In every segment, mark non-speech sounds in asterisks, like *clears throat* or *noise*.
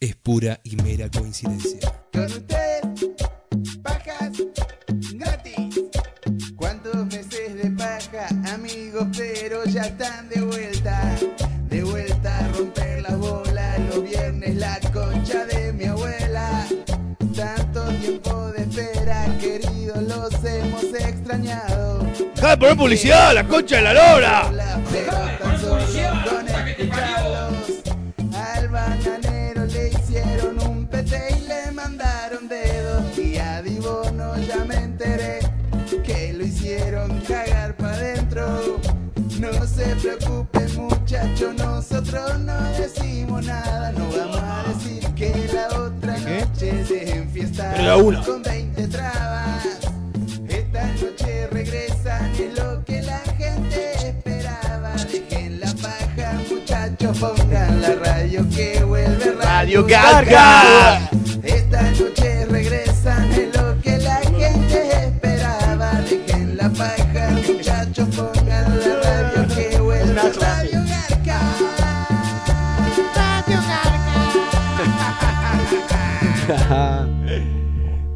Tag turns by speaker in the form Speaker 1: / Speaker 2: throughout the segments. Speaker 1: es pura y mera coincidencia.
Speaker 2: Con ustedes, pajas gratis. ¿Cuántos meses de paja, amigos? Pero ya están de vuelta. De vuelta a romper las bolas. Los viernes, la concha de mi abuela. Tanto tiempo de espera, queridos, los hemos extrañado.
Speaker 3: ¡Deja de poner publicidad, la concha de
Speaker 4: *laughs*
Speaker 3: la lora!
Speaker 2: La pelota solo con escucharlos. Al bananero le hicieron un pete y le mandaron dedos. Y a Dibono ya me enteré que lo hicieron cagar para adentro. No se preocupen muchachos, nosotros no decimos nada. No vamos a decir que la otra noche se
Speaker 3: Pero la
Speaker 2: enfiestaron
Speaker 3: una.
Speaker 2: con 20 trabas. Esta noche regresan es lo que la gente esperaba. Dejen la paja, muchachos, pongan la radio que vuelve
Speaker 3: Radio Gaga.
Speaker 2: Gaga. Esta noche regresan es lo que la gente esperaba. Dejen la paja, muchachos, pongan la radio que vuelve
Speaker 3: Nacho,
Speaker 2: Radio Gaga. Radio Gaga.
Speaker 5: *laughs*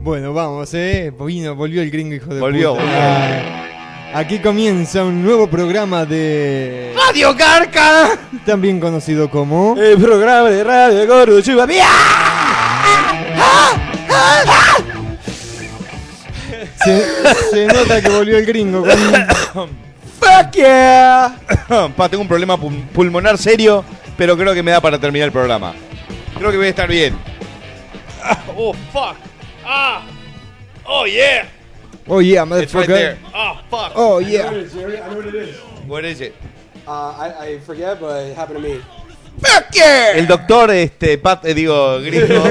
Speaker 5: Bueno, vamos, eh. Vino, volvió el gringo hijo de
Speaker 3: Volvió,
Speaker 5: puta.
Speaker 3: volvió.
Speaker 5: Ah, Aquí comienza un nuevo programa de...
Speaker 3: ¡Radio Garca!
Speaker 5: También conocido como...
Speaker 3: El programa de Radio Gordo Chiva.
Speaker 5: Se, se nota que volvió el gringo con... *coughs*
Speaker 3: ¡Fuck yeah! *coughs* Pa, tengo un problema pul- pulmonar serio, pero creo que me da para terminar el programa. Creo que voy a estar bien. Ah, ¡Oh, fuck! ¡Ah! ¡Oh, yeah!
Speaker 5: Oh yeah,
Speaker 3: It's right there.
Speaker 5: motherfucker.
Speaker 3: ¡Ah, fuck!
Speaker 5: Oh yeah.
Speaker 3: What is it?
Speaker 6: Uh, I, I forget, but it happened to me.
Speaker 3: El doctor, este, Pat, eh, digo,
Speaker 5: *laughs*
Speaker 3: gringo.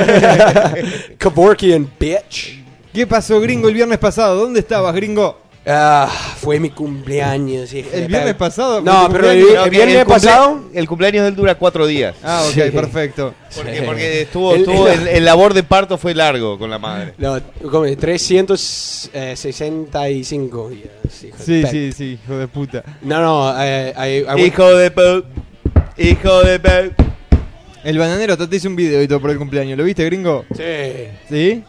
Speaker 6: Kevorkian, bitch.
Speaker 5: ¿Qué pasó, gringo, el viernes pasado? ¿Dónde estabas, gringo?
Speaker 6: Ah, fue mi cumpleaños. hija
Speaker 5: ¿El
Speaker 6: de
Speaker 5: viernes
Speaker 6: tal.
Speaker 5: pasado? ¿Fue
Speaker 6: No,
Speaker 5: tu
Speaker 6: pero el,
Speaker 5: cumpleaños?
Speaker 3: No,
Speaker 6: el
Speaker 3: que
Speaker 6: viernes
Speaker 3: cumple-
Speaker 6: pasado.
Speaker 3: El cumpleaños de él dura cuatro días.
Speaker 5: Ah, ok,
Speaker 6: Sí.
Speaker 5: perfecto.
Speaker 3: Porque,
Speaker 6: Sí.
Speaker 3: porque estuvo,
Speaker 6: El-
Speaker 3: estuvo el, el labor de parto fue largo con la madre.
Speaker 6: No, como 365 días. hijo de
Speaker 5: Sí,
Speaker 6: tal.
Speaker 5: sí, sí, hijo de puta.
Speaker 6: No, no, eh, I, I, went-
Speaker 3: Hijo de pu... Hijo de pu...
Speaker 5: El bananero, hasta te hice un video y todo por el cumpleaños. ¿Lo viste, gringo?
Speaker 6: Sí.
Speaker 5: ¿Sí?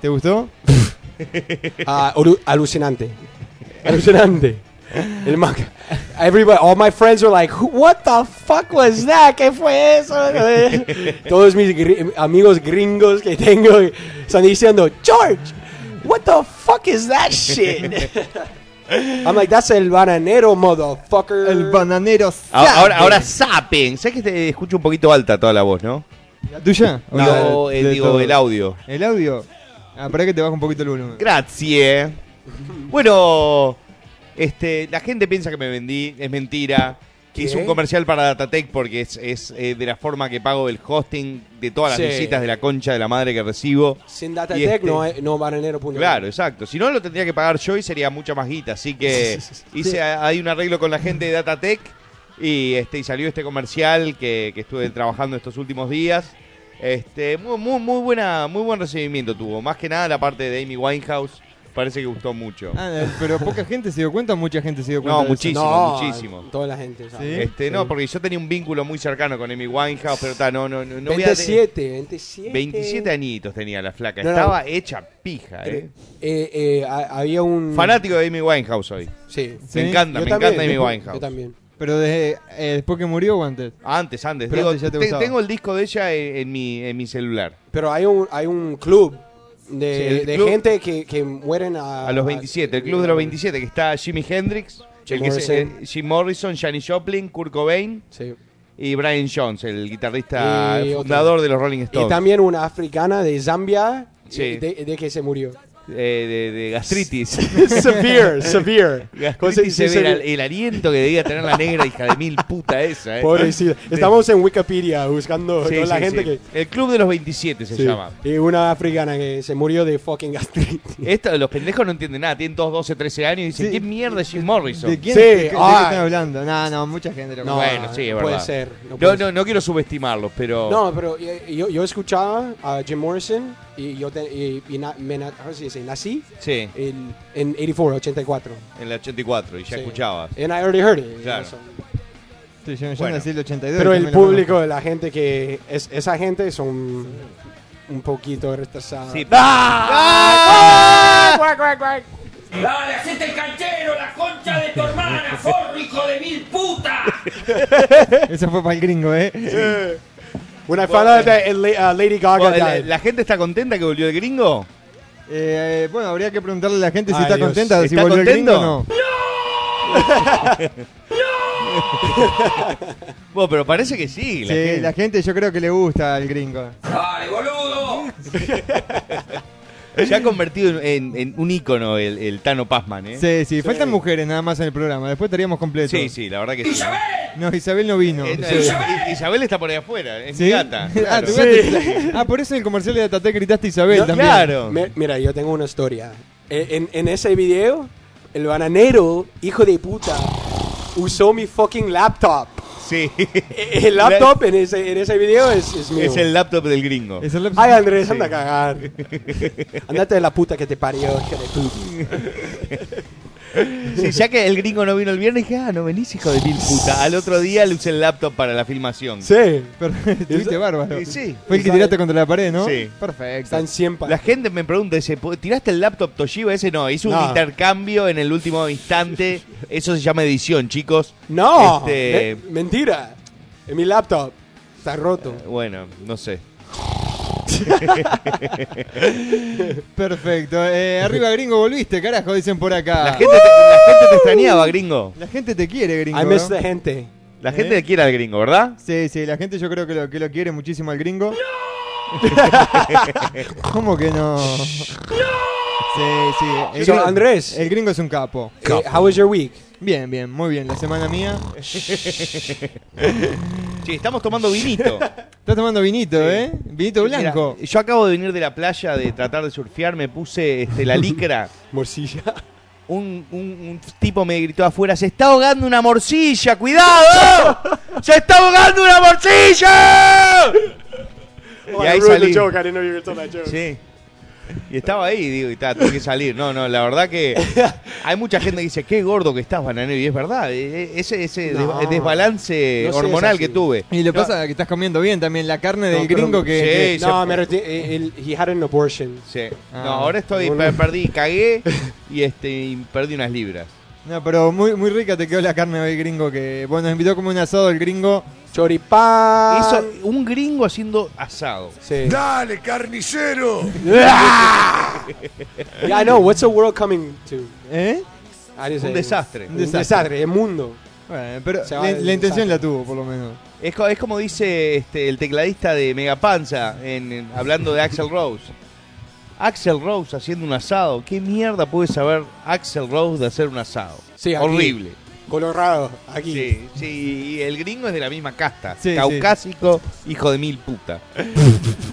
Speaker 5: ¿Te gustó?
Speaker 6: Ah, oru- alucinante. Alucinante. El manga. Everybody, all my friends were like, "Who- what the fuck was that? ¿Qué fue eso? Todos mis gri- amigos gringos que tengo están diciendo, George, what the fuck is that shit? I'm like, that's el bananero, motherfucker.
Speaker 5: El bananero.
Speaker 3: Ahora,
Speaker 5: sabe.
Speaker 3: ahora, ahora sapen. Sé que te escucho un poquito alta toda la voz, ¿no?
Speaker 5: ¿La tuya? ¿O la
Speaker 3: No,
Speaker 5: de-
Speaker 3: eh,
Speaker 5: de
Speaker 3: digo,
Speaker 5: todo?
Speaker 3: el audio.
Speaker 5: ¿El audio? Ah, pará que te bajo un poquito el volumen.
Speaker 3: Gracias. Bueno, este, la gente piensa que me vendí, es mentira. Que hice
Speaker 6: ¿Qué?
Speaker 3: un comercial para Datatec porque es, es, eh, de la forma que pago el hosting de todas las
Speaker 6: Sí.
Speaker 3: visitas de la concha de la madre que recibo.
Speaker 6: Sin data
Speaker 3: Y
Speaker 6: tech,
Speaker 3: este-
Speaker 6: no, hay- no bananero. punto
Speaker 3: Claro,
Speaker 6: com.
Speaker 3: exacto. Si no, lo tendría que pagar yo y sería mucha más guita. Así que hice hay un arreglo con la gente de Datatec y este y salió este comercial que, que estuve trabajando estos últimos días. Este, muy, muy, muy buena, muy buen recibimiento tuvo. Más que nada la parte de Amy Winehouse parece que gustó mucho.
Speaker 5: Ah, eh, pero poca gente se dio cuenta o mucha gente se dio cuenta.
Speaker 3: No,
Speaker 5: de eso?
Speaker 3: muchísimo,
Speaker 6: No,
Speaker 3: muchísimo.
Speaker 6: Toda la gente. ¿sabes?
Speaker 5: Sí.
Speaker 3: Este, no, porque yo tenía un vínculo muy cercano con Amy Winehouse, pero ta, no, no, no, no voy a de-
Speaker 6: 27, 27.
Speaker 3: 27 añitos tenía la flaca.
Speaker 6: No, no.
Speaker 3: Estaba hecha pija,
Speaker 6: Eh,
Speaker 3: eh.
Speaker 6: eh, ha- había un.
Speaker 3: Fanático de Amy Winehouse hoy.
Speaker 6: Sí.
Speaker 5: Sí.
Speaker 3: Me encanta,
Speaker 6: Yo
Speaker 3: me
Speaker 6: también,
Speaker 3: encanta Amy
Speaker 6: yo-
Speaker 3: Winehouse.
Speaker 6: Yo también.
Speaker 5: Pero desde, eh, después que murió o antes.
Speaker 3: Antes, antes.
Speaker 5: Pero
Speaker 3: Digo,
Speaker 5: antes ya te
Speaker 3: te-
Speaker 5: gustaba.
Speaker 3: tengo el disco de ella en, en mi, en mi celular.
Speaker 6: Pero hay un, hay un club de,
Speaker 3: Sí, el
Speaker 6: de
Speaker 3: club-
Speaker 6: gente que, que mueren a.
Speaker 3: A los 27, el club de los 27, que está Jimi Hendrix,
Speaker 6: Jim
Speaker 3: el que es- eh,
Speaker 6: Morrison.
Speaker 3: Jim Morrison, Janis Joplin, Kurt Cobain
Speaker 6: Sí.
Speaker 3: y Brian Jones, el guitarrista
Speaker 6: Y otro.
Speaker 3: fundador de los Rolling
Speaker 6: Y
Speaker 3: Stones.
Speaker 6: también una africana de Zambia
Speaker 3: Sí.
Speaker 6: de, de que se murió.
Speaker 3: eh, de, de gastritis.
Speaker 6: *laughs*
Speaker 3: *laughs*
Speaker 6: severe, severe. ¿Cómo se
Speaker 3: Gastritis
Speaker 6: dice
Speaker 3: severa.
Speaker 6: severe?
Speaker 3: El, aliento que debía tener la negra hija de mil puta esa, eh.
Speaker 6: Pobrecita. Estamos en Wikipedia buscando
Speaker 3: Sí,
Speaker 6: toda la
Speaker 3: sí,
Speaker 6: gente
Speaker 3: sí.
Speaker 6: que.
Speaker 3: El Club de los 27 se
Speaker 6: Sí.
Speaker 3: llama.
Speaker 6: Y una africana que se murió de fucking gastritis.
Speaker 3: Esto, los pendejos no entienden nada. Tienen todos 12, 13 años y dicen,
Speaker 5: Sí.
Speaker 3: ¿qué mierda es Jim Morrison?
Speaker 5: ¿De quién
Speaker 6: Sí,
Speaker 5: de- de qué
Speaker 6: ah.
Speaker 5: están hablando? No, no,
Speaker 3: *laughs*
Speaker 5: mucha gente lo
Speaker 6: No,
Speaker 5: conoce.
Speaker 3: bueno, sí, es
Speaker 6: no
Speaker 3: verdad.
Speaker 6: puede ser, no
Speaker 3: No,
Speaker 6: puede
Speaker 3: no, no, quiero subestimarlos, pero.
Speaker 6: No, pero eh, yo, yo escuchaba a Jim Morrison y yo te- y, y na- me na- ¿cómo se dice? nací
Speaker 3: Sí,
Speaker 6: en, en 84, 84.
Speaker 3: en el 84, y ya
Speaker 6: Sí.
Speaker 3: escuchabas.
Speaker 6: And I already heard it.
Speaker 3: Claro.
Speaker 6: So-
Speaker 5: Sí, yo, yo
Speaker 3: Bueno.
Speaker 5: nací en el 82.
Speaker 6: Pero el
Speaker 5: también lo
Speaker 6: público, la gente que. Es, esa gente son un poquito ¡Ah! retrasada.
Speaker 3: Sí.
Speaker 4: ¡Dale, hacete el canchero, la concha de tu hermana, forro, hijo de mil puta!
Speaker 5: conozco. Eso fue para el gringo, ¿eh?
Speaker 6: When I found out that uh, La- uh, Lady Gaga
Speaker 3: eh, Bueno, ¿La,
Speaker 6: died.
Speaker 3: la gente está contenta que volvió el gringo?
Speaker 5: Eh, bueno, habría que preguntarle a la gente si
Speaker 6: Ay,
Speaker 5: está
Speaker 6: Dios.
Speaker 5: contenta, si
Speaker 3: ¿Está
Speaker 5: volvió
Speaker 3: contento?
Speaker 5: el gringo o
Speaker 3: *laughs*
Speaker 5: no.
Speaker 3: Bueno, pero parece que sí. la
Speaker 5: Sí,
Speaker 3: gente.
Speaker 5: la gente yo creo que le gusta al gringo.
Speaker 4: ¡Dale, boludo!
Speaker 3: Se ha convertido en, en- en un ícono el, el Tano Pazman, ¿eh?
Speaker 5: Sí, sí, faltan mujeres nada más en el programa, después estaríamos completos.
Speaker 3: sí, sí, la verdad que sí.
Speaker 4: ¡Isabel!
Speaker 5: No, Isabel no vino.
Speaker 3: Eh,
Speaker 5: Sí.
Speaker 3: eh, Isabel está por ahí afuera, es
Speaker 5: ¿Sí?
Speaker 3: mi gata.
Speaker 5: *laughs* Ah,
Speaker 3: claro.
Speaker 5: tu gata es- ah, por eso en el comercial de Atatec gritaste Isabel
Speaker 3: No,
Speaker 5: también.
Speaker 3: claro.
Speaker 6: Mi- Mira, yo tengo una
Speaker 5: *laughs*
Speaker 6: historia. Eh, En, en ese video, el bananero, hijo de puta, usó mi fucking laptop.
Speaker 3: Sí.
Speaker 6: *laughs* Eh, El laptop en ese, en ese video es, es mío.
Speaker 3: es el laptop del gringo.
Speaker 5: Es el-
Speaker 6: Ay, Andrés, anda
Speaker 5: Sí.
Speaker 6: a cagar. Andate de la puta que te parió, hijo de puta.
Speaker 3: *laughs* Sí, ya que el gringo no vino el viernes, dije, ah, no venís, hijo de mil puta. Al otro día le usé el laptop para la filmación.
Speaker 6: Sí.
Speaker 5: Pero Estuviste bárbaro.
Speaker 3: Y sí.
Speaker 5: Fue el que
Speaker 6: Esa-
Speaker 5: tiraste contra la pared, ¿no?
Speaker 3: Sí.
Speaker 5: Perfecto.
Speaker 6: Están siempre.
Speaker 3: La gente me pregunta, dice, "¿Po- ¿tiraste el laptop Toshiba? Ese no, hizo un
Speaker 6: No.
Speaker 3: intercambio en el último instante. Eso se llama edición, chicos.
Speaker 6: No,
Speaker 5: ¿Eh?
Speaker 3: Este-
Speaker 6: me- mentira. En mi laptop está roto.
Speaker 3: Bueno, no sé.
Speaker 5: *laughs* Perfecto. Eh, arriba, gringo, volviste, carajo, dicen por acá.
Speaker 3: La gente, te, la gente te extrañaba, gringo.
Speaker 5: La gente te quiere, gringo.
Speaker 6: I miss
Speaker 5: ¿no?
Speaker 6: the gente.
Speaker 3: La
Speaker 5: ¿Eh?
Speaker 3: gente quiere al gringo, ¿verdad?
Speaker 5: Sí, sí, la gente yo creo que lo, que lo quiere muchísimo al gringo. *laughs* ¿Cómo que no? Sí, sí.
Speaker 6: So, Andrés.
Speaker 5: El gringo es un capo.
Speaker 6: Eh, how was your week?
Speaker 5: Bien, bien, muy bien. La semana mía.
Speaker 3: Sí, estamos tomando vinito.
Speaker 5: Estás tomando vinito, ¿eh? Vinito blanco.
Speaker 3: Mira, yo acabo de venir de la playa de tratar de surfear, me puse este, la
Speaker 5: *laughs*
Speaker 3: licra.
Speaker 6: Morcilla.
Speaker 3: *laughs* Un, un- un tipo me gritó afuera, se está ahogando una morcilla, cuidado. Se está ahogando una morcilla. y ahí salí. Sí. Y estaba ahí, digo, y ta, tuve que salir. No, no, la verdad
Speaker 5: *laughs*
Speaker 3: que hay mucha gente que dice, qué gordo que estás, bananero. Y es verdad, eh, eh, ese, ese
Speaker 6: No.
Speaker 3: des- desbalance
Speaker 6: No seas
Speaker 3: eh, hormonal
Speaker 6: así.
Speaker 3: que tuve.
Speaker 5: Y lo pasa que estás comiendo bien también la carne del
Speaker 6: No, pero-
Speaker 5: gringo que...
Speaker 3: Sí.
Speaker 5: que-
Speaker 3: se
Speaker 6: No,
Speaker 3: fue.
Speaker 6: me reti- eh, él- he had an abortion.
Speaker 3: Sí.
Speaker 5: Ah.
Speaker 3: no, ahora estoy, per- perdí, cagué
Speaker 5: *laughs*
Speaker 3: y, este, y perdí unas libras.
Speaker 5: No, pero muy, muy rica te quedó la carne del gringo que... Bueno, nos invitó como un asado el gringo.
Speaker 6: Choripán.
Speaker 3: Eso, un gringo haciendo asado.
Speaker 6: Sí. Dale, *laughs*
Speaker 3: ¡Ah!
Speaker 6: carnicero. yeah, I know. What's the world coming to?
Speaker 5: ¿Eh?
Speaker 6: I just
Speaker 3: Un
Speaker 6: say-
Speaker 3: desastre.
Speaker 6: Un desastre. El mundo.
Speaker 5: Bueno, pero
Speaker 6: Se
Speaker 5: la,
Speaker 6: va del
Speaker 5: la intención
Speaker 6: desastre.
Speaker 5: la tuvo, por lo menos.
Speaker 3: Es, co- es como dice este, el tecladista de Megapanza en, en- hablando de Axel Rose. Axel Rose haciendo un asado. ¿Qué mierda puede saber Axel Rose de hacer un asado?
Speaker 6: Sí, aquí.
Speaker 3: Horrible.
Speaker 6: Colorado. Aquí.
Speaker 3: Sí, sí, y el gringo es de la misma casta.
Speaker 5: Sí, sí.
Speaker 3: Caucásico, hijo de mil puta.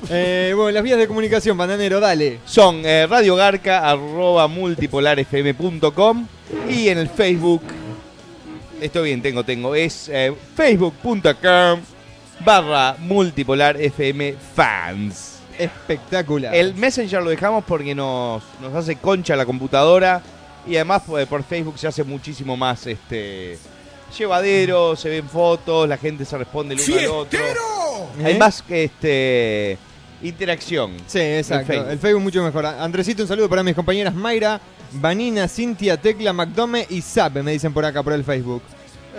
Speaker 5: Eh, bueno, las vías de comunicación, bananero, dale.
Speaker 3: Son eh, radiogarca, arroba multipolarfm.com y en el Facebook, estoy bien, tengo, tengo, es eh, facebook.com barra multipolarfm fans.
Speaker 5: Espectacular.
Speaker 3: El Messenger lo dejamos porque nos, nos hace concha la computadora y además eh, por Facebook se hace muchísimo más este llevadero, se ven fotos, la gente se responde el uno al otro.
Speaker 5: ¿Eh?
Speaker 3: Hay más que este interacción.
Speaker 5: Sí, exacto. El
Speaker 3: El
Speaker 5: Facebook.
Speaker 3: Facebook.
Speaker 5: mucho mejor. Andresito, un saludo para mis compañeras Mayra, Vanina, Cintia, Tecla, McDome y Sabe, me dicen por acá, por el Facebook.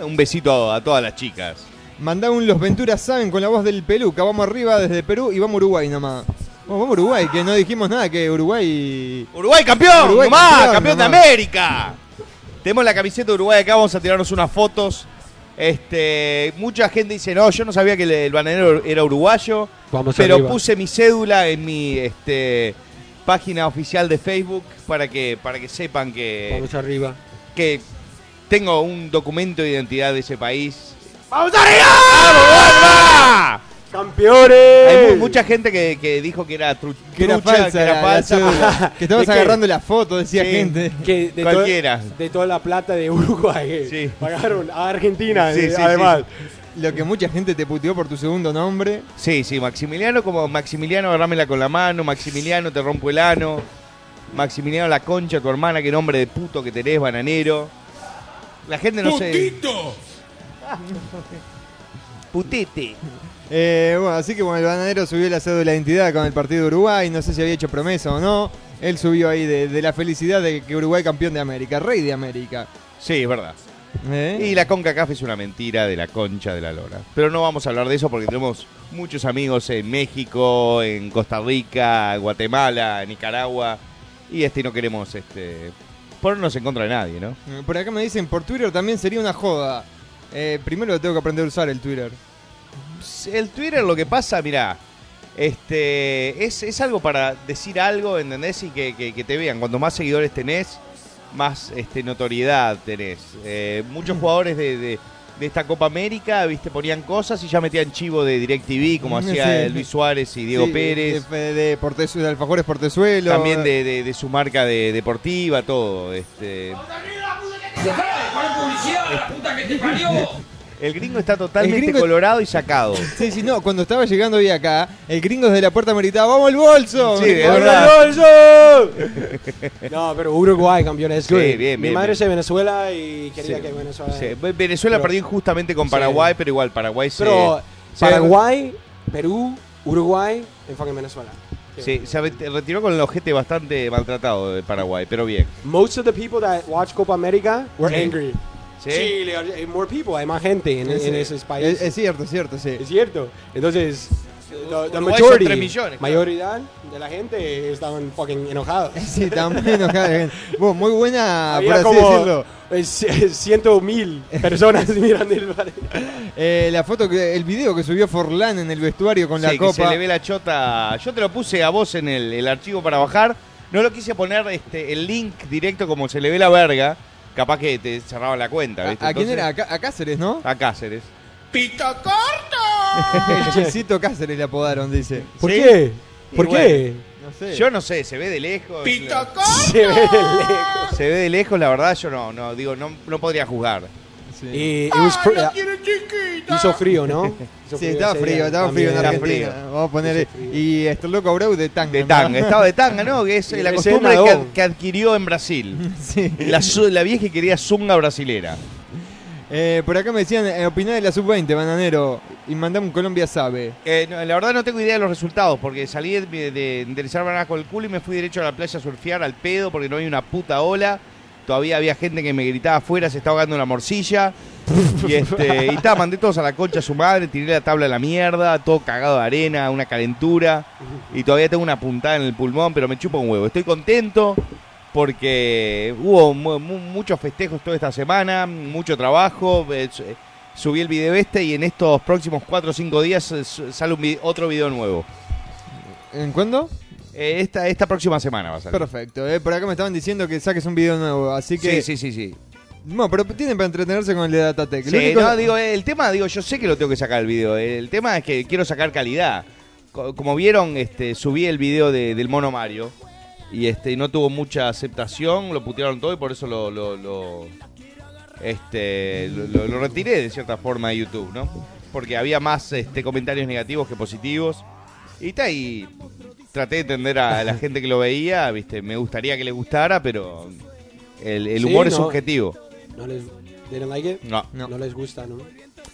Speaker 3: Un besito a, a todas las chicas.
Speaker 5: Mandá un Los Venturas Saben con la voz del Peluca. Vamos arriba desde Perú y vamos a Uruguay nomás. Bueno, vamos a Uruguay, que no dijimos nada, que Uruguay...
Speaker 3: Uruguay campeón,
Speaker 5: Uruguay
Speaker 3: nomás,
Speaker 5: campeón,
Speaker 3: campeón, de
Speaker 5: nomás.
Speaker 3: América. Tenemos la camiseta de Uruguay acá, vamos a tirarnos unas fotos. Este, mucha gente dice, "No, yo no sabía que el, el bananero era uruguayo."
Speaker 6: Vamos
Speaker 3: pero
Speaker 6: arriba.
Speaker 3: puse mi cédula en mi este página oficial de Facebook para que, para que sepan que,
Speaker 6: Vamos arriba.
Speaker 3: que tengo un documento de identidad de ese país.
Speaker 6: ¡Vamos arriba! ¡Campeones!
Speaker 3: Hay mu- mucha gente que, que dijo que era tru-
Speaker 5: Que era
Speaker 3: trucha,
Speaker 5: falsa,
Speaker 3: que era
Speaker 5: la- la
Speaker 3: falsa. *laughs*
Speaker 5: cédula. que estabas
Speaker 3: ¿De qué?
Speaker 5: agarrando la foto, decía
Speaker 3: Sí.
Speaker 5: gente.
Speaker 6: Que de to-
Speaker 3: Cualquiera.
Speaker 6: de toda la plata de Uruguay. eh.
Speaker 3: Sí.
Speaker 6: Pagaron a Argentina,
Speaker 3: Sí,
Speaker 6: eh,
Speaker 3: sí, sí.
Speaker 6: además.
Speaker 5: Lo que mucha gente te puteó por tu segundo nombre.
Speaker 3: Sí, sí, Maximiliano como Maximiliano, agarrámela con la mano, Maximiliano, te rompo el ano, Maximiliano la concha, tu hermana, qué nombre de puto que tenés, bananero. La gente no sé. Putete.
Speaker 5: Eh, bueno, así que bueno, el bananero subió la cédula de identidad con el partido de Uruguay. No sé si había hecho promesa o no. Él subió ahí de, de la felicidad de que Uruguay campeón de América, rey de América.
Speaker 3: Sí, es verdad.
Speaker 5: ¿Eh?
Speaker 3: Y la conca café es una mentira de la concha de la lora. Pero no vamos a hablar de eso porque tenemos muchos amigos en México, en Costa Rica, Guatemala, Nicaragua. Y este no queremos este ponernos en contra de nadie, ¿no?
Speaker 5: Eh, Por acá me dicen, por Twitter también sería una joda. Eh, primero tengo que aprender a usar el Twitter.
Speaker 3: El Twitter lo que pasa, mirá, este, es, es algo para decir algo, ¿entendés? Y que, que- que te vean. Cuanto más seguidores tenés, más este, notoriedad tenés. Eh, muchos jugadores de, de- de esta Copa América, viste, ponían cosas y ya metían chivo de DirecTV, como
Speaker 5: Sí.
Speaker 3: hacía Luis Suárez y Diego
Speaker 5: Sí,
Speaker 3: Pérez.
Speaker 5: De, de, de Portezu- de Alfajores Portezuelo.
Speaker 3: También de, de- de su marca de- deportiva, todo. Este.
Speaker 4: Dejá de poner publicidad, la puta que te parió.
Speaker 3: El gringo está totalmente
Speaker 5: gringo-
Speaker 3: colorado y sacado.
Speaker 5: *laughs* Sí, sí, no, cuando estaba llegando hoy acá, el gringo desde la puerta me gritaba, ¡vamos el bolso!
Speaker 3: Sí, es
Speaker 5: ¡Vamos el
Speaker 3: verdad.
Speaker 6: no, pero Uruguay, campeones.
Speaker 3: Sí,
Speaker 6: good.
Speaker 3: bien, bien,
Speaker 6: Mi madre
Speaker 3: bien.
Speaker 6: es de Venezuela y quería
Speaker 3: Sí.
Speaker 6: que Venezuela.
Speaker 3: Sí, Venezuela
Speaker 6: Pero-
Speaker 3: perdió injustamente con
Speaker 6: Sí.
Speaker 3: Paraguay, pero igual Paraguay se-
Speaker 6: Pero
Speaker 3: se,
Speaker 6: Paraguay, Perú, Uruguay, enfoque en Venezuela.
Speaker 3: Sí, se re- retiró con el ojete bastante maltratado de Paraguay, pero bien.
Speaker 6: Most of the people that watch Copa América were
Speaker 3: Sí.
Speaker 6: angry.
Speaker 3: Sí.
Speaker 6: Chile, Ar- eh, more people, hay más gente en, en esos países.
Speaker 5: Es, es cierto, es cierto, sí.
Speaker 6: Es cierto. Entonces, la
Speaker 3: son tres millones, claro.
Speaker 6: mayoridad de la gente estaban fucking enojados.
Speaker 5: *laughs* Sí, también enojada la gente. Bueno, muy buena, por
Speaker 6: *laughs* Había
Speaker 5: así
Speaker 6: como
Speaker 5: decirlo.
Speaker 6: eh, c- ciento mil
Speaker 5: *laughs*
Speaker 6: personas *laughs* mirando el bar.
Speaker 5: Eh, la foto, que, el video que subió Forlán en el vestuario con la
Speaker 3: Sí, que
Speaker 5: copa.
Speaker 3: se le ve la chota. Yo te lo puse a vos en el, el archivo para bajar. No lo quise poner este, el link directo como se le ve la verga. Capaz que te cerraban la cuenta.
Speaker 5: ¿A,
Speaker 3: ¿viste?
Speaker 5: a quién
Speaker 3: Entonces-
Speaker 5: era? A, Cá- a Cáceres, ¿no?
Speaker 3: A Cáceres.
Speaker 5: *laughs* El Chisito Cáceres le apodaron, dice.
Speaker 6: ¿Por
Speaker 3: Sí.
Speaker 6: qué?
Speaker 3: Y
Speaker 6: ¿Por
Speaker 3: bueno,
Speaker 6: qué?
Speaker 5: No sé.
Speaker 3: Yo no sé, se ve de lejos.
Speaker 6: Se ve de lejos.
Speaker 3: Se ve de lejos, la verdad, yo no, no, digo, no, no podría juzgar. ¡Ah,
Speaker 5: Sí.
Speaker 6: Y Eh, it was fr- ah, hizo frío, ¿no?
Speaker 3: *laughs*
Speaker 6: Hizo
Speaker 5: Sí, estaba
Speaker 6: ese
Speaker 5: frío,
Speaker 6: día
Speaker 5: estaba frío en
Speaker 6: también.
Speaker 3: Argentina.
Speaker 5: Argentina. Vamos a poner. Y este loco Abreu de tanga.
Speaker 3: De
Speaker 5: ¿no?
Speaker 3: tanga, estaba de tanga, ¿no?
Speaker 6: *laughs*
Speaker 3: Que es
Speaker 6: Y
Speaker 3: la
Speaker 6: ese
Speaker 3: costumbre que,
Speaker 6: nadón.
Speaker 3: ad- que adquirió en
Speaker 6: *laughs*
Speaker 3: Brasil.
Speaker 5: Sí.
Speaker 3: La, su- la vieja y quería zunga brasilera.
Speaker 5: Eh, por acá me decían, eh, opiná de la sub-20, bananero. Y mandame un Colombia sabe.
Speaker 3: Eh, no, la verdad no tengo idea de los resultados, porque salí de, de enderezar bananas con el culo y me fui derecho a la playa a surfear al pedo porque no hay una puta ola. Todavía había gente que me gritaba afuera, se está ahogando una morcilla. y este, y ta, mandé todos a la concha a su madre, tiré la tabla a la mierda, todo cagado de arena, una calentura. Y todavía tengo una puntada en el pulmón, pero me chupa un huevo. Estoy contento porque hubo mu- mu- muchos festejos toda esta semana, mucho trabajo. eh, su- eh, subí el video este y en estos próximos 4 o 5 días eh, su- sale un vi- otro video nuevo.
Speaker 5: ¿En cuándo?
Speaker 3: Eh, esta, esta próxima semana va a salir.
Speaker 5: Perfecto. eh, por acá me estaban diciendo que saques un video nuevo. Así que.
Speaker 3: Sí, sí, sí, sí.
Speaker 5: Bueno, pero tienen para entretenerse con el de Datatec. Lo
Speaker 3: Sí,
Speaker 5: único-
Speaker 3: no,
Speaker 5: *laughs*
Speaker 3: digo, eh, el tema, digo, yo sé que lo tengo que sacar el video. eh. El tema es que quiero sacar calidad. Co- Como vieron, este, subí el video de- del mono Mario y este no tuvo mucha aceptación, lo putearon todo y por eso lo, lo- lo- este, lo, lo- lo retiré de cierta forma de YouTube, ¿no? Porque había más este, comentarios negativos que positivos. Y está ahí. Traté de entender a la gente que lo veía, viste, me gustaría que le gustara, pero el, el
Speaker 6: Sí,
Speaker 3: humor es
Speaker 6: no.
Speaker 3: subjetivo.
Speaker 6: No les didn't like it?
Speaker 3: No.
Speaker 5: No.
Speaker 6: No les gusta, ¿no?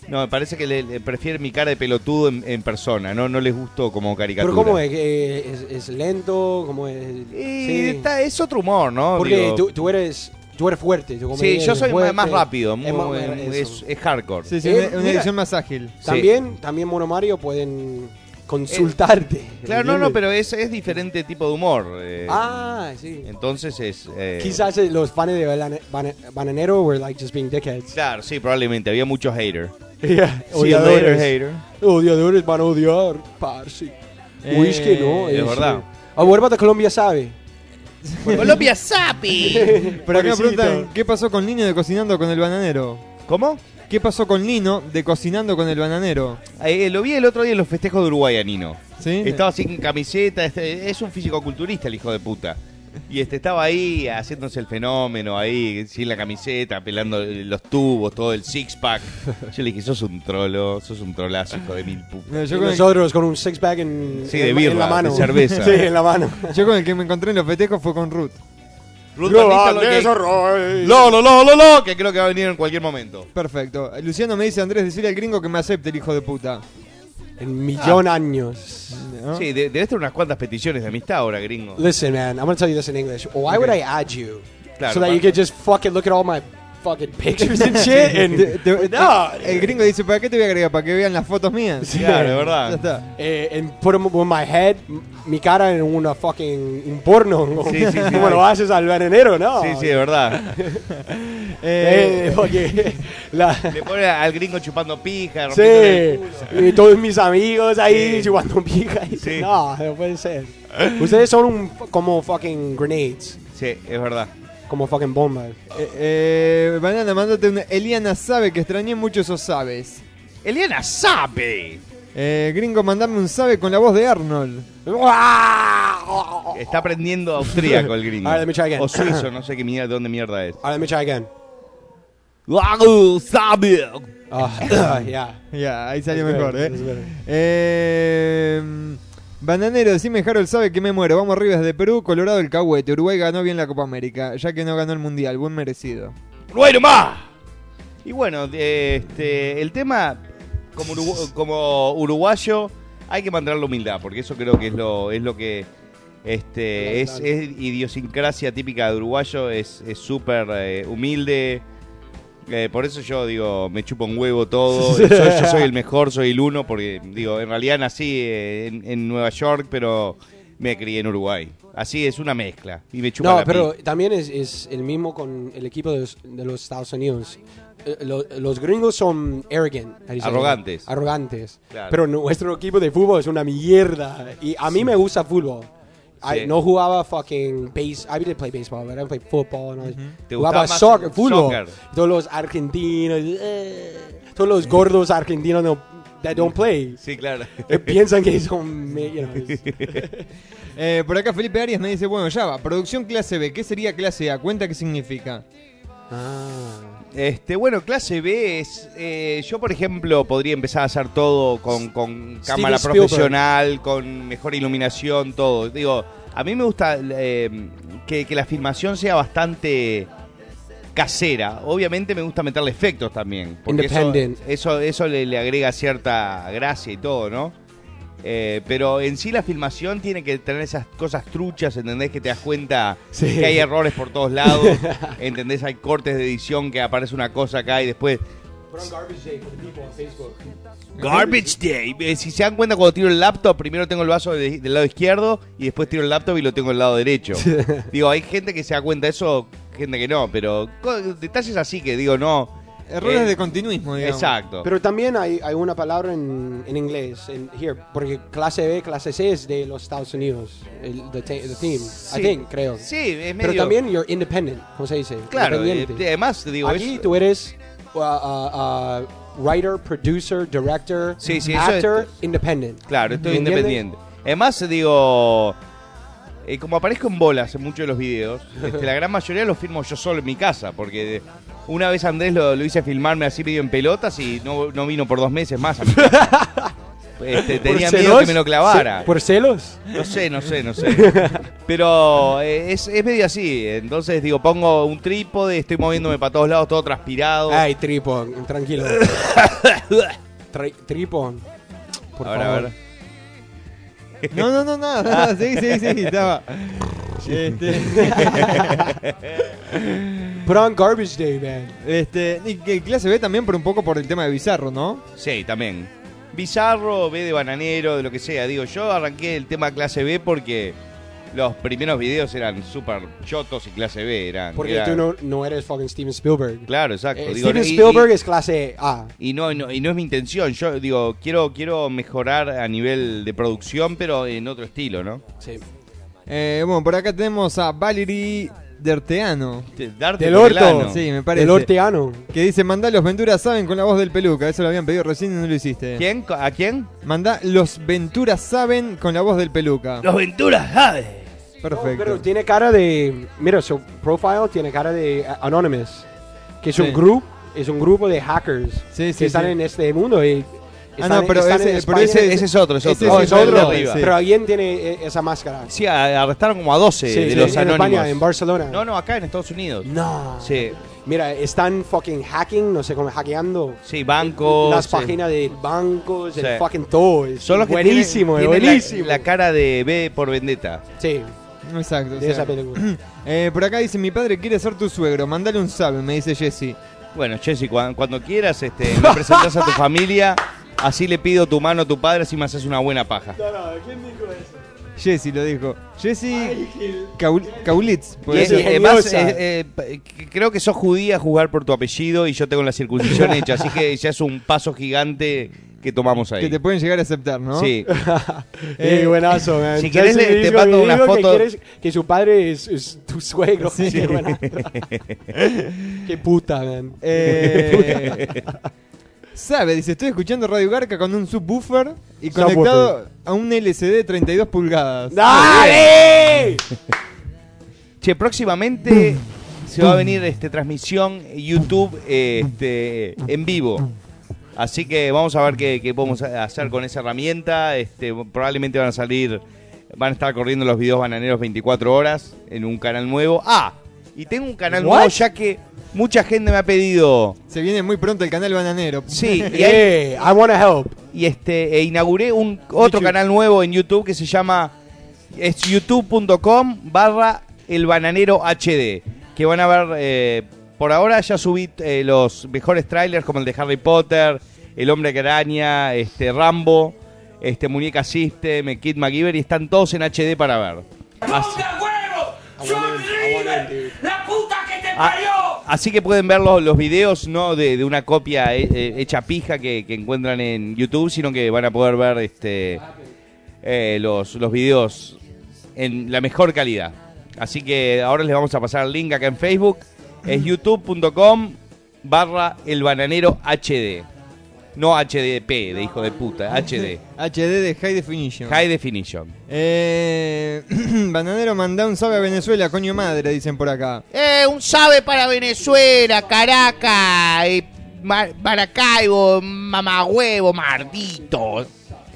Speaker 3: No, me parece que le, le prefiere mi cara de pelotudo en, en persona, no no les gustó como caricatura.
Speaker 6: Pero cómo es, Eh, es, es lento, cómo es.
Speaker 3: Y
Speaker 6: Sí.
Speaker 3: está- es otro humor, ¿no?
Speaker 6: Porque
Speaker 3: Digo,
Speaker 6: tú, tú eres tú eres fuerte, tú
Speaker 3: sí,
Speaker 6: comediante,
Speaker 3: yo soy
Speaker 6: fuerte.
Speaker 3: más, más rápido,
Speaker 6: Es
Speaker 3: muy-
Speaker 6: más-
Speaker 3: es,
Speaker 6: eso.
Speaker 3: es hardcore.
Speaker 5: Sí, sí,
Speaker 6: Eh,
Speaker 5: una, una
Speaker 6: mira.
Speaker 5: edición más ágil.
Speaker 6: También también Mono Mario pueden consultarte.
Speaker 3: Eh, Claro, no, no,
Speaker 6: ¿entiendes?
Speaker 3: pero es, es diferente tipo de humor. eh,
Speaker 6: Ah, sí.
Speaker 3: Entonces es... eh,
Speaker 6: Quizás eh, los fans de Bana- Bana- Bananero were like just being dickheads.
Speaker 3: Claro, sí, probablemente, había muchos
Speaker 6: *laughs*
Speaker 3: haters.
Speaker 6: Yeah,
Speaker 3: Sí,
Speaker 6: odiadores.
Speaker 3: hater.
Speaker 6: Odiadores van a odiar, parce. Uy, es que no.
Speaker 3: es verdad.
Speaker 6: eh, Oh, what about the Colombia Sabe?
Speaker 7: Colombia Sapi.
Speaker 5: *laughs* Por acá
Speaker 6: Pobrecito.
Speaker 5: preguntan, ¿qué pasó con Lino de Cocinando con el Bananero?
Speaker 3: ¿Cómo?
Speaker 5: ¿Qué pasó con Lino de Cocinando con el Bananero?
Speaker 3: Eh, lo vi el otro día en los festejos de Uruguay a Nino.
Speaker 5: ¿Sí?
Speaker 3: Estaba sin camiseta, este, es un físico-culturista el hijo de puta. Y este estaba ahí haciéndose el fenómeno, ahí sin la camiseta, pelando eh, los tubos, todo el six-pack. Yo le dije, sos un trolo, sos un trolazo, hijo de mil putas.
Speaker 5: No,
Speaker 6: Y
Speaker 5: yo, con el,
Speaker 6: nosotros con un six pack en,
Speaker 3: Sí,
Speaker 6: en-
Speaker 3: de
Speaker 6: en
Speaker 3: birra,
Speaker 6: la mano.
Speaker 3: de *laughs* cerveza.
Speaker 6: sí, en la mano.
Speaker 5: yo con el que me encontré en los festejos fue con Ruth.
Speaker 3: Ruth Anita lo que- lo, lo, lo, lo, lo, que creo que va a venir en cualquier momento.
Speaker 5: Perfecto. Luciano me dice, Andrés, decirle al gringo que me acepte el hijo de puta.
Speaker 6: En millón años.
Speaker 5: ¿No?
Speaker 3: Sí, de- debes tener unas cuantas peticiones de amistad ahora, gringo.
Speaker 6: Listen, man, I'm gonna tell you this in English. Why would I add you?
Speaker 3: Claro,
Speaker 6: so that
Speaker 3: pa-
Speaker 6: you could just fucking look at all my
Speaker 3: *laughs*
Speaker 6: fucking pictures and shit. And
Speaker 5: Te- te-
Speaker 6: no,
Speaker 5: te- el gringo dice, ¿para qué te voy a agregar? ¿Para que vean las fotos mías?
Speaker 3: Claro, de
Speaker 5: Ya
Speaker 3: verdad.
Speaker 5: está.
Speaker 6: eh, and put 'em with my head, m- mi cara en una fucking un porno.
Speaker 3: Sí, sí,
Speaker 6: *laughs*
Speaker 3: sí.
Speaker 6: Como lo haces al bananero, ¿no?
Speaker 3: Sí, sí, de verdad.
Speaker 6: Eh,
Speaker 3: *laughs*
Speaker 6: porque la,
Speaker 3: Le pone al gringo chupando pija, rompiéndole
Speaker 6: sí,
Speaker 3: el
Speaker 6: y *laughs* todos mis amigos ahí
Speaker 3: Sí.
Speaker 6: chupando pija. y
Speaker 3: Sí.
Speaker 6: No, no puede ser. Ustedes son un, como fucking grenades,
Speaker 3: Sí, es verdad.
Speaker 6: como fucking bombas.
Speaker 5: Eh, eh, Banana, mandate una... Eliana sabe que extrañé mucho esos sabes.
Speaker 3: Eliana sabe.
Speaker 5: Eh, gringo, mandame un sabe con la voz de Arnold.
Speaker 6: All
Speaker 3: Está aprendiendo austríaco el gringo.
Speaker 6: All right, let me try again.
Speaker 3: O suizo, no sé qué mierda, dónde mierda es.
Speaker 6: right, let me try again.
Speaker 3: sabe. *coughs*
Speaker 6: Uh, yeah.
Speaker 5: Ya, ahí salió
Speaker 6: That's
Speaker 5: mejor,
Speaker 6: better,
Speaker 5: eh.
Speaker 6: that's better.
Speaker 5: Eh, Bananero, decime Harold sabe que me muero. Vamos arriba desde Perú, Colorado el Cahuete. Uruguay ganó bien la Copa América, ya que no ganó el Mundial. Buen merecido.
Speaker 3: Bueno, más. Y bueno, de- este, el tema como, urugu- como uruguayo hay que mantener la humildad, porque eso creo que es lo es lo que este es, es idiosincrasia típica de uruguayo, es es súper eh, humilde. Eh, por eso yo digo, me chupo un huevo
Speaker 6: *laughs*
Speaker 3: todo. Soy- yo soy el mejor, soy el uno, porque digo, en realidad nací eh, en, en Nueva York, pero me crié en Uruguay. Así es una mezcla. Y me chupa
Speaker 6: No,
Speaker 3: la
Speaker 6: pero
Speaker 3: pi-
Speaker 6: también es, es el mismo con el equipo de los, de los Estados Unidos. Eh, lo- los gringos son arrogant, how do you say?
Speaker 3: Arrogantes.
Speaker 6: Arrogantes.
Speaker 3: Claro.
Speaker 6: Pero nuestro equipo de fútbol es una mierda. Y a mí me gusta fútbol. I-
Speaker 3: Sí.
Speaker 6: no jugaba fucking base. I didn't play baseball, but I played football. and all that.
Speaker 3: ¿Te
Speaker 6: jugaba
Speaker 3: gustaba más
Speaker 6: soccer,
Speaker 3: el
Speaker 6: fútbol.
Speaker 3: soccer?
Speaker 6: Todos los argentinos, eh, todos los gordos argentinos no, that don't play.
Speaker 3: Sí, claro.
Speaker 6: Eh, Piensan que
Speaker 3: *laughs*
Speaker 6: son, me- you know, es-
Speaker 5: *laughs* Eh, por acá Felipe Arias me dice, bueno, ya va, producción clase B, ¿qué sería clase A? Cuenta qué significa.
Speaker 6: Ah.
Speaker 3: Este, bueno, clase B es. eh, yo, por ejemplo, podría empezar a hacer todo con, con
Speaker 6: Steven
Speaker 3: cámara
Speaker 6: Spielberg.
Speaker 3: profesional, con mejor iluminación, todo. Digo, a mí me gusta eh, que, que la filmación sea bastante casera. Obviamente me gusta meterle efectos también. Porque eso,
Speaker 6: Independent.
Speaker 3: eso, eso le, le agrega cierta gracia y todo, ¿no? Eh, pero en sí la filmación tiene que tener esas cosas truchas, ¿entendés? Que te das cuenta
Speaker 6: Sí.
Speaker 3: que hay errores por todos
Speaker 5: *laughs*
Speaker 3: lados, ¿entendés? Hay cortes de edición que aparece una cosa acá y después... Garbage Day. Eh, Si se dan cuenta, cuando tiro el laptop, primero tengo el vaso de- del lado izquierdo y después tiro el laptop y lo tengo del lado derecho. digo, hay gente que se da cuenta de eso, gente que no, pero co- detalles así que digo, no.
Speaker 5: Errores
Speaker 3: Eh,
Speaker 5: de continuismo, digamos.
Speaker 3: Exacto.
Speaker 6: Pero también hay, hay una palabra en, en inglés, en here, porque clase B, clase C es de los Estados Unidos, el the, te- the team, I think, creo.
Speaker 3: Sí, es medio...
Speaker 6: Pero también you're independent, ¿cómo se dice?
Speaker 3: Claro, eh,
Speaker 6: Independiente.
Speaker 3: además, digo,
Speaker 6: Aquí
Speaker 3: es-
Speaker 6: tú eres uh, uh, uh, writer, producer, director,
Speaker 3: Sí, sí, eso
Speaker 6: actor,
Speaker 3: es-
Speaker 6: independent.
Speaker 3: Claro, estoy
Speaker 6: ¿Me entiendes?
Speaker 3: independiente. Además, digo, eh, como aparezco en bolas en muchos de los
Speaker 6: *laughs*
Speaker 3: videos, este, la gran mayoría los firmo yo solo en mi casa, porque una vez Andrés lo, lo hice filmarme así medio en pelotas y no, no vino por dos meses más. a mi
Speaker 6: *laughs*
Speaker 3: casa. Este,
Speaker 6: ¿Por
Speaker 3: tenía miedo
Speaker 6: celos?
Speaker 3: que me lo clavara.
Speaker 6: Ce- ¿Por celos?
Speaker 3: No sé, no sé, no
Speaker 6: *laughs*
Speaker 3: sé. Pero eh, es, es medio así. Entonces, digo, pongo un trípode, estoy moviéndome para todos lados, todo transpirado.
Speaker 6: Ay, tripón,
Speaker 3: *laughs*
Speaker 6: tranquilo. Tri- tripón. Por
Speaker 3: Ahora,
Speaker 6: favor.
Speaker 3: ahora.
Speaker 5: No, no, no, nada,
Speaker 6: Ah.
Speaker 5: nada, sí, sí, sí, estaba. Este,
Speaker 6: *laughs* Put on garbage day, man.
Speaker 5: este, y que clase B también por un poco por el tema de Bizarro, ¿no?
Speaker 3: Sí, también. Bizarro, B de bananero, de lo que sea. Digo, yo arranqué el tema clase B porque los primeros videos eran súper chotos y clase B eran.
Speaker 6: Porque
Speaker 3: eran-
Speaker 6: tú no, no eres fucking Steven Spielberg.
Speaker 3: Claro, exacto.
Speaker 6: Eh,
Speaker 3: Digo,
Speaker 6: Steven
Speaker 3: y- y-
Speaker 6: Spielberg es clase A.
Speaker 3: y no, y no, y no es mi intención. Yo digo, quiero, quiero mejorar a nivel de producción, pero en otro estilo, ¿no?
Speaker 6: Sí.
Speaker 5: Eh, bueno, por acá tenemos a Valerie Derteano.
Speaker 3: Te- Darte
Speaker 6: Del
Speaker 3: por el
Speaker 6: orto.
Speaker 3: ano.
Speaker 5: Sí, me parece.
Speaker 6: Del orteano.
Speaker 5: Que dice, mandá los Venturas Saben con la voz del peluca. Eso lo habían pedido recién y no lo hiciste.
Speaker 3: ¿Quién? Co- ¿A quién?
Speaker 5: Mandá los Venturas Saben con la voz del peluca.
Speaker 7: Los Venturas sabe.
Speaker 5: Perfecto.
Speaker 6: Pero tiene cara de. Mira, su profile tiene cara de eh, Anonymous. Que es
Speaker 5: Sí.
Speaker 6: un grupo. Es un grupo de hackers
Speaker 5: Sí, sí,
Speaker 6: que están
Speaker 5: sí. Ah,
Speaker 6: en este mundo y están,
Speaker 5: no, pero
Speaker 6: están
Speaker 5: ese-
Speaker 6: en
Speaker 5: pero
Speaker 6: España.
Speaker 5: ese-
Speaker 3: Ese es otro, es otro.
Speaker 5: ese
Speaker 6: Oh, es
Speaker 5: el de
Speaker 6: otro.
Speaker 5: arriba.
Speaker 6: Pero alguien tiene eh, esa máscara.
Speaker 3: Sí, a- arrestaron como a 12
Speaker 6: Sí,
Speaker 3: de
Speaker 6: sí,
Speaker 3: los
Speaker 6: en
Speaker 3: anónimos.
Speaker 6: España, en Barcelona.
Speaker 3: No, no, acá en Estados Unidos.
Speaker 6: No.
Speaker 3: Sí,
Speaker 6: Mira, están fucking hacking, no sé cómo, hackeando.
Speaker 3: sí, bancos.
Speaker 6: Las
Speaker 3: sí.
Speaker 6: páginas de bancos,
Speaker 3: Sí.
Speaker 6: el fucking todo. Es
Speaker 3: Son los que
Speaker 6: buenísimo,
Speaker 3: tienen-
Speaker 6: es
Speaker 3: tienen la-
Speaker 6: buenísimo.
Speaker 3: La, cara de B por Vendetta.
Speaker 6: sí,
Speaker 5: Exacto. o
Speaker 6: de
Speaker 5: sea.
Speaker 6: esa película.
Speaker 5: *clears throat* Eh, por acá dice, mi padre quiere ser tu suegro. Mandale un Saben, me dice Jesse.
Speaker 3: Bueno, Jesse, cuan- cuando, quieras, este, me presentas
Speaker 5: *laughs*
Speaker 3: a tu familia. Así le pido tu mano a tu padre, así me haces una buena paja.
Speaker 5: Jesse lo dijo. Jesse Kaul- Kaulitz. puede
Speaker 3: Y,
Speaker 6: Jesse
Speaker 5: ser.
Speaker 3: eh, además,
Speaker 6: Geniosa.
Speaker 3: eh, eh, p- que- creo que sos judía a jugar por tu apellido y yo tengo la
Speaker 5: *laughs*
Speaker 3: circuncisión hecha, así que ya es un paso gigante que tomamos ahí.
Speaker 5: Que te pueden llegar a aceptar, ¿no? *laughs*
Speaker 3: Sí.
Speaker 6: Eh, buenazo, man.
Speaker 3: si querés,
Speaker 6: Jesse
Speaker 3: le- te
Speaker 6: dijo-
Speaker 3: mando
Speaker 6: dijo
Speaker 3: una
Speaker 6: que
Speaker 3: foto.
Speaker 6: quieres- Que, su padre es, es tu suegro. *laughs* Qué, buena-
Speaker 3: *laughs*
Speaker 6: Qué puta, man.
Speaker 3: *laughs*
Speaker 5: Eh, *laughs* sabe, dice, estoy escuchando Radio Garca con un subwoofer y
Speaker 6: Subwoofer.
Speaker 5: conectado a un LCD de 32 pulgadas.
Speaker 6: ¡Dale!
Speaker 3: *laughs*
Speaker 6: Mm.
Speaker 3: Che, próximamente se va a venir este, transmisión YouTube eh, este, en vivo. Así que vamos a ver qué, qué podemos hacer con esa herramienta. Este, probablemente van a salir, van a estar corriendo los videos bananeros 24 horas en un canal nuevo. Ah, y tengo un canal
Speaker 6: What?
Speaker 3: nuevo ya que mucha gente me ha pedido.
Speaker 5: Se viene muy pronto el canal bananero. *laughs*
Speaker 3: Sí,
Speaker 6: *laughs*
Speaker 3: y, hay-
Speaker 6: Yeah, I wanna help.
Speaker 3: y este, e inauguré un otro
Speaker 5: YouTube.
Speaker 3: canal nuevo en YouTube que se llama es youtube.com barra el bananero HD. Que van a ver, eh, por ahora ya subí eh, los mejores trailers como el de Harry Potter, El Hombre que Araña, este, Rambo, este, Muñeca System, Kid MacGyver y están todos en HD para ver.
Speaker 4: ¡Ponga huevo! ¡Son River! ¡La puta que te
Speaker 3: Ah,
Speaker 4: parió!
Speaker 3: así que pueden ver los, los videos, no de, de una copia eh, eh, hecha pija que, que encuentran en YouTube, sino que van a poder ver este eh, los, los videos en la mejor calidad. Así que ahora les vamos a pasar el link acá en Facebook. Es youtube.com barra el bananero HD. No HDP, de hijo de puta, HD.
Speaker 5: HD de High Definition.
Speaker 3: High Definition.
Speaker 5: Eh, *clears throat* bananero manda un sabe a Venezuela, coño madre, dicen por acá.
Speaker 7: Eh, un sabe para Venezuela, Caracas, eh, Mar- Maracaibo, mamagüevo, marditos.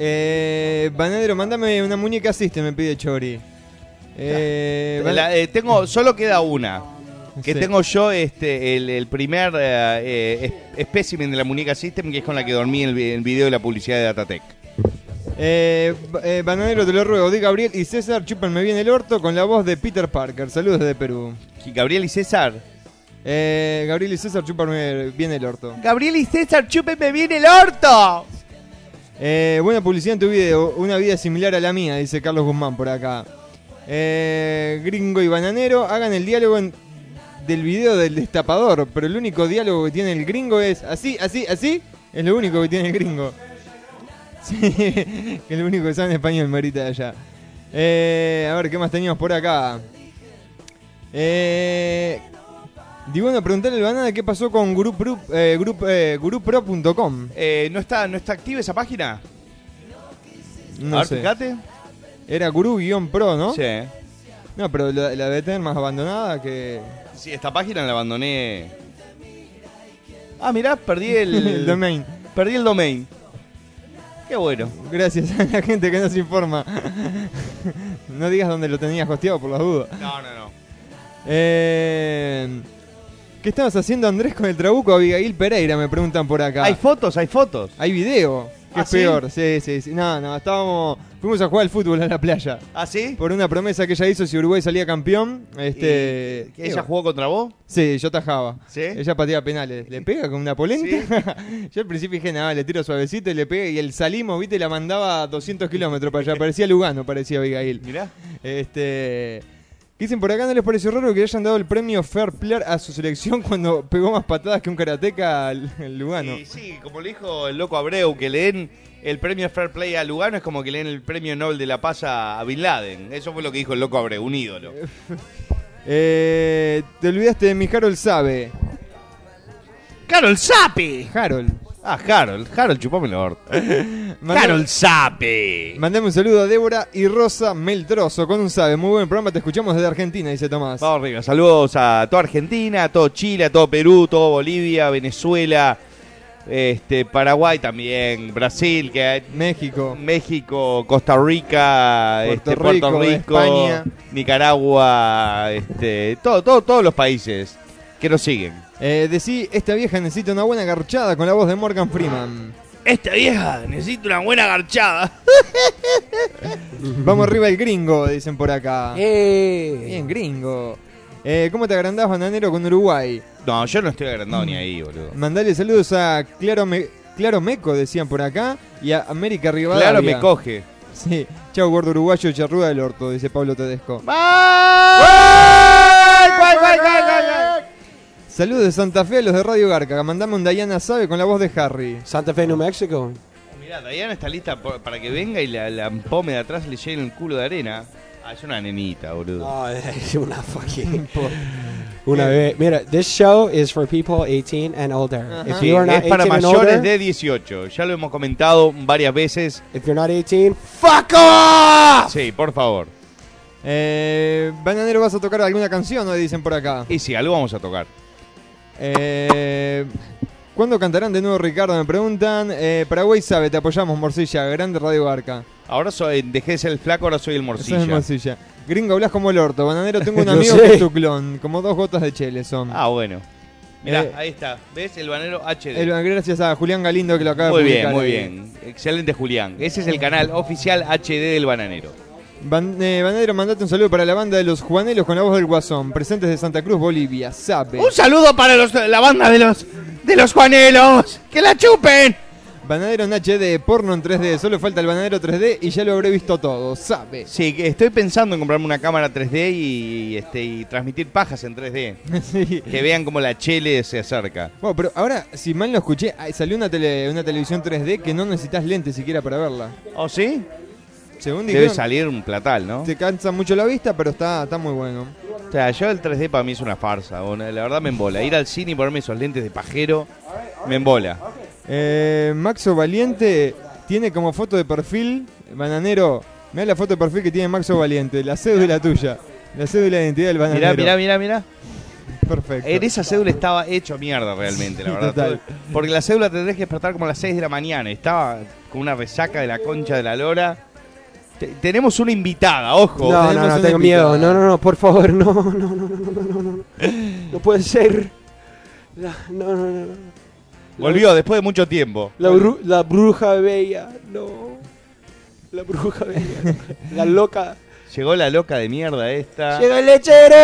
Speaker 5: Eh, bananero, mándame una muñeca system, me pide Chori. Eh, ban-
Speaker 3: La- eh, tengo, solo queda una. Que
Speaker 5: Sí.
Speaker 3: tengo yo este, el, el primer eh, eh, es- espécimen de la muñeca System, que es con la que dormí en el, vi- el video de la publicidad de Datatec.
Speaker 5: eh, ba- eh, bananero, te lo ruego, di Gabriel y César, chúpenme bien el orto con la voz de Peter Parker. Saludos desde Perú.
Speaker 3: Y Gabriel y César.
Speaker 5: Eh, Gabriel y César, chúpenme bien el orto.
Speaker 3: Gabriel y César, chúpenme bien el orto.
Speaker 5: Eh, buena publicidad en tu video, una vida similar a la mía, dice Carlos Guzmán por acá. Eh, gringo y bananero, hagan el diálogo en- del video del destapador, pero el único diálogo que tiene el gringo es así, así, así, es lo único que tiene el gringo. *laughs* Sí, que es lo único que sabe en español, Marita de allá. Eh, a ver, ¿qué más teníamos por acá? Eh, y bueno, preguntarle al banana qué pasó con grupru- eh, grup- eh, grupro.com.
Speaker 3: Eh, ¿no, está, ¿No está activa esa página?
Speaker 5: No
Speaker 3: A ver,
Speaker 5: sé.
Speaker 3: fíjate.
Speaker 5: Era gurú-pro, ¿no?
Speaker 3: Sí.
Speaker 5: No, pero la, la debe tener más abandonada que...
Speaker 3: Sí, esta página la abandoné. Ah, mirá, perdí el,
Speaker 5: *laughs* El domain.
Speaker 3: Perdí el domain. Qué bueno.
Speaker 5: Gracias a la gente que nos informa. no digas dónde lo tenías hosteado por las dudas.
Speaker 3: No, no, no.
Speaker 5: Eh, ¿Qué estabas haciendo Andrés con el trabuco Abigail Pereira? Me preguntan por acá.
Speaker 3: Hay fotos, hay fotos.
Speaker 5: Hay video. Que
Speaker 3: ¿Ah,
Speaker 5: es
Speaker 3: sí?
Speaker 5: peor. Sí, sí, sí. No, no, estábamos... Fuimos a jugar al fútbol a la playa.
Speaker 3: ¿Ah, sí?
Speaker 5: Por una promesa que ella hizo si Uruguay salía campeón. Este...
Speaker 3: ¿Y ¿Ella
Speaker 5: digo,
Speaker 3: jugó contra vos?
Speaker 5: Sí, yo tajaba.
Speaker 3: ¿Sí?
Speaker 5: Ella pateaba penales. ¿Le pega con una polenta? *laughs* yo al principio dije, nada, le tiro suavecito y le pegué. Y el salimos, viste,
Speaker 3: *laughs*
Speaker 5: la mandaba a 200 kilómetros para allá. Parecía Lugano, parecía Abigail.
Speaker 3: Mirá.
Speaker 5: Este. Que dicen por acá, ¿no les pareció raro que le hayan dado el premio Fair Player a su selección cuando pegó más patadas que un karateca al, al Lugano?
Speaker 3: Y sí, como le dijo el loco Abreu, que le den el premio Fair Play a Lugano es como que le den el premio Nobel de la Paz a a Bin Laden. Eso fue lo que dijo el loco Abreu, un ídolo.
Speaker 5: Eh, te olvidaste de mi Harold Sabe.
Speaker 7: Carol Sapi.
Speaker 5: Harold.
Speaker 3: Ah, Harold, Harold, chupame el
Speaker 5: *laughs*
Speaker 3: orto.
Speaker 5: Mandá-
Speaker 7: Carol Sapi.
Speaker 5: Mandame un saludo a Débora y Rosa Meltroso con un Sabe. Muy buen programa, te escuchamos desde Argentina, dice Tomás.
Speaker 3: Vamos arriba, saludos a toda Argentina, a todo Chile, a todo Perú, todo Bolivia, Venezuela, este Paraguay también, Brasil, que hay-
Speaker 5: México.
Speaker 3: México, Costa Rica,
Speaker 5: Puerto
Speaker 3: este, Puerto
Speaker 5: Rico,
Speaker 3: Rico,
Speaker 5: España.
Speaker 3: Nicaragua, este, todo, todo, todos los países que nos siguen.
Speaker 5: Eh, decí, esta vieja necesita una buena garchada con la voz de Morgan Freeman.
Speaker 7: Esta vieja necesita una buena garchada.
Speaker 5: Vamos arriba el gringo, dicen por acá.
Speaker 6: Eh.
Speaker 5: Bien, gringo. Eh, ¿Cómo te agrandás, bananero, con Uruguay?
Speaker 3: No, yo no estoy agrandado ni ahí, boludo.
Speaker 5: Mandale saludos a Claro, Me- Claro Meco, decían por acá, y a América Rivadavia.
Speaker 3: Claro, me coge.
Speaker 5: Sí. Chau, gordo uruguayo, charruda del orto, dice Pablo Tedesco. Saludos de Santa Fe a los de Radio Garca. Mandame un Diana Sabe con la voz de Harry.
Speaker 6: Santa Fe, New Mexico.
Speaker 3: Mirá, Dayana está lista por- para que venga y la, la empome de atrás le llene el culo de arena. Ah, es una nenita, boludo.
Speaker 6: Oh, es una
Speaker 5: *laughs*
Speaker 6: fucking. Una
Speaker 3: Eh.
Speaker 6: vez. Mira, this show is for people 18 and older. If
Speaker 3: Sí,
Speaker 6: you are not
Speaker 3: es para
Speaker 6: 18 and
Speaker 3: mayores
Speaker 6: older,
Speaker 3: de 18. Ya lo hemos comentado varias veces.
Speaker 6: if you're not 18, fuck off.
Speaker 3: Sí, por favor.
Speaker 5: Eh, Bananero, ¿vas a tocar alguna canción o dicen por acá?
Speaker 3: Y sí, algo vamos a tocar.
Speaker 5: Eh, ¿Cuándo cantarán de nuevo, Ricardo? Me preguntan. Eh, Paraguay sabe, te apoyamos, Morcilla. Grande Radio Garca.
Speaker 3: Ahora soy, dejé de ser el flaco, ahora soy el
Speaker 5: Eso
Speaker 3: morcilla.
Speaker 5: es Morcilla. Gringo, hablas como el orto. Bananero,
Speaker 3: *laughs*
Speaker 5: tengo un
Speaker 6: Lo
Speaker 5: amigo
Speaker 6: sé.
Speaker 5: que es tu clon. Como dos gotas de chele son.
Speaker 3: Ah, bueno. Mirá,
Speaker 5: Eh,
Speaker 3: ahí está. ¿Ves? El banero HD.
Speaker 5: El- gracias a Julián Galindo que lo acaba
Speaker 3: muy
Speaker 5: de
Speaker 3: bien,
Speaker 5: publicar.
Speaker 3: muy
Speaker 5: ahí.
Speaker 3: bien. Excelente, Julián. Ese es el canal oficial HD del bananero.
Speaker 5: Ban- eh, Bananero, mandate un saludo para la banda de los Juanelos con la voz del Guasón. Presentes de Santa Cruz, Bolivia. Sabe.
Speaker 7: Un saludo para los- la banda de los de los Juanelos. Que la chupen.
Speaker 5: Bananero en HD, porno en 3D. Solo falta el bananero 3D y ya lo habré visto todo. Sabe.
Speaker 3: Sí, que estoy pensando en comprarme una cámara 3D y, este, y transmitir pajas en 3D.
Speaker 5: *laughs* Sí.
Speaker 3: Que vean como la chele se acerca.
Speaker 5: Bueno, pero ahora, si mal no escuché, ay, salió una, tele, una televisión 3D que no necesitas lentes siquiera para verla.
Speaker 3: ¿Oh, sí?
Speaker 5: Según
Speaker 3: Debe
Speaker 5: dijeron,
Speaker 3: salir un platal, ¿no?
Speaker 5: te cansa mucho la vista, pero está, está muy bueno.
Speaker 3: O sea, yo el 3D para mí es una farsa. bueno, la verdad me embola. Ir al cine y ponerme esos lentes de pajero me embola.
Speaker 5: Eh, Maxo Valiente tiene como foto de perfil, bananero, mirá la foto de perfil que tiene Maxo Valiente, la cédula tuya, la cédula de identidad del bananero.
Speaker 3: Mirá, mirá, mirá, mirá.
Speaker 5: Perfecto.
Speaker 3: En esa cédula estaba hecho mierda realmente, la
Speaker 5: Sí,
Speaker 3: verdad.
Speaker 5: total.
Speaker 3: Porque la cédula te tenés que despertar como a las 6 de la mañana. Estaba con una resaca de la concha de la lora. Te- tenemos una invitada, ojo.
Speaker 6: No,
Speaker 5: tenemos
Speaker 6: no, no,
Speaker 5: una
Speaker 6: tengo
Speaker 5: invitada.
Speaker 6: miedo. No, no, no, por favor, *laughs* no, no, no, no, no, no, no, no. No puede ser. La- No, no, no, no.
Speaker 3: Volvió después de mucho tiempo.
Speaker 6: La, bru- la bruja bella, no. La bruja bella. La loca.
Speaker 3: Llegó la loca de mierda esta.
Speaker 6: ¡Llega
Speaker 3: *laughs*
Speaker 6: el lechero!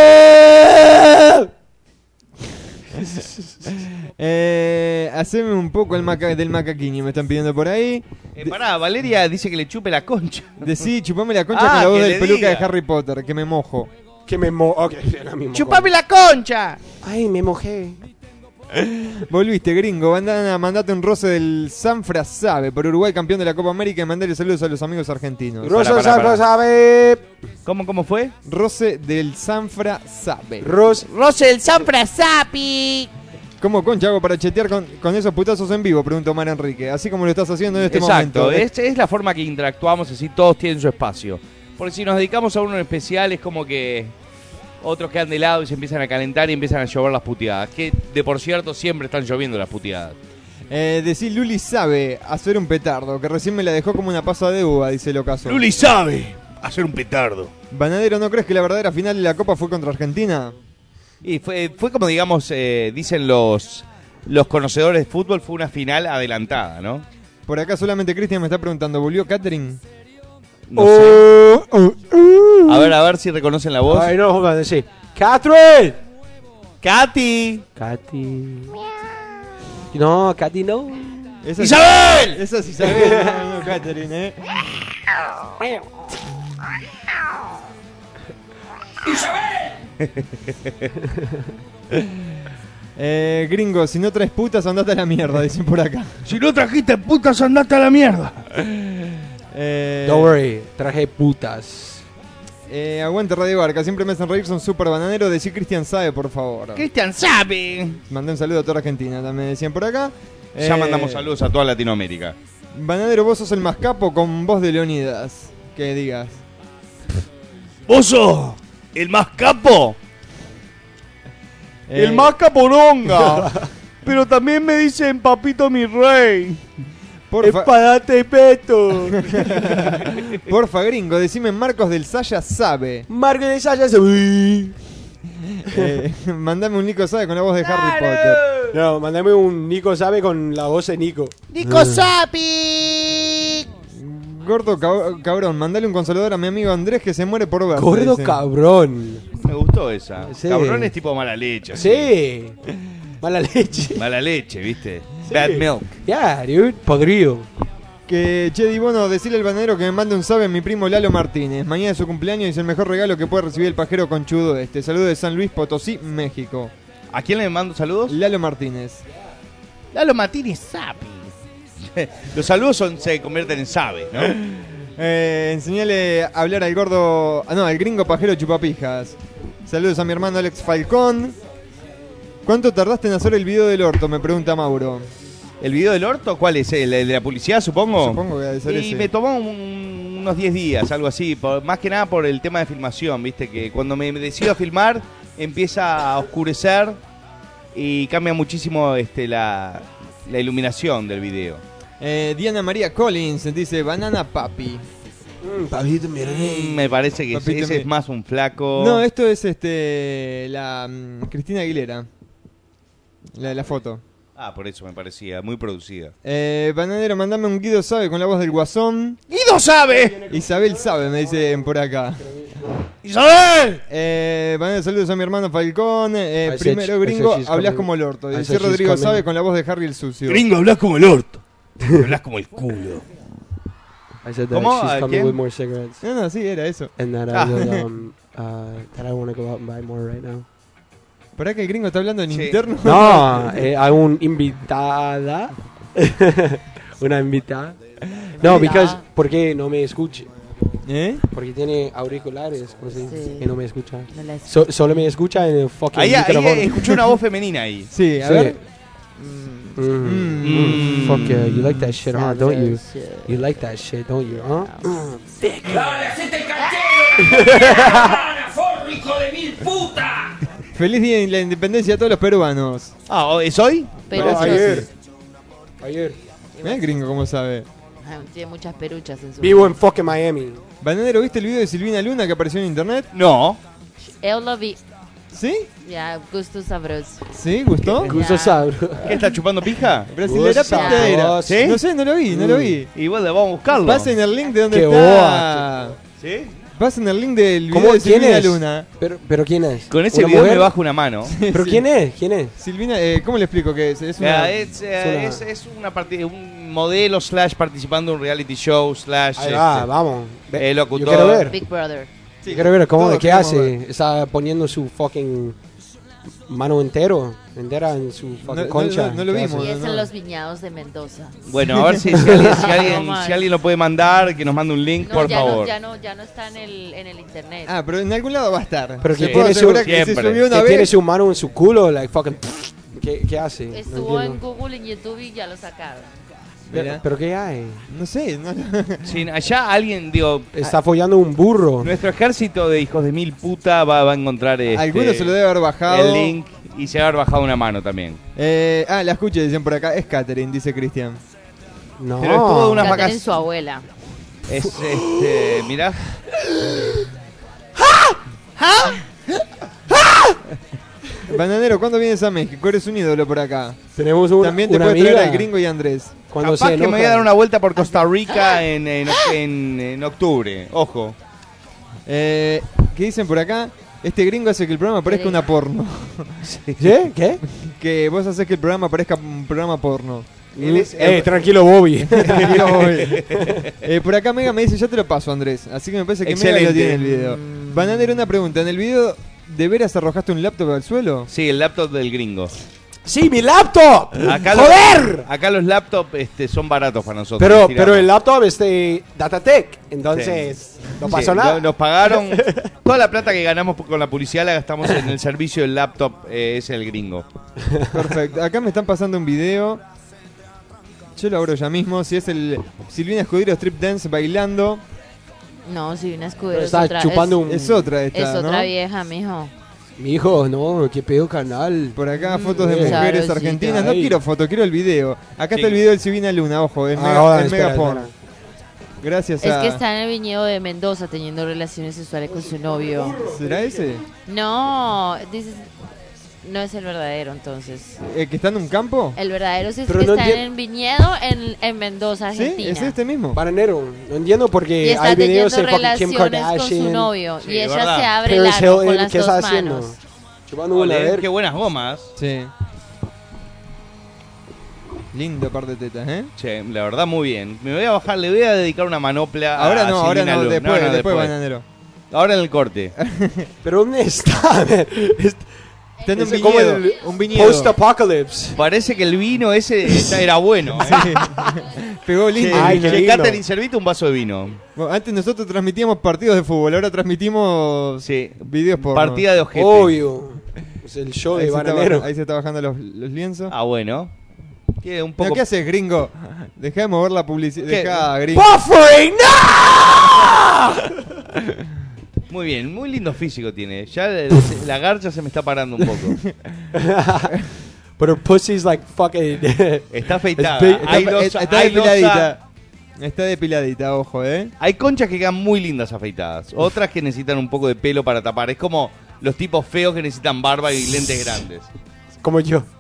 Speaker 5: Eh, haceme un poco el maca- del macaquini, me están pidiendo por ahí.
Speaker 3: Eh, pará, Valeria dice que le chupe la concha.
Speaker 5: Decí, chupame la concha
Speaker 3: Ah,
Speaker 5: con la voz
Speaker 3: que
Speaker 5: del
Speaker 3: le
Speaker 5: peluca
Speaker 3: diga.
Speaker 5: de Harry Potter, que me mojo.
Speaker 6: Que me mo... Ok, era mi
Speaker 7: Chupame la concha.
Speaker 6: Ay, me mojé.
Speaker 5: *laughs* Volviste, gringo. Bandana, mandate un roce del Sanfra Sabe por Uruguay, campeón de la Copa América, y mandale saludos a los amigos argentinos.
Speaker 6: Rosa
Speaker 3: pará,
Speaker 6: Sanfra
Speaker 3: pará.
Speaker 6: sabe.
Speaker 3: ¿Cómo, cómo fue?
Speaker 5: roce del Sanfra Sabe.
Speaker 6: Ros.
Speaker 7: Rosel Sanfra Sapi.
Speaker 5: ¿Cómo concha hago para chetear con, con esos putazos en vivo? Preguntó Mar Enrique. Así como lo estás haciendo en este
Speaker 3: Exacto,
Speaker 5: momento.
Speaker 3: es, es la forma que interactuamos, así todos tienen su espacio. Porque si nos dedicamos a uno en especial es como que otros quedan de lado y se empiezan a calentar y empiezan a llover las puteadas. Que de por cierto siempre están lloviendo las puteadas.
Speaker 5: Eh, decí, Luli sabe hacer un petardo, que recién me la dejó como una pasa de uva, dice el ocaso.
Speaker 8: Luli sabe hacer un petardo.
Speaker 5: Banadero, ¿no crees que la verdadera final de la Copa fue contra Argentina?
Speaker 3: Y fue, fue como digamos, eh, dicen los, los conocedores de fútbol, fue una final adelantada, ¿no?
Speaker 5: Por acá solamente Cristian me está preguntando, ¿volvió Catherine?
Speaker 3: No
Speaker 5: Uh.
Speaker 3: sé.
Speaker 6: Oh, oh, oh.
Speaker 3: A ver, a ver si reconocen la voz.
Speaker 6: Ay, no, hold on, sí. Catherine.
Speaker 3: ¡Katy!
Speaker 6: Katy. No, Katy no.
Speaker 5: Esa ¡Isabel! esa es Isabel,
Speaker 6: *laughs*
Speaker 5: no, no, Catherine, ¿eh?
Speaker 4: ¡Isabel!
Speaker 5: *laughs* Eh, gringo, si no traes putas, andate a la mierda, dicen por acá.
Speaker 8: Si no trajiste putas, andate a la mierda.
Speaker 5: Eh,
Speaker 6: Don't worry, traje putas.
Speaker 5: eh, aguante Radio Barca, siempre me hacen reír, son súper bananeros. Decí Cristian Sabe, por favor.
Speaker 7: Cristian sabe.
Speaker 5: Mandé un saludo a toda Argentina, también decían por acá.
Speaker 3: Ya
Speaker 5: Eh,
Speaker 3: mandamos saludos a toda Latinoamérica.
Speaker 5: Bananero, vos sos el más capo con voz de Leonidas. Que digas.
Speaker 8: Vos sos el más capo.
Speaker 5: Eh,
Speaker 8: El más caporonga. *laughs* Pero también me dicen papito mi rey.
Speaker 5: Por, fa-
Speaker 6: Espadate y
Speaker 5: *laughs*
Speaker 6: peto.
Speaker 5: *laughs* porfa, gringo, decime Marcos del Saya Sabe.
Speaker 6: Marco de Sasha se- Uy.
Speaker 5: *laughs* Eh, mandame un Nico Sabe con la voz de Harry Potter.
Speaker 6: No, mandame un Nico sabe con la voz de Nico.
Speaker 7: Nico Sapi.
Speaker 5: Gordo cab- cabrón, mandale un consolador a mi amigo Andrés que se muere por verte.
Speaker 6: Gordo
Speaker 5: dicen.
Speaker 6: cabrón.
Speaker 3: Me gustó esa.
Speaker 6: Sí.
Speaker 3: Cabrón es tipo mala leche. así.
Speaker 6: Sí. Mala leche.
Speaker 3: Mala leche, ¿viste? Bad milk.
Speaker 6: Yeah, dude. Podrido.
Speaker 5: Que Che Dibono, decirle al bananero que me mande un sabe a mi primo Lalo Martínez. Mañana es su cumpleaños y es el mejor regalo que puede recibir el pajero conchudo este. Saludos de San Luis Potosí, México.
Speaker 3: ¿A quién le mando saludos?
Speaker 5: Lalo Martínez.
Speaker 7: Lalo Martínez Sapi.
Speaker 3: *laughs* Los saludos son, se convierten en sabe, ¿no?
Speaker 5: *gasps* Eh, enseñale a hablar al gordo. Ah, no, al gringo pajero chupapijas. Saludos a mi hermano Alex Falcón. ¿Cuánto tardaste en hacer el video del orto? Me pregunta Mauro.
Speaker 3: ¿El video del orto? ¿Cuál es? ¿El, el de la publicidad, supongo?
Speaker 5: Supongo que debe ser
Speaker 3: Y
Speaker 5: ese.
Speaker 3: me tomó un- unos 10 días, algo así. por- más que nada por el tema de filmación, ¿viste? Que cuando me decido a filmar, empieza a oscurecer y cambia muchísimo este, la, la iluminación del video.
Speaker 5: Eh, Diana María Collins dice Banana Papi.
Speaker 8: Mm,
Speaker 6: Papito, mi rey.
Speaker 3: Mm, Me parece que
Speaker 5: Papito,
Speaker 3: ese
Speaker 5: me-
Speaker 3: es más un flaco.
Speaker 5: No, esto es este la mm, Cristina Aguilera. La de la foto.
Speaker 3: Ah, por eso me parecía, muy producida.
Speaker 5: Eh, Bananero, mandame un Guido Sabe con la voz del Guasón.
Speaker 8: Guido sabe.
Speaker 5: Isabel Sabe, me dicen por acá.
Speaker 8: Isabel.
Speaker 5: Eh, Bananero, saludos a mi hermano Falcón. Eh,
Speaker 6: I said
Speaker 5: primero,
Speaker 6: she- I
Speaker 5: gringo,
Speaker 6: said she's
Speaker 5: hablas
Speaker 6: coming.
Speaker 5: como el orto.
Speaker 6: I
Speaker 5: Dice
Speaker 6: said she's
Speaker 5: Rodrigo
Speaker 6: coming.
Speaker 5: Sabe con la voz de Harry el Sucio.
Speaker 8: Gringo, hablas como el orto. Hablas como el culo.
Speaker 6: I said that
Speaker 3: ¿Cómo?
Speaker 6: she's
Speaker 3: ¿A
Speaker 6: coming
Speaker 3: quién?
Speaker 6: with more cigarettes.
Speaker 5: No, no, sí, era eso.
Speaker 6: And that I would, um, uh, that I want to go out and buy more right now.
Speaker 5: ¿Por acá el gringo está hablando en
Speaker 3: Sí.
Speaker 5: interno? *laughs*
Speaker 6: No, eh, hay un invitada. *laughs* Una invitada. No, because, porque no me escuche.
Speaker 5: ¿Eh?
Speaker 6: Porque tiene auriculares, como se dice,
Speaker 9: Sí.
Speaker 6: y no me escucha.
Speaker 9: No la escucho.
Speaker 6: So- solo me escucha en el fucking
Speaker 3: Ahí, ahí
Speaker 6: micrófono.
Speaker 3: escuché una voz femenina ahí.
Speaker 5: Sí,
Speaker 6: *laughs*
Speaker 5: a
Speaker 6: Sí.
Speaker 5: ver.
Speaker 6: Mm.
Speaker 3: Mm.
Speaker 6: Fuck yeah, you like that shit, huh? Don't you?
Speaker 9: Sabroso.
Speaker 6: You like that shit, don't you? Huh?
Speaker 4: Dale, hacete el canchero. la hermana, forro, hijo de mil puta.
Speaker 5: Feliz día de la independencia a todos los peruanos.
Speaker 3: Ah, ¿o- ¿es hoy?
Speaker 9: Pero sí,
Speaker 6: Ayer.
Speaker 5: Mirá el gringo cómo sabe.
Speaker 9: ah, tiene muchas peruchas en su.
Speaker 6: Vivo en fucking Miami.
Speaker 5: Bananero, ¿viste el video de Silvina Luna que apareció en internet?
Speaker 3: No.
Speaker 9: Eu lo vi.
Speaker 5: ¿Sí?
Speaker 9: Ya, gusto sabroso.
Speaker 5: ¿Sí? ¿Gustó?
Speaker 6: Gusto sabro.
Speaker 3: ¿Qué está chupando pija?
Speaker 5: Brasilera
Speaker 6: Vos
Speaker 5: pintadera.
Speaker 6: sabés.
Speaker 5: ¿Sí? No sé, no lo vi, no lo vi.
Speaker 3: Y bueno, vamos a buscarlo.
Speaker 5: Pasen el link de donde
Speaker 6: Qué
Speaker 5: está.
Speaker 3: ¿Sí?
Speaker 5: Pasen el link del video
Speaker 6: ¿Cómo?
Speaker 5: de
Speaker 6: ¿Quién
Speaker 5: Silvina
Speaker 6: es?
Speaker 5: Luna.
Speaker 6: Pero, pero ¿quién es?
Speaker 3: Con ese
Speaker 6: ¿Una
Speaker 3: video
Speaker 6: mujer?
Speaker 3: me bajo una mano.
Speaker 6: ¿Pero quién es? ¿Quién es?
Speaker 5: Silvina, eh, ¿cómo le explico qué es? Es una...
Speaker 3: Ah, es, eh,
Speaker 6: suena-
Speaker 3: es- es una parti- un modelo slash participando en un reality show slash
Speaker 6: Ahí va,
Speaker 3: este,
Speaker 6: vamos. Ve-
Speaker 3: El locutor.
Speaker 6: Yo quiero ver.
Speaker 9: Big Brother.
Speaker 5: Sí,
Speaker 6: Yo quiero ver cómo,
Speaker 5: todos
Speaker 6: qué
Speaker 5: queremos
Speaker 6: hace.
Speaker 5: ver.
Speaker 6: Está poniendo su fucking mano entero, entera en su fucking
Speaker 5: no, no,
Speaker 6: concha.
Speaker 5: no lo
Speaker 6: ¿Qué
Speaker 5: vimos.
Speaker 6: hace?
Speaker 9: Y es
Speaker 5: no.
Speaker 9: en los viñados de Mendoza.
Speaker 3: Bueno, a ver si, si alguien, si,
Speaker 9: *laughs*
Speaker 3: alguien,
Speaker 9: No más.
Speaker 3: si alguien lo puede mandar, que nos mande un link,
Speaker 9: No,
Speaker 3: por
Speaker 9: ya No,
Speaker 3: favor.
Speaker 9: ya, no, ya no está en el, en el internet.
Speaker 5: Ah, pero en algún lado va a estar.
Speaker 6: Pero
Speaker 5: Se
Speaker 6: que
Speaker 5: puedo
Speaker 6: tiene su-
Speaker 5: asegurar que se
Speaker 3: siempre.
Speaker 5: subió una
Speaker 6: Que tiene
Speaker 5: vez.
Speaker 6: su mano en su culo, like fucking. ¿Qué, qué hace? No
Speaker 9: Estuvo en
Speaker 6: entiendo.
Speaker 9: Google y en YouTube y ya lo sacaron.
Speaker 6: Pero,
Speaker 5: Mirá.
Speaker 6: pero ¿qué hay?
Speaker 5: No sé, no... *laughs*
Speaker 3: Si allá alguien, digo,
Speaker 6: Está follando un burro.
Speaker 3: nuestro ejército de hijos de mil puta va, va a encontrar este,
Speaker 5: alguno se lo debe haber bajado.
Speaker 3: el link y se va a haber bajado una mano también.
Speaker 5: Eh, ah, la escuché, dicen por acá. Es Catherine, dice Cristian.
Speaker 6: No.
Speaker 3: Pero estuvo de una- Unas
Speaker 9: Catherine,
Speaker 3: vacaciones.
Speaker 9: su abuela.
Speaker 3: Es este, mirá.
Speaker 5: Bananero, ¿cuándo vienes a México? Eres un ídolo por acá.
Speaker 6: Tenemos un,
Speaker 5: También te
Speaker 6: una
Speaker 5: puedes
Speaker 6: amiga.
Speaker 5: traer al gringo y a Andrés.
Speaker 6: Cuando
Speaker 3: Capaz
Speaker 6: se
Speaker 3: que me
Speaker 6: enoja.
Speaker 3: voy a dar una vuelta por Costa Rica en, en, en- en octubre. Ojo.
Speaker 5: Eh, ¿Qué dicen por acá? Este gringo hace que el programa parezca una porno.
Speaker 6: *laughs*
Speaker 5: *laughs* ¿Eh?
Speaker 6: ¿Sí? ¿Qué?
Speaker 5: que vos haces que el programa parezca un programa porno.
Speaker 6: Eh, tranquilo,
Speaker 5: *laughs*
Speaker 6: Bobby. *laughs*
Speaker 5: Tranquilo, voy. Eh, por acá Mega me dice, ya te lo paso Andrés. Así que me parece que Mega lo
Speaker 3: Excelente.
Speaker 5: tiene el video. Bananero, una pregunta. En el video ¿De veras arrojaste un laptop al suelo?
Speaker 3: Sí, el laptop del gringo.
Speaker 6: ¡Sí, mi laptop!
Speaker 3: Acá los-
Speaker 6: ¡Joder!
Speaker 3: acá los laptops este, son baratos para nosotros.
Speaker 6: Pero,
Speaker 3: tiramos.
Speaker 6: pero el laptop es de Datatec, entonces no
Speaker 3: Sí,
Speaker 6: pasó
Speaker 3: no-
Speaker 6: nada.
Speaker 3: Nos pagaron. Toda la plata que ganamos por- con la publicidad la gastamos en el servicio del laptop eh, ese del gringo.
Speaker 5: Perfecto. Acá me están pasando un video. Yo lo abro ya mismo. Si es el Silvina Escudero Strip Dance bailando.
Speaker 9: No, si una escudero
Speaker 6: Pero
Speaker 9: es
Speaker 6: está
Speaker 9: otra-
Speaker 6: chupando
Speaker 9: es-
Speaker 6: un...
Speaker 5: Es otra esta,
Speaker 9: Es otra
Speaker 5: ¿no?
Speaker 9: vieja, mijo.
Speaker 6: Mi hijo, no, qué pedo canal.
Speaker 5: Por acá fotos de
Speaker 6: Mm,
Speaker 5: mujeres
Speaker 9: sabrosita.
Speaker 5: argentinas. No
Speaker 6: Ahí.
Speaker 5: quiero foto, quiero el video. Acá
Speaker 3: Sí.
Speaker 5: está el video del Silvina Luna, ojo, es
Speaker 6: Ah,
Speaker 5: mega,
Speaker 6: ahora,
Speaker 5: es
Speaker 6: espera,
Speaker 5: mega porn.
Speaker 6: espera.
Speaker 5: Gracias
Speaker 9: Es
Speaker 5: a.
Speaker 9: que está en el viñedo de Mendoza teniendo relaciones sexuales con su novio.
Speaker 5: ¿Será ese?
Speaker 9: No, dices, no es el verdadero entonces.
Speaker 5: ¿El eh, que está en un campo?
Speaker 9: El verdadero sí es
Speaker 6: Pero
Speaker 9: que
Speaker 6: no
Speaker 9: está
Speaker 6: entien-
Speaker 9: en el viñedo en, en Mendoza,
Speaker 5: ¿Sí?
Speaker 9: Argentina.
Speaker 5: ¿Es este mismo?
Speaker 6: Bananero, no entiendo
Speaker 9: Y
Speaker 6: porque
Speaker 9: está
Speaker 6: hay videos
Speaker 9: teniendo
Speaker 6: de fucking Kim
Speaker 9: relaciones con su
Speaker 6: Kardashian,
Speaker 9: novio.
Speaker 3: Sí,
Speaker 9: y ella
Speaker 3: ¿verdad?
Speaker 9: se abre el
Speaker 6: Paris
Speaker 9: arco con
Speaker 6: Hilton,
Speaker 9: las
Speaker 6: ¿qué
Speaker 9: dos
Speaker 6: está haciendo?
Speaker 9: manos.
Speaker 6: Chupando una
Speaker 3: Olé,
Speaker 6: verga.
Speaker 3: qué buenas gomas.
Speaker 5: Sí. Lindo par de tetas, ¿eh?
Speaker 3: Che, la verdad, muy bien. Me voy a bajar, le voy a dedicar una manopla a
Speaker 5: Ahora no, ahora
Speaker 3: Silvina
Speaker 5: no,
Speaker 3: Luna.
Speaker 5: después,
Speaker 3: No, no,
Speaker 5: después, bananero.
Speaker 3: Ahora en el
Speaker 5: *laughs*
Speaker 3: corte.
Speaker 6: Pero ¿dónde está? *laughs* man? Es-
Speaker 5: Está en un
Speaker 6: es como
Speaker 5: viñedo.
Speaker 6: el
Speaker 5: Un viñedo.
Speaker 6: post-apocalypse.
Speaker 3: Parece que el vino
Speaker 5: *laughs*
Speaker 3: ese está- era bueno. ¿eh?
Speaker 5: Pegó lindo.
Speaker 6: Sí. Ay, qué
Speaker 3: Che,
Speaker 6: lindo.
Speaker 3: Catherine, servite un vaso de vino.
Speaker 5: Bueno, antes nosotros transmitíamos partidos de fútbol, ahora transmitimos
Speaker 3: Sí.
Speaker 5: videos por.
Speaker 3: Partida de ojete.
Speaker 6: Obvio. Es el show
Speaker 5: ahí
Speaker 6: de
Speaker 5: se, está
Speaker 6: Bananero.
Speaker 5: bajando, ahí se está bajando los, los lienzos.
Speaker 3: Ah,
Speaker 6: *laughs*
Speaker 3: bueno. Tiene un
Speaker 5: ¿Pero
Speaker 3: poco.
Speaker 5: qué haces, gringo? Dejá de mover la publicidad.
Speaker 3: ¿Qué?
Speaker 5: Dejá, gringo.
Speaker 6: ¡Buffering! ¡No!
Speaker 3: Muy bien, muy lindo físico tiene.
Speaker 6: *laughs*
Speaker 3: Ya el- la garcha se me está parando un poco.
Speaker 6: But her pussy's like fucking... *laughs*
Speaker 3: Está afeitada.
Speaker 6: Espe-
Speaker 3: hay
Speaker 5: está,
Speaker 3: dos,
Speaker 5: está- está
Speaker 3: hay dos-
Speaker 5: depiladita. Está depiladita, ojo, ¿eh?
Speaker 3: hay conchas que quedan muy lindas afeitadas. Otras que necesitan un poco de pelo para tapar. Es como los tipos feos que necesitan barba y lentes grandes.
Speaker 6: Como yo.
Speaker 5: *laughs*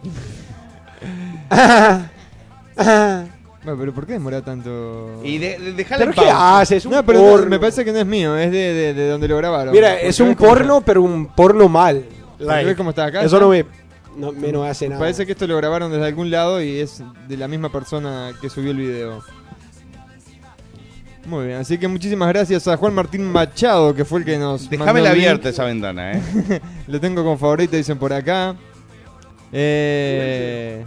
Speaker 5: Bueno, pero ¿por qué demora tanto?
Speaker 3: Y de, de- dejala
Speaker 6: ¿Pero
Speaker 3: en
Speaker 6: qué
Speaker 3: pausa.
Speaker 6: haces? Un
Speaker 5: No, pero no,
Speaker 6: porno.
Speaker 5: me parece que no es mío, es de, de- de donde lo grabaron.
Speaker 6: Mira,
Speaker 5: Porque
Speaker 6: es
Speaker 5: ves
Speaker 6: un
Speaker 5: cómo-
Speaker 6: porno, pero un porno mal.
Speaker 5: porque ves cómo está acá?
Speaker 6: Eso
Speaker 5: ¿no?
Speaker 6: no me, no, me no hace nada. *laughs*
Speaker 5: Parece que esto lo grabaron desde algún lado y es de la misma persona que subió el video. Muy bien, así que muchísimas gracias a Juan Martín Machado, que fue el que nos. mandó el
Speaker 3: Dejámela
Speaker 5: link.
Speaker 3: abierta esa ventana, ¿eh?
Speaker 5: *laughs* Lo tengo con favorito, dicen por acá. Eh,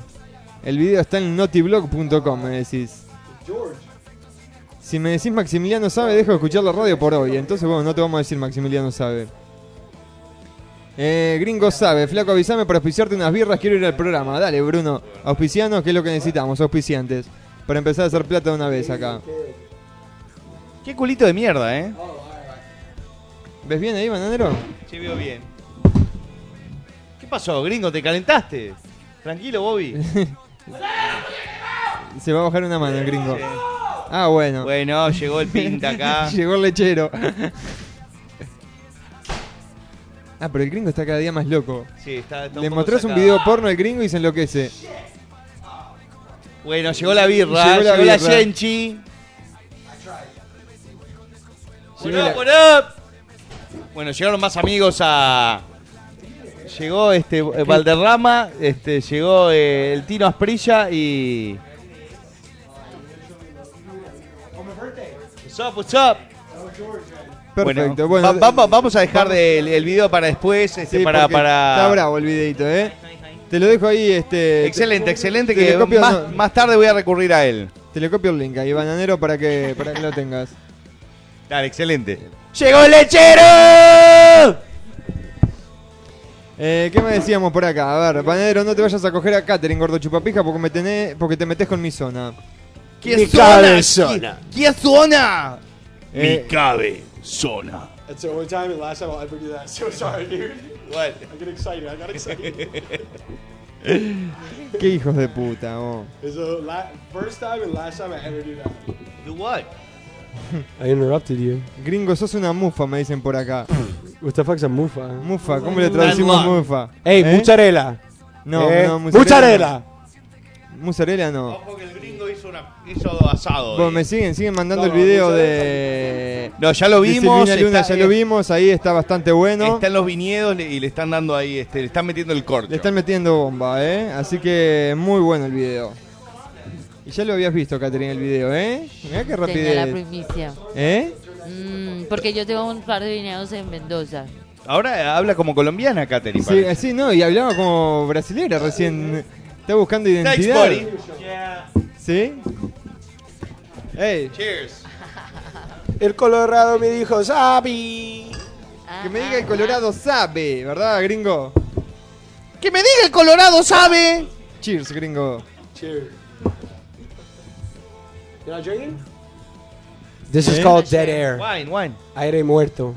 Speaker 5: el video está en notiblog.com, me decís. Si me decís Maximiliano sabe, dejo de escuchar la radio por hoy. Entonces, bueno, no te vamos a decir Maximiliano sabe. Eh, gringo sabe, flaco, avísame para auspiciarte unas birras. Quiero ir al programa. Dale, Bruno, auspicianos, que es lo que necesitamos, auspiciantes. Para empezar a hacer plata de una vez acá.
Speaker 3: Qué culito de mierda, ¿eh?
Speaker 5: ¿Ves bien ahí, bananero?
Speaker 3: Che, veo bien. ¿Qué pasó, gringo? ¿Te calentaste? Tranquilo, Bobby.
Speaker 5: *laughs* Se va a bajar una mano el gringo. Ah, bueno.
Speaker 3: Bueno, llegó el pinta acá.
Speaker 5: *laughs* Llegó el lechero. Ah, pero el gringo está cada día más loco.
Speaker 3: Sí, está, está
Speaker 5: Le
Speaker 3: poco
Speaker 5: mostrás un
Speaker 3: sacado.
Speaker 5: video porno al gringo y se enloquece.
Speaker 3: Bueno, llegó la birra,
Speaker 5: Llegó la
Speaker 3: llegó la,
Speaker 5: birra.
Speaker 3: Genchi. Bueno,
Speaker 5: Llegó la-
Speaker 3: Bueno, llegaron más amigos a. Llegó este eh, Valderrama, este, llegó eh, el Tino Asprilla y. What's up, what's up? Bueno,
Speaker 5: Perfecto, bueno.
Speaker 3: va- vamos- vamos a dejar de- el, el video para después, este,
Speaker 5: Sí,
Speaker 3: para,
Speaker 5: porque
Speaker 3: para.
Speaker 5: Está bravo el videito, ¿eh? Te lo dejo ahí, este...
Speaker 3: Excelente, excelente,
Speaker 5: te
Speaker 3: que
Speaker 5: le copio,
Speaker 3: más,
Speaker 5: no.
Speaker 3: más tarde voy a recurrir a él.
Speaker 5: Te le copio el link ahí, bananero, para que, para que lo tengas.
Speaker 3: Dale, excelente.
Speaker 6: ¡Llegó el lechero!
Speaker 5: Eh, ¿Qué me decíamos por acá? A ver, bananero, no te vayas a coger a Catherine, gordo chupapija, porque, me tenés, porque te metes con mi zona.
Speaker 6: Mi cabezona.
Speaker 3: ¿Qué zona?
Speaker 5: Eh,
Speaker 6: That's the only time and last time I'll ever do that. So sorry, dude.
Speaker 3: What?
Speaker 6: I get excited. I got *laughs* excited.
Speaker 5: qué hijos de puta, vos.
Speaker 6: It's the la- first time and last time I ever do that.
Speaker 3: Do what?
Speaker 6: I interrupted you.
Speaker 5: Gringo, sos una mufa, me dicen por acá.
Speaker 6: What the fuck's a mufa?
Speaker 5: Mufa, ¿cómo le traducimos mufa?
Speaker 6: Hey,
Speaker 5: ¿Eh?
Speaker 6: mucharela.
Speaker 5: No,
Speaker 6: Eh,
Speaker 5: no,
Speaker 6: mucharela.
Speaker 5: Mozzarella no.
Speaker 3: Ojo que el gringo hizo, una, hizo asado. eh.
Speaker 5: Bueno, me siguen, siguen mandando
Speaker 6: eh. No,
Speaker 5: el video
Speaker 6: mozzarella
Speaker 5: de.
Speaker 3: No, ya lo
Speaker 5: de
Speaker 3: vimos. eh,
Speaker 5: Silvina Luna, ya lo vimos, ahí está bastante bueno.
Speaker 3: Está en los viñedos le- y le están dando ahí, este, le están metiendo el corcho.
Speaker 5: Le están metiendo bomba, ¿eh? Así que muy bueno el video. Y ya lo habías visto, Caterina, el video, ¿eh? Mirá qué
Speaker 9: Tengo la
Speaker 5: rapidez.
Speaker 9: primicia.
Speaker 5: ¿Eh?
Speaker 9: Mm, porque yo tengo un par de viñedos en Mendoza.
Speaker 3: Ahora habla como colombiana, Katherine.
Speaker 5: Sí, así no, y hablaba como brasilera recién. Está buscando
Speaker 3: Thanks,
Speaker 5: identidad.
Speaker 3: buddy.
Speaker 5: ¿Sí? Ey,
Speaker 3: Cheers.
Speaker 6: El Colorado me dijo, Sabi.
Speaker 5: que me diga el Colorado sabe, ¿verdad, gringo?
Speaker 7: Que me diga el Colorado, ¿sabe?
Speaker 5: Cheers, gringo.
Speaker 6: Cheers. You not drinking? This is called dead air.
Speaker 3: Wine, wine.
Speaker 6: Aire muerto.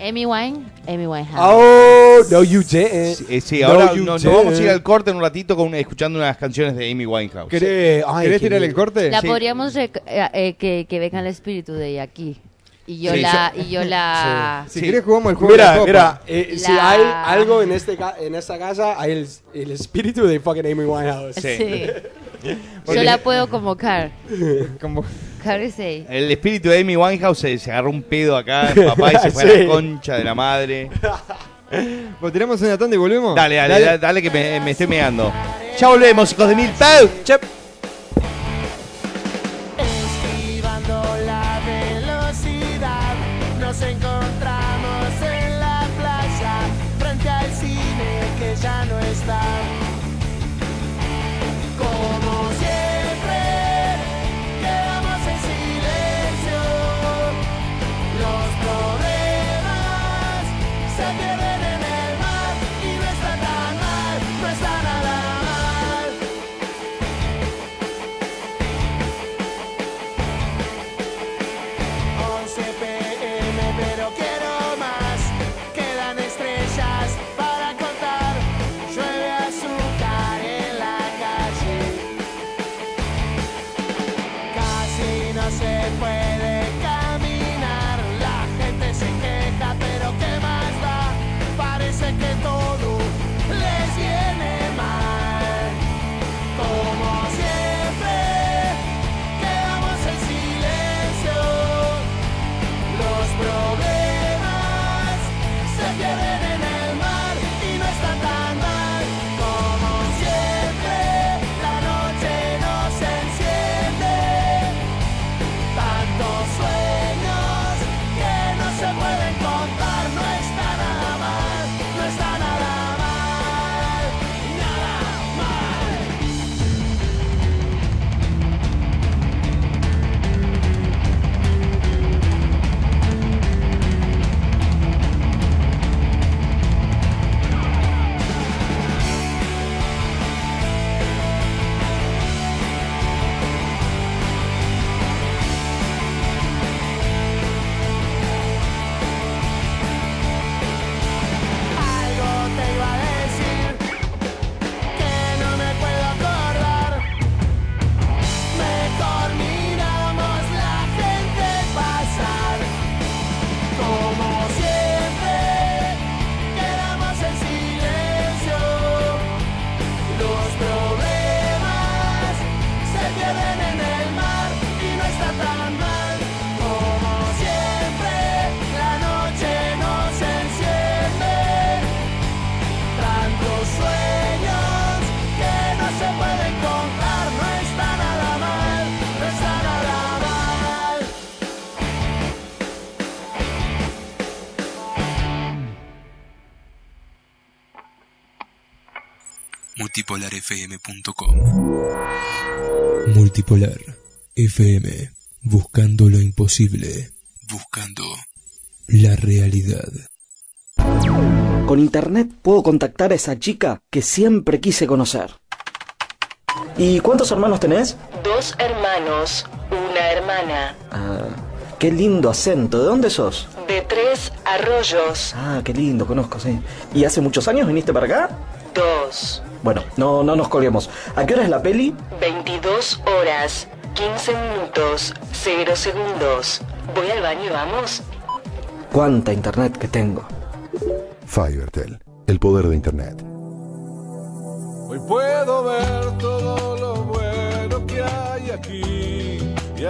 Speaker 9: Amy Wine, Amy Winehouse.
Speaker 6: Oh, no, you didn't.
Speaker 3: Eh, sí, ahora
Speaker 6: you
Speaker 3: no- nos
Speaker 6: didn't.
Speaker 3: vamos a ir al corte en un ratito con, escuchando unas canciones de Amy Winehouse.
Speaker 6: Sí, ay,
Speaker 5: ¿Querés
Speaker 6: qué
Speaker 5: tirar el
Speaker 6: lindo.
Speaker 5: corte?
Speaker 9: La podríamos rec- eh, eh, que, que venga el espíritu de ella aquí. Y yo
Speaker 3: Sí,
Speaker 9: la, y yo
Speaker 6: *laughs*
Speaker 9: la
Speaker 5: Si querés jugamos el juego de la
Speaker 6: Mira,
Speaker 5: copa.
Speaker 6: mira, eh, si
Speaker 9: La-
Speaker 6: hay algo en, este, ca- en esta casa, hay el, el espíritu de fucking Amy Winehouse.
Speaker 3: Sí.
Speaker 6: *laughs*
Speaker 9: sí. Yo la puedo convocar.
Speaker 5: Como-
Speaker 9: Carisei.
Speaker 3: El espíritu de Amy Winehouse se, se agarró un pedo acá,
Speaker 5: *laughs*
Speaker 3: papá, y se fue a
Speaker 6: Sí.
Speaker 3: la concha de la madre.
Speaker 5: ¿Vos tiramos una tanda y volvemos?
Speaker 3: Dale, dale, dale, dale que me, me estoy meando. Ya volvemos, hijos de mil pau. Chep.
Speaker 10: Esquivando la velocidad, nos encontramos en la plaza, frente al cine que ya no está. Como siempre, quedamos en silencio. Los problemas se pierden en el mar y no está tan mal, no está nada mal. pm, pero quiero más. Quedan estrellas para contar. Llueve azúcar en la calle. Casi no se puede caminar. La gente se queja, pero ¿qué más da? Parece que todo les viene mal. Como siempre, quedamos en silencio. Los problemas se pierden en el mar y no están tan mal como siempre. La noche nos enciende. Tantos sueños que no se pueden contar. No está nada mal, no está nada mal, nada mal. Algo te iba a decir que no me puedo acordar. Mejor miramos la gente pasar. Como siempre, quedamos en silencio. Los problemas se pierden en el mar y no está tan mal. Como siempre, la noche nos enciende. Tantos sueños que no se pueden contar, no está nada mal, no está nada mal.
Speaker 1: Multipolarfm.com Multipolar FM Buscando lo imposible Buscando la realidad
Speaker 11: Con internet puedo contactar a esa chica que siempre quise conocer. ¿Y cuántos hermanos tenés?
Speaker 12: Dos hermanos, una hermana,
Speaker 11: Ah, qué lindo acento. ¿De dónde sos?
Speaker 12: de tres arroyos,
Speaker 11: Ah, qué lindo, conozco, sí. ¿Y hace muchos años viniste para acá?
Speaker 12: dos,
Speaker 11: Bueno, no, no nos colguemos. ¿A qué hora es la peli?
Speaker 12: 22 horas, 15 minutos, 0 segundos. Voy al baño, vamos.
Speaker 11: Cuánta internet que tengo.
Speaker 13: Fivertel, el poder de Internet.
Speaker 8: Hoy puedo ver todo lo bueno que hay aquí.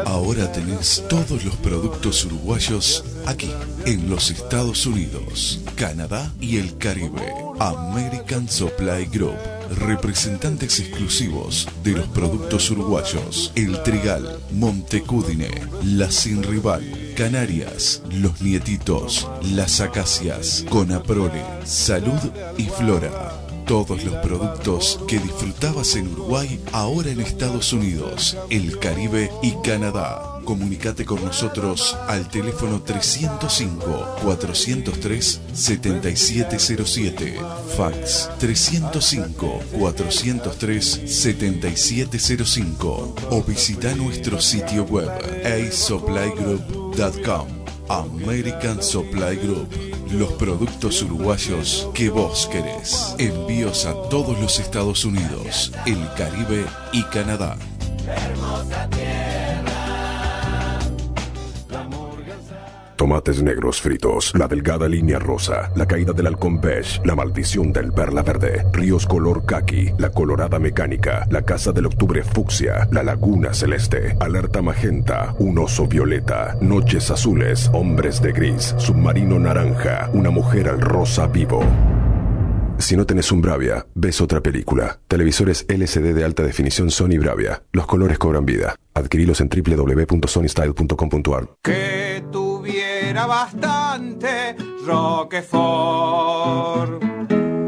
Speaker 13: Ahora tenés todos los productos uruguayos aquí, en los Estados Unidos, Canadá y el Caribe. American Supply Group. Representantes exclusivos de los productos uruguayos. El Trigal, Montecudine, La Sin Rival,
Speaker 14: Canarias, Los Nietitos, Las Acacias, Conaprole, Salud y Flora. Todos los productos que disfrutabas en Uruguay ahora en Estados Unidos, el Caribe y Canadá. Comunicate con nosotros al teléfono 305-403-7707. Fax 305-403-7705. O visita nuestro sitio web asupplygroup.com. American Supply Group. Los productos uruguayos que vos querés. Envíos a todos los Estados Unidos, el Caribe y Canadá.
Speaker 15: Tomates negros fritos, la delgada línea rosa, la caída del halcón beige, la maldición del perla verde, ríos color caqui, la colorada mecánica, la casa del octubre fucsia, la laguna celeste, alerta magenta, un oso violeta, noches azules, hombres de gris, submarino naranja, una mujer al rosa vivo. Si no tenés un Bravia, ves otra película. Televisores LCD de alta definición Sony Bravia. Los colores cobran vida. Adquirilos en www.sonystyle.com.ar.
Speaker 7: que tuviera bastante Roquefort.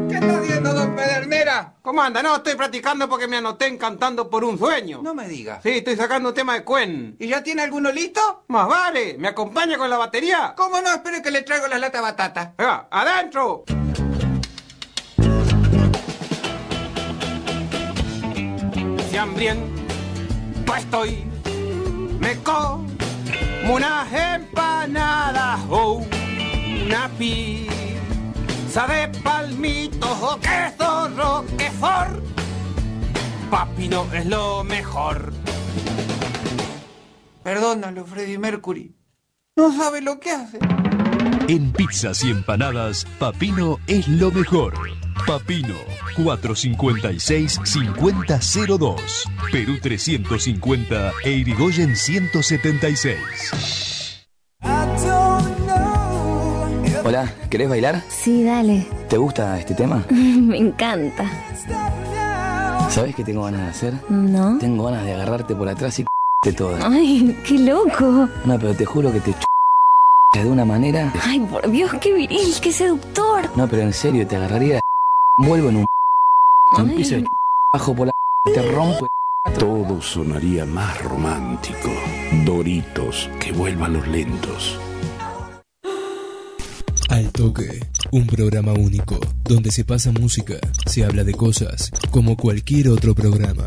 Speaker 16: ¿Qué está haciendo, don Pedernera?
Speaker 7: ¿Cómo anda? No, estoy practicando porque me anoté en cantando por un sueño.
Speaker 16: No me diga.
Speaker 7: Sí, estoy sacando un tema de Cuen.
Speaker 16: ¿Y ya tiene alguno listo?
Speaker 7: Más vale, ¿me acompaña con la batería?
Speaker 16: ¿Cómo no? Espere que le traigo las latas de batata.
Speaker 7: Venga, adentro. Sean bien, pues estoy, me como unas empanadas o una pizza de palmitos o queso roquefort. Papi no es lo mejor.
Speaker 16: Perdónalo, Freddy Mercury. No sabe lo que hace.
Speaker 17: En pizzas y empanadas, Papino es lo mejor. Papino 456-5002, Perú 350 e Irigoyen 176.
Speaker 18: Hola, ¿querés bailar?
Speaker 19: Sí, dale.
Speaker 18: ¿Te gusta este tema?
Speaker 19: *laughs* Me encanta.
Speaker 18: ¿Sabés qué tengo ganas de hacer?
Speaker 19: ¿No?
Speaker 18: Tengo ganas de agarrarte por atrás y te toda.
Speaker 19: Ay, qué loco.
Speaker 18: No, pero te juro que te de una manera.
Speaker 19: Ay, por Dios, qué viril, qué seductor.
Speaker 18: No, pero en serio, te agarraría. Vuelvo en un. Te
Speaker 19: Ay.
Speaker 18: empiezo de bajo por la. Te rompo.
Speaker 20: Todo sonaría más romántico. Doritos, que vuelvan los lentos.
Speaker 1: Al Toque, un programa único, donde se pasa música, se habla de cosas, como cualquier otro programa.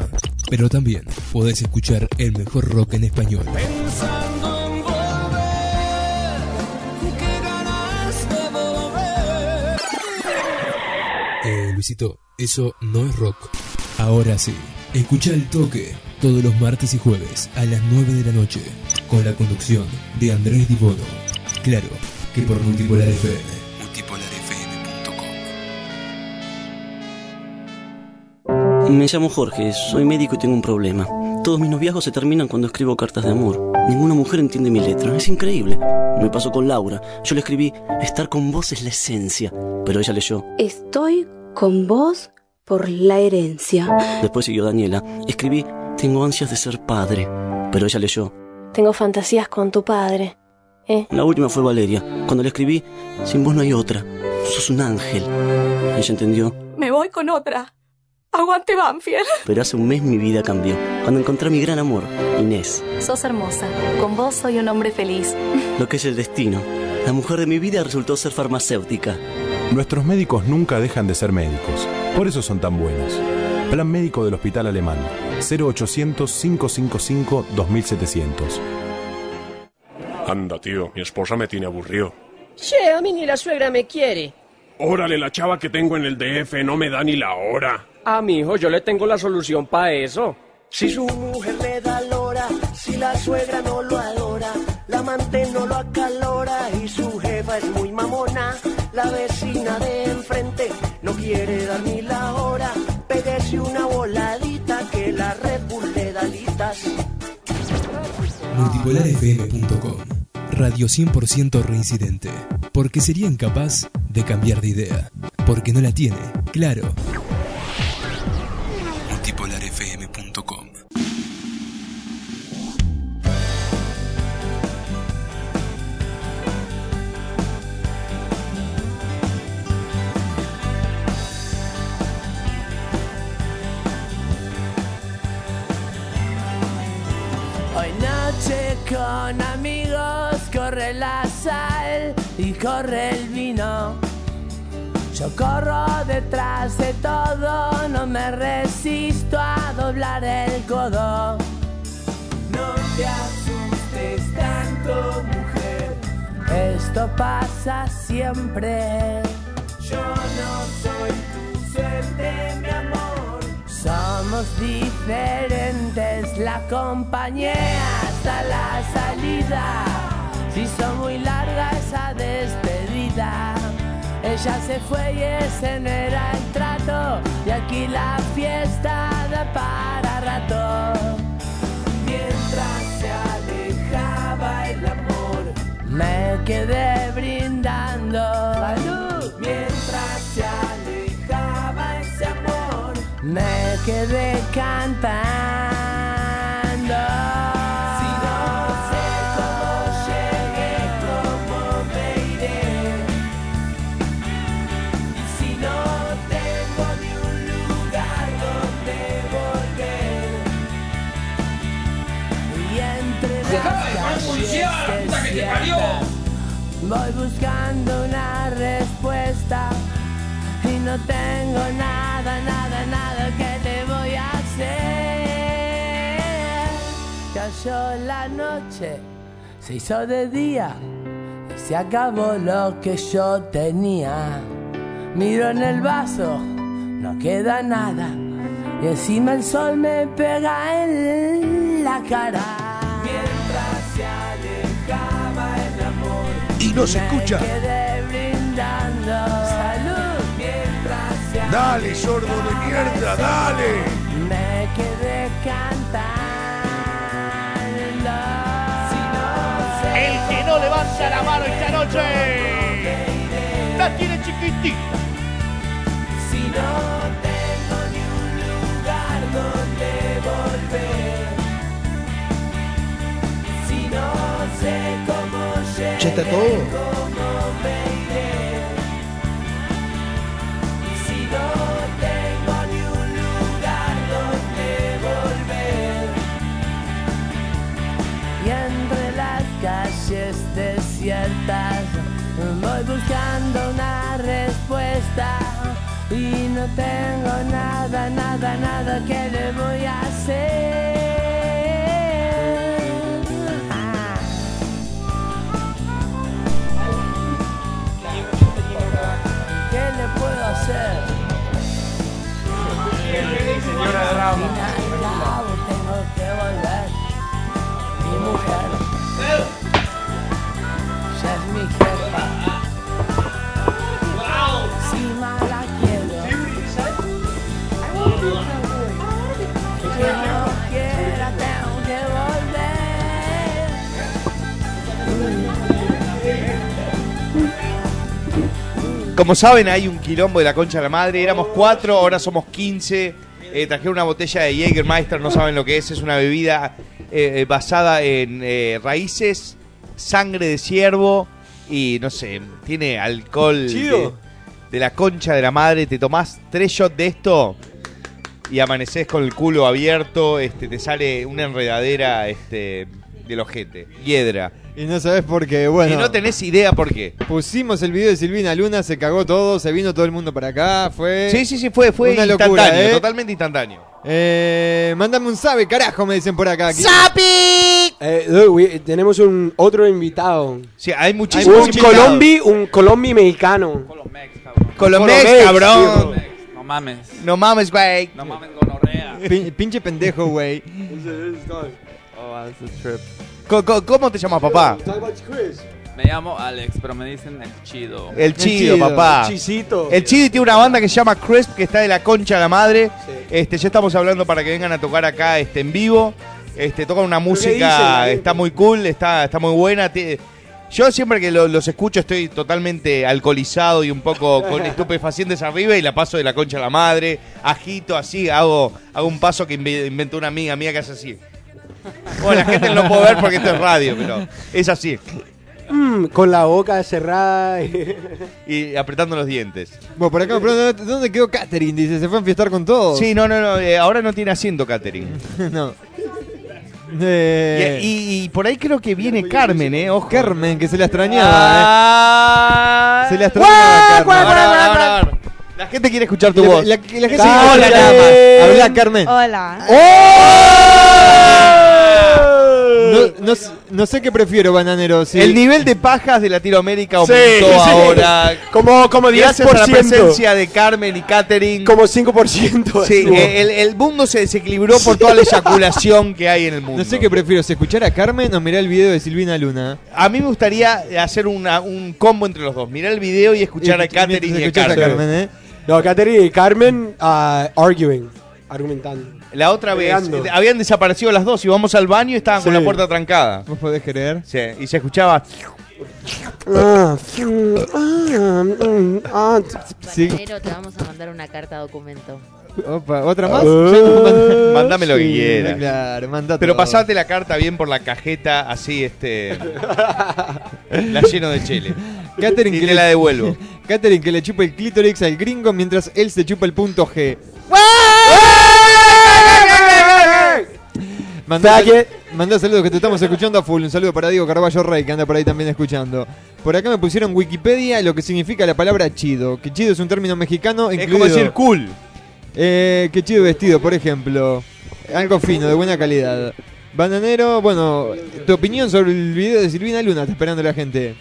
Speaker 1: Pero también podés escuchar el mejor rock en español.
Speaker 10: Pensando en volver, que ganas de volver.
Speaker 1: Eh, Luisito, eso no es rock. Ahora sí, escucha El Toque, todos los martes y jueves a las 9 de la noche, con la conducción de Andrés Dibono. Claro, que por Multipolar FM.
Speaker 21: Me llamo Jorge, soy médico y tengo un problema. Todos mis noviazgos se terminan cuando escribo cartas de amor. Ninguna mujer entiende mi letra, es increíble. Me pasó con Laura, yo le escribí, estar con vos es la esencia, pero ella leyó.
Speaker 22: Estoy con vos por la herencia.
Speaker 21: Después siguió Daniela, escribí, tengo ansias de ser padre, pero ella leyó.
Speaker 22: Tengo fantasías con tu padre. ¿Eh?
Speaker 21: La última fue Valeria, cuando le escribí, sin vos no hay otra, sos un ángel. Ella entendió,
Speaker 23: Me voy con otra. Aguante Banfield.
Speaker 21: pero hace un mes mi vida cambió, cuando encontré a mi gran amor, Inés.
Speaker 23: Sos hermosa. Con vos soy un hombre feliz.
Speaker 21: Lo que es el destino. La mujer de mi vida resultó ser farmacéutica.
Speaker 24: Nuestros médicos nunca dejan de ser médicos. Por eso son tan buenos. Plan médico del Hospital Alemán. 0800-555-2700.
Speaker 25: Anda, tío, mi esposa me tiene aburrido.
Speaker 6: Che, a mí ni la suegra me quiere.
Speaker 25: Órale, la chava que tengo en el DF no me da ni la hora.
Speaker 6: A mi hijo yo le tengo la solución para eso.
Speaker 25: Si
Speaker 6: su
Speaker 26: mujer le da lora, si la suegra no lo adora, la amante no lo acalora y su jefa es muy mamona. La vecina de enfrente no quiere dar ni la hora, pégese una voladita que la Red Bull le da alitas.
Speaker 1: Multipolarfm.com Radio 100% reincidente. Porque sería incapaz de cambiar de idea. Porque no la tiene, claro. Multipolarfm.com
Speaker 26: con amigos corre la sal y corre el vino. Yo corro detrás de todo, no me resisto a doblar el codo. No te asustes tanto, mujer. Esto pasa siempre. Yo no soy tu suerte, mi amor. Somos diferentes, la acompañé hasta la salida. Se hizo muy larga esa despedida. Ella se fue y ese no era el trato. Y aquí la fiesta da para rato. Mientras se alejaba el amor, me quedé brindando. ¡Salud! Mientras se alejaba ese amor, me quedé cantando. Si no sé cómo llegué, cómo me iré. Y si no tengo ni un lugar donde volver. Y entre
Speaker 10: Dejá de
Speaker 26: las
Speaker 10: balbucear,
Speaker 26: calles
Speaker 10: puta que te parió.
Speaker 26: desiertas, Voy buscando una respuesta y no tengo nada, nada, nada que te voy a hacer. Cayó la noche, se hizo de día y se acabó lo que yo tenía. Miro en el vaso, no queda nada y encima el sol me pega en la cara. Mientras se alejaba el amor.
Speaker 7: Y nos escucha.
Speaker 26: Me quedé brindando salud mientras se
Speaker 7: Dale, sordo de mierda, dale.
Speaker 26: Me quedé cantando.
Speaker 8: El que no levanta la mano esta noche. La tiene chiquitita.
Speaker 26: Si no tengo ni un lugar donde volver. Si no sé cómo llegué,
Speaker 7: Ya está todo.
Speaker 26: cómo me iré. Y si no tengo ni un lugar donde volver. Y entre las calles desiertas voy buscando una respuesta. Y no tengo nada, nada, nada que le voy a hacer. Ah. ¿Qué le puedo hacer?
Speaker 8: Señora Drama.
Speaker 26: Al cabo tengo que volver. Mi mujer. Ya es mi jefa. Encima la quiero. Que no quiera, tengo que volver.
Speaker 3: Como saben, hay un quilombo de la concha de la madre. Éramos cuatro, ahora somos 15. Eh, trajeron una botella de Jägermeister, no saben lo que es. Es una bebida eh, eh, basada en eh, raíces, sangre de ciervo y no sé, tiene alcohol de,
Speaker 5: Chido.
Speaker 3: de la concha de la madre. Te tomás tres shots de esto y amaneces con el culo abierto. Este, te sale una enredadera este, del ojete. Hiedra.
Speaker 5: Y no sabes por qué, bueno.
Speaker 3: Y no tenés idea por qué.
Speaker 5: Pusimos el video de Silvina Luna, se cagó todo, se vino todo el mundo para acá, fue.
Speaker 3: Sí, sí, sí, fue, fue
Speaker 5: una
Speaker 3: instantáneo,
Speaker 5: locura, ¿eh?
Speaker 3: totalmente instantáneo.
Speaker 5: Eh, mándame un sabe, carajo, me dicen por acá. Aquí.
Speaker 6: Eh, Dude, we- tenemos un otro invitado.
Speaker 3: Sí, hay
Speaker 5: muchísimos
Speaker 6: un
Speaker 5: invitados.
Speaker 6: colombi, un colombi mexicano.
Speaker 3: Colomex,
Speaker 6: Colomex,
Speaker 3: cabrón.
Speaker 6: tío.
Speaker 9: No mames.
Speaker 3: No mames, güey.
Speaker 9: No mames, gonorrea.
Speaker 5: Pin- pinche pendejo, güey.
Speaker 9: Oh, that's a trip.
Speaker 3: Co- co- ¿Cómo te llamas, papá?
Speaker 9: Me llamo Alex, pero me dicen el chido.
Speaker 3: El chido, papá. El chido tiene una banda que se llama Crisp, que está de la concha de la madre. Este, ya estamos hablando para que vengan a tocar acá este, en vivo. Este, tocan una música,
Speaker 6: dicen?
Speaker 3: está muy cool, está, está muy buena. Ti- Yo siempre que lo- los escucho estoy totalmente alcoholizado y un poco *laughs* con estupefacientes arriba y la paso de la concha a la madre, agito así, hago, hago un paso que inve- inventó una amiga mía que hace así. Bueno, la gente no lo puede ver porque esto es radio, pero es así.
Speaker 6: Mm, con la boca cerrada.
Speaker 3: Y apretando los dientes.
Speaker 5: Bueno, por acá me preguntan, ¿dónde quedó Catherine? *laughs* Dice, se fue a enfiestar con todo.
Speaker 3: Sí, no, no, no, eh, ahora no tiene asiento Catherine.
Speaker 5: no. Eh.
Speaker 3: Y, y- y por ahí creo que viene Carmen, ¿eh? Ojo.
Speaker 5: Carmen, que se la extrañaba, ¿eh? Se la extrañaba.
Speaker 3: Ah. ¡Guau,
Speaker 5: Carmen.
Speaker 3: guau, guau, guau, guau! La gente quiere escuchar tu
Speaker 5: La-
Speaker 3: voz.
Speaker 5: la- la gente
Speaker 3: Ah,
Speaker 5: "Eh". quiere
Speaker 3: hola, nada
Speaker 5: escuchar-
Speaker 3: más.
Speaker 5: Habla, Carmen.
Speaker 27: Hola.
Speaker 3: ¡Oh!
Speaker 5: No, no s- no sé qué prefiero, bananero. si-
Speaker 3: El nivel de pajas de Latinoamérica
Speaker 5: Sí,
Speaker 3: aumentó
Speaker 5: sí.
Speaker 3: ahora.
Speaker 6: Como, como
Speaker 3: Gracias a la
Speaker 6: 10%.
Speaker 3: presencia de Carmen y Catherine.
Speaker 6: Como 5%.
Speaker 3: Sí, eh,
Speaker 6: estuvo.
Speaker 3: el, el mundo se desequilibró por toda la eyaculación que hay en el mundo.
Speaker 5: No sé qué prefiero, si escuchar a Carmen o mirar el video de Silvina Luna.
Speaker 3: A mí me gustaría hacer una- un combo entre los dos. Mirar el video y escuchar a
Speaker 5: Y- mientras
Speaker 3: Catherine y a
Speaker 5: escuchas a
Speaker 3: Carmen.
Speaker 5: Carmen, ¿eh?
Speaker 6: No, Katherine y Carmen ah, arguing. Argumentando.
Speaker 3: La otra vez
Speaker 6: Peleando.
Speaker 3: eh, habían desaparecido las dos. Íbamos al baño y estaban con la puerta trancada.
Speaker 5: ¿Vos podés creer?
Speaker 3: Sí, y se escuchaba.
Speaker 6: Ah, mm, ah, mm, ah,
Speaker 5: Sí.
Speaker 10: Pero te vamos a mandar una carta documento.
Speaker 5: Opa, ¿otra más?
Speaker 6: Ah.
Speaker 3: Eh, Mándame lo que
Speaker 5: Sí,
Speaker 3: quieras.
Speaker 5: Claro, manda
Speaker 3: Pero
Speaker 5: todo.
Speaker 3: pasate la carta bien por la cajeta, así, este. la lleno de chile.
Speaker 5: Catherine
Speaker 3: Y
Speaker 5: que
Speaker 3: te la devuelvo.
Speaker 5: *laughs* Catherine que le chupa el clítoris al gringo mientras él se chupa el punto G. Mandá, mandá saludos que te estamos escuchando a full. Un saludo para Diego Carballo Rey que anda por ahí también escuchando. Por acá me pusieron Wikipedia lo que significa la palabra chido. Que chido es un término mexicano
Speaker 3: Es
Speaker 5: incluido-
Speaker 3: como decir cool.
Speaker 5: eh, qué chido vestido, por ejemplo. Algo fino, de buena calidad. Bananero, bueno, tu opinión sobre el video de Silvina Luna, está esperando la gente.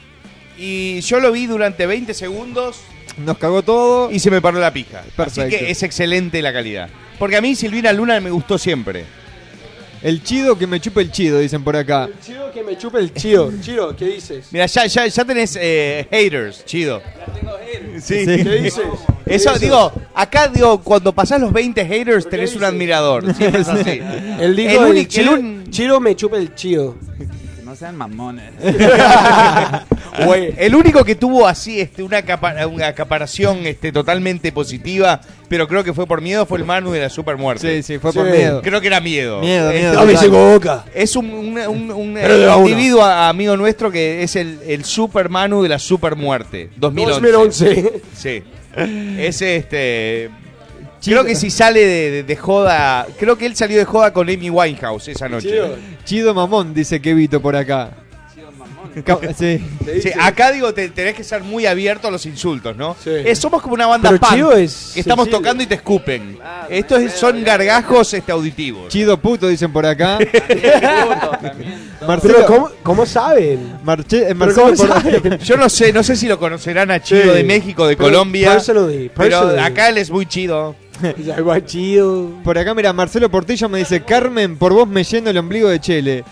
Speaker 3: Y yo lo vi durante 20 segundos
Speaker 5: Nos cagó todo.
Speaker 3: y se me paró la pija. Así
Speaker 5: Perfecto.
Speaker 3: que es excelente la calidad. Porque a mí Silvina Luna me gustó siempre.
Speaker 5: El chido que me chupe el chido, dicen por acá.
Speaker 6: Chido que me chupe el chido. Chido, ¿qué dices?
Speaker 3: Mira, ya, ya, ya tenés eh, haters, chido. Sí.
Speaker 6: ¿Qué dices? ¿Qué
Speaker 3: Eso,
Speaker 6: dices?
Speaker 3: digo, acá digo, cuando pasás los 20 haters tenés un admirador. Siempre
Speaker 6: *laughs*
Speaker 3: es así.
Speaker 6: Él dijo,
Speaker 3: El
Speaker 6: el,
Speaker 3: único-
Speaker 6: chido,
Speaker 3: el un-
Speaker 6: chido me chupa el chido.
Speaker 9: No sean mamones.
Speaker 3: *laughs* Güey, el único que tuvo así este, una, acapa- una acaparación este, totalmente positiva, pero creo que fue por miedo, fue el Manu de la super muerte.
Speaker 5: Sí, sí, fue por Sí. miedo.
Speaker 3: Creo que era miedo.
Speaker 5: Miedo,
Speaker 3: Eh,
Speaker 5: miedo,
Speaker 3: no, me
Speaker 5: total.
Speaker 3: llegó Boca. Es un, un- un- un,
Speaker 5: Pero de
Speaker 3: eh,
Speaker 5: a uno.
Speaker 3: individuo a- amigo nuestro que es el, el super Manu de la super muerte. 2011.
Speaker 6: 2011.
Speaker 3: Sí. Es este... Creo que si sale de, de- de joda... Creo que él salió de joda con Amy Winehouse esa noche.
Speaker 5: Chido. Chido mamón, dice Kevito por acá. Chido mamón. Sí.
Speaker 3: Sí, acá digo, te, tenés que ser muy abierto a los insultos, ¿no? Eh, somos como una banda
Speaker 5: Pero
Speaker 3: punk
Speaker 5: Chivo es
Speaker 3: que estamos
Speaker 5: sensible.
Speaker 3: tocando y te escupen. Estos es- son gargajos este, auditivos.
Speaker 5: Chido puto, dicen por acá.
Speaker 6: Pero ¿cómo, cómo saben?
Speaker 5: Marche- eh,
Speaker 6: Pero
Speaker 5: Marcelo
Speaker 6: ¿cómo
Speaker 5: por...
Speaker 3: *laughs* Yo no sé, no sé si lo conocerán a Chido
Speaker 6: Sí.
Speaker 3: de México, de
Speaker 6: Pero
Speaker 3: Colombia.
Speaker 6: personally, personally.
Speaker 3: Pero acá él es muy
Speaker 6: *laughs*
Speaker 3: chido.
Speaker 6: chido.
Speaker 5: Por acá, mira, Marcelo Portillo me dice, Carmen, por vos me lleno el ombligo de Chele.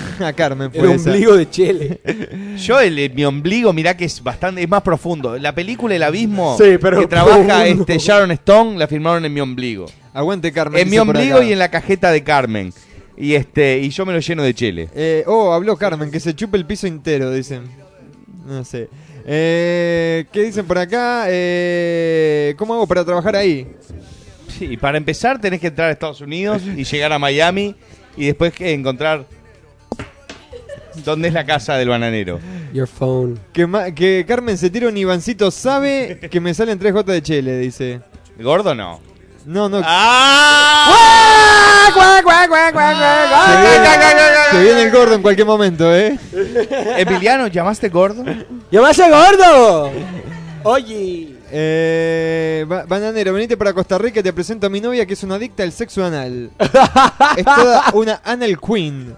Speaker 5: *laughs* a Carmen,
Speaker 6: El
Speaker 5: fue esa.
Speaker 6: ombligo de Chile.
Speaker 3: *laughs* Yo, el, eh, mi ombligo, mirá que es bastante, es más profundo. La película El Abismo
Speaker 6: Sí, pero
Speaker 3: que trabaja
Speaker 6: *laughs* profundo.
Speaker 3: este Sharon Stone la firmaron en mi ombligo.
Speaker 5: Aguante, Carmen.
Speaker 3: En mi
Speaker 5: dice por
Speaker 3: ombligo
Speaker 5: acá.
Speaker 3: y en la cajeta de Carmen. Y este, y yo me lo lleno de chile.
Speaker 5: Eh, oh, habló Carmen, que se chupe el piso entero, dicen. No sé. Eh, ¿Qué dicen por acá? Eh, ¿Cómo hago para trabajar ahí?
Speaker 3: Sí, para empezar tenés que entrar a Estados Unidos y llegar a Miami y después que encontrar dónde es la casa del bananero.
Speaker 6: Your phone.
Speaker 5: Que, ma- que Carmen se tira un Ivancito sabe que me salen tres gotas de chele, dice.
Speaker 3: ¿Gordo no? ¡Ah!
Speaker 5: No, no.
Speaker 3: Se viene-
Speaker 5: Se viene el gordo en cualquier momento, ¿eh?
Speaker 3: Emiliano, ¿llamaste gordo?
Speaker 6: ¡Llamaste gordo! Oye.
Speaker 5: Eh, ba- bananero, venite para Costa Rica y te presento a mi novia que es una adicta al sexo anal. *laughs* es toda una anal queen.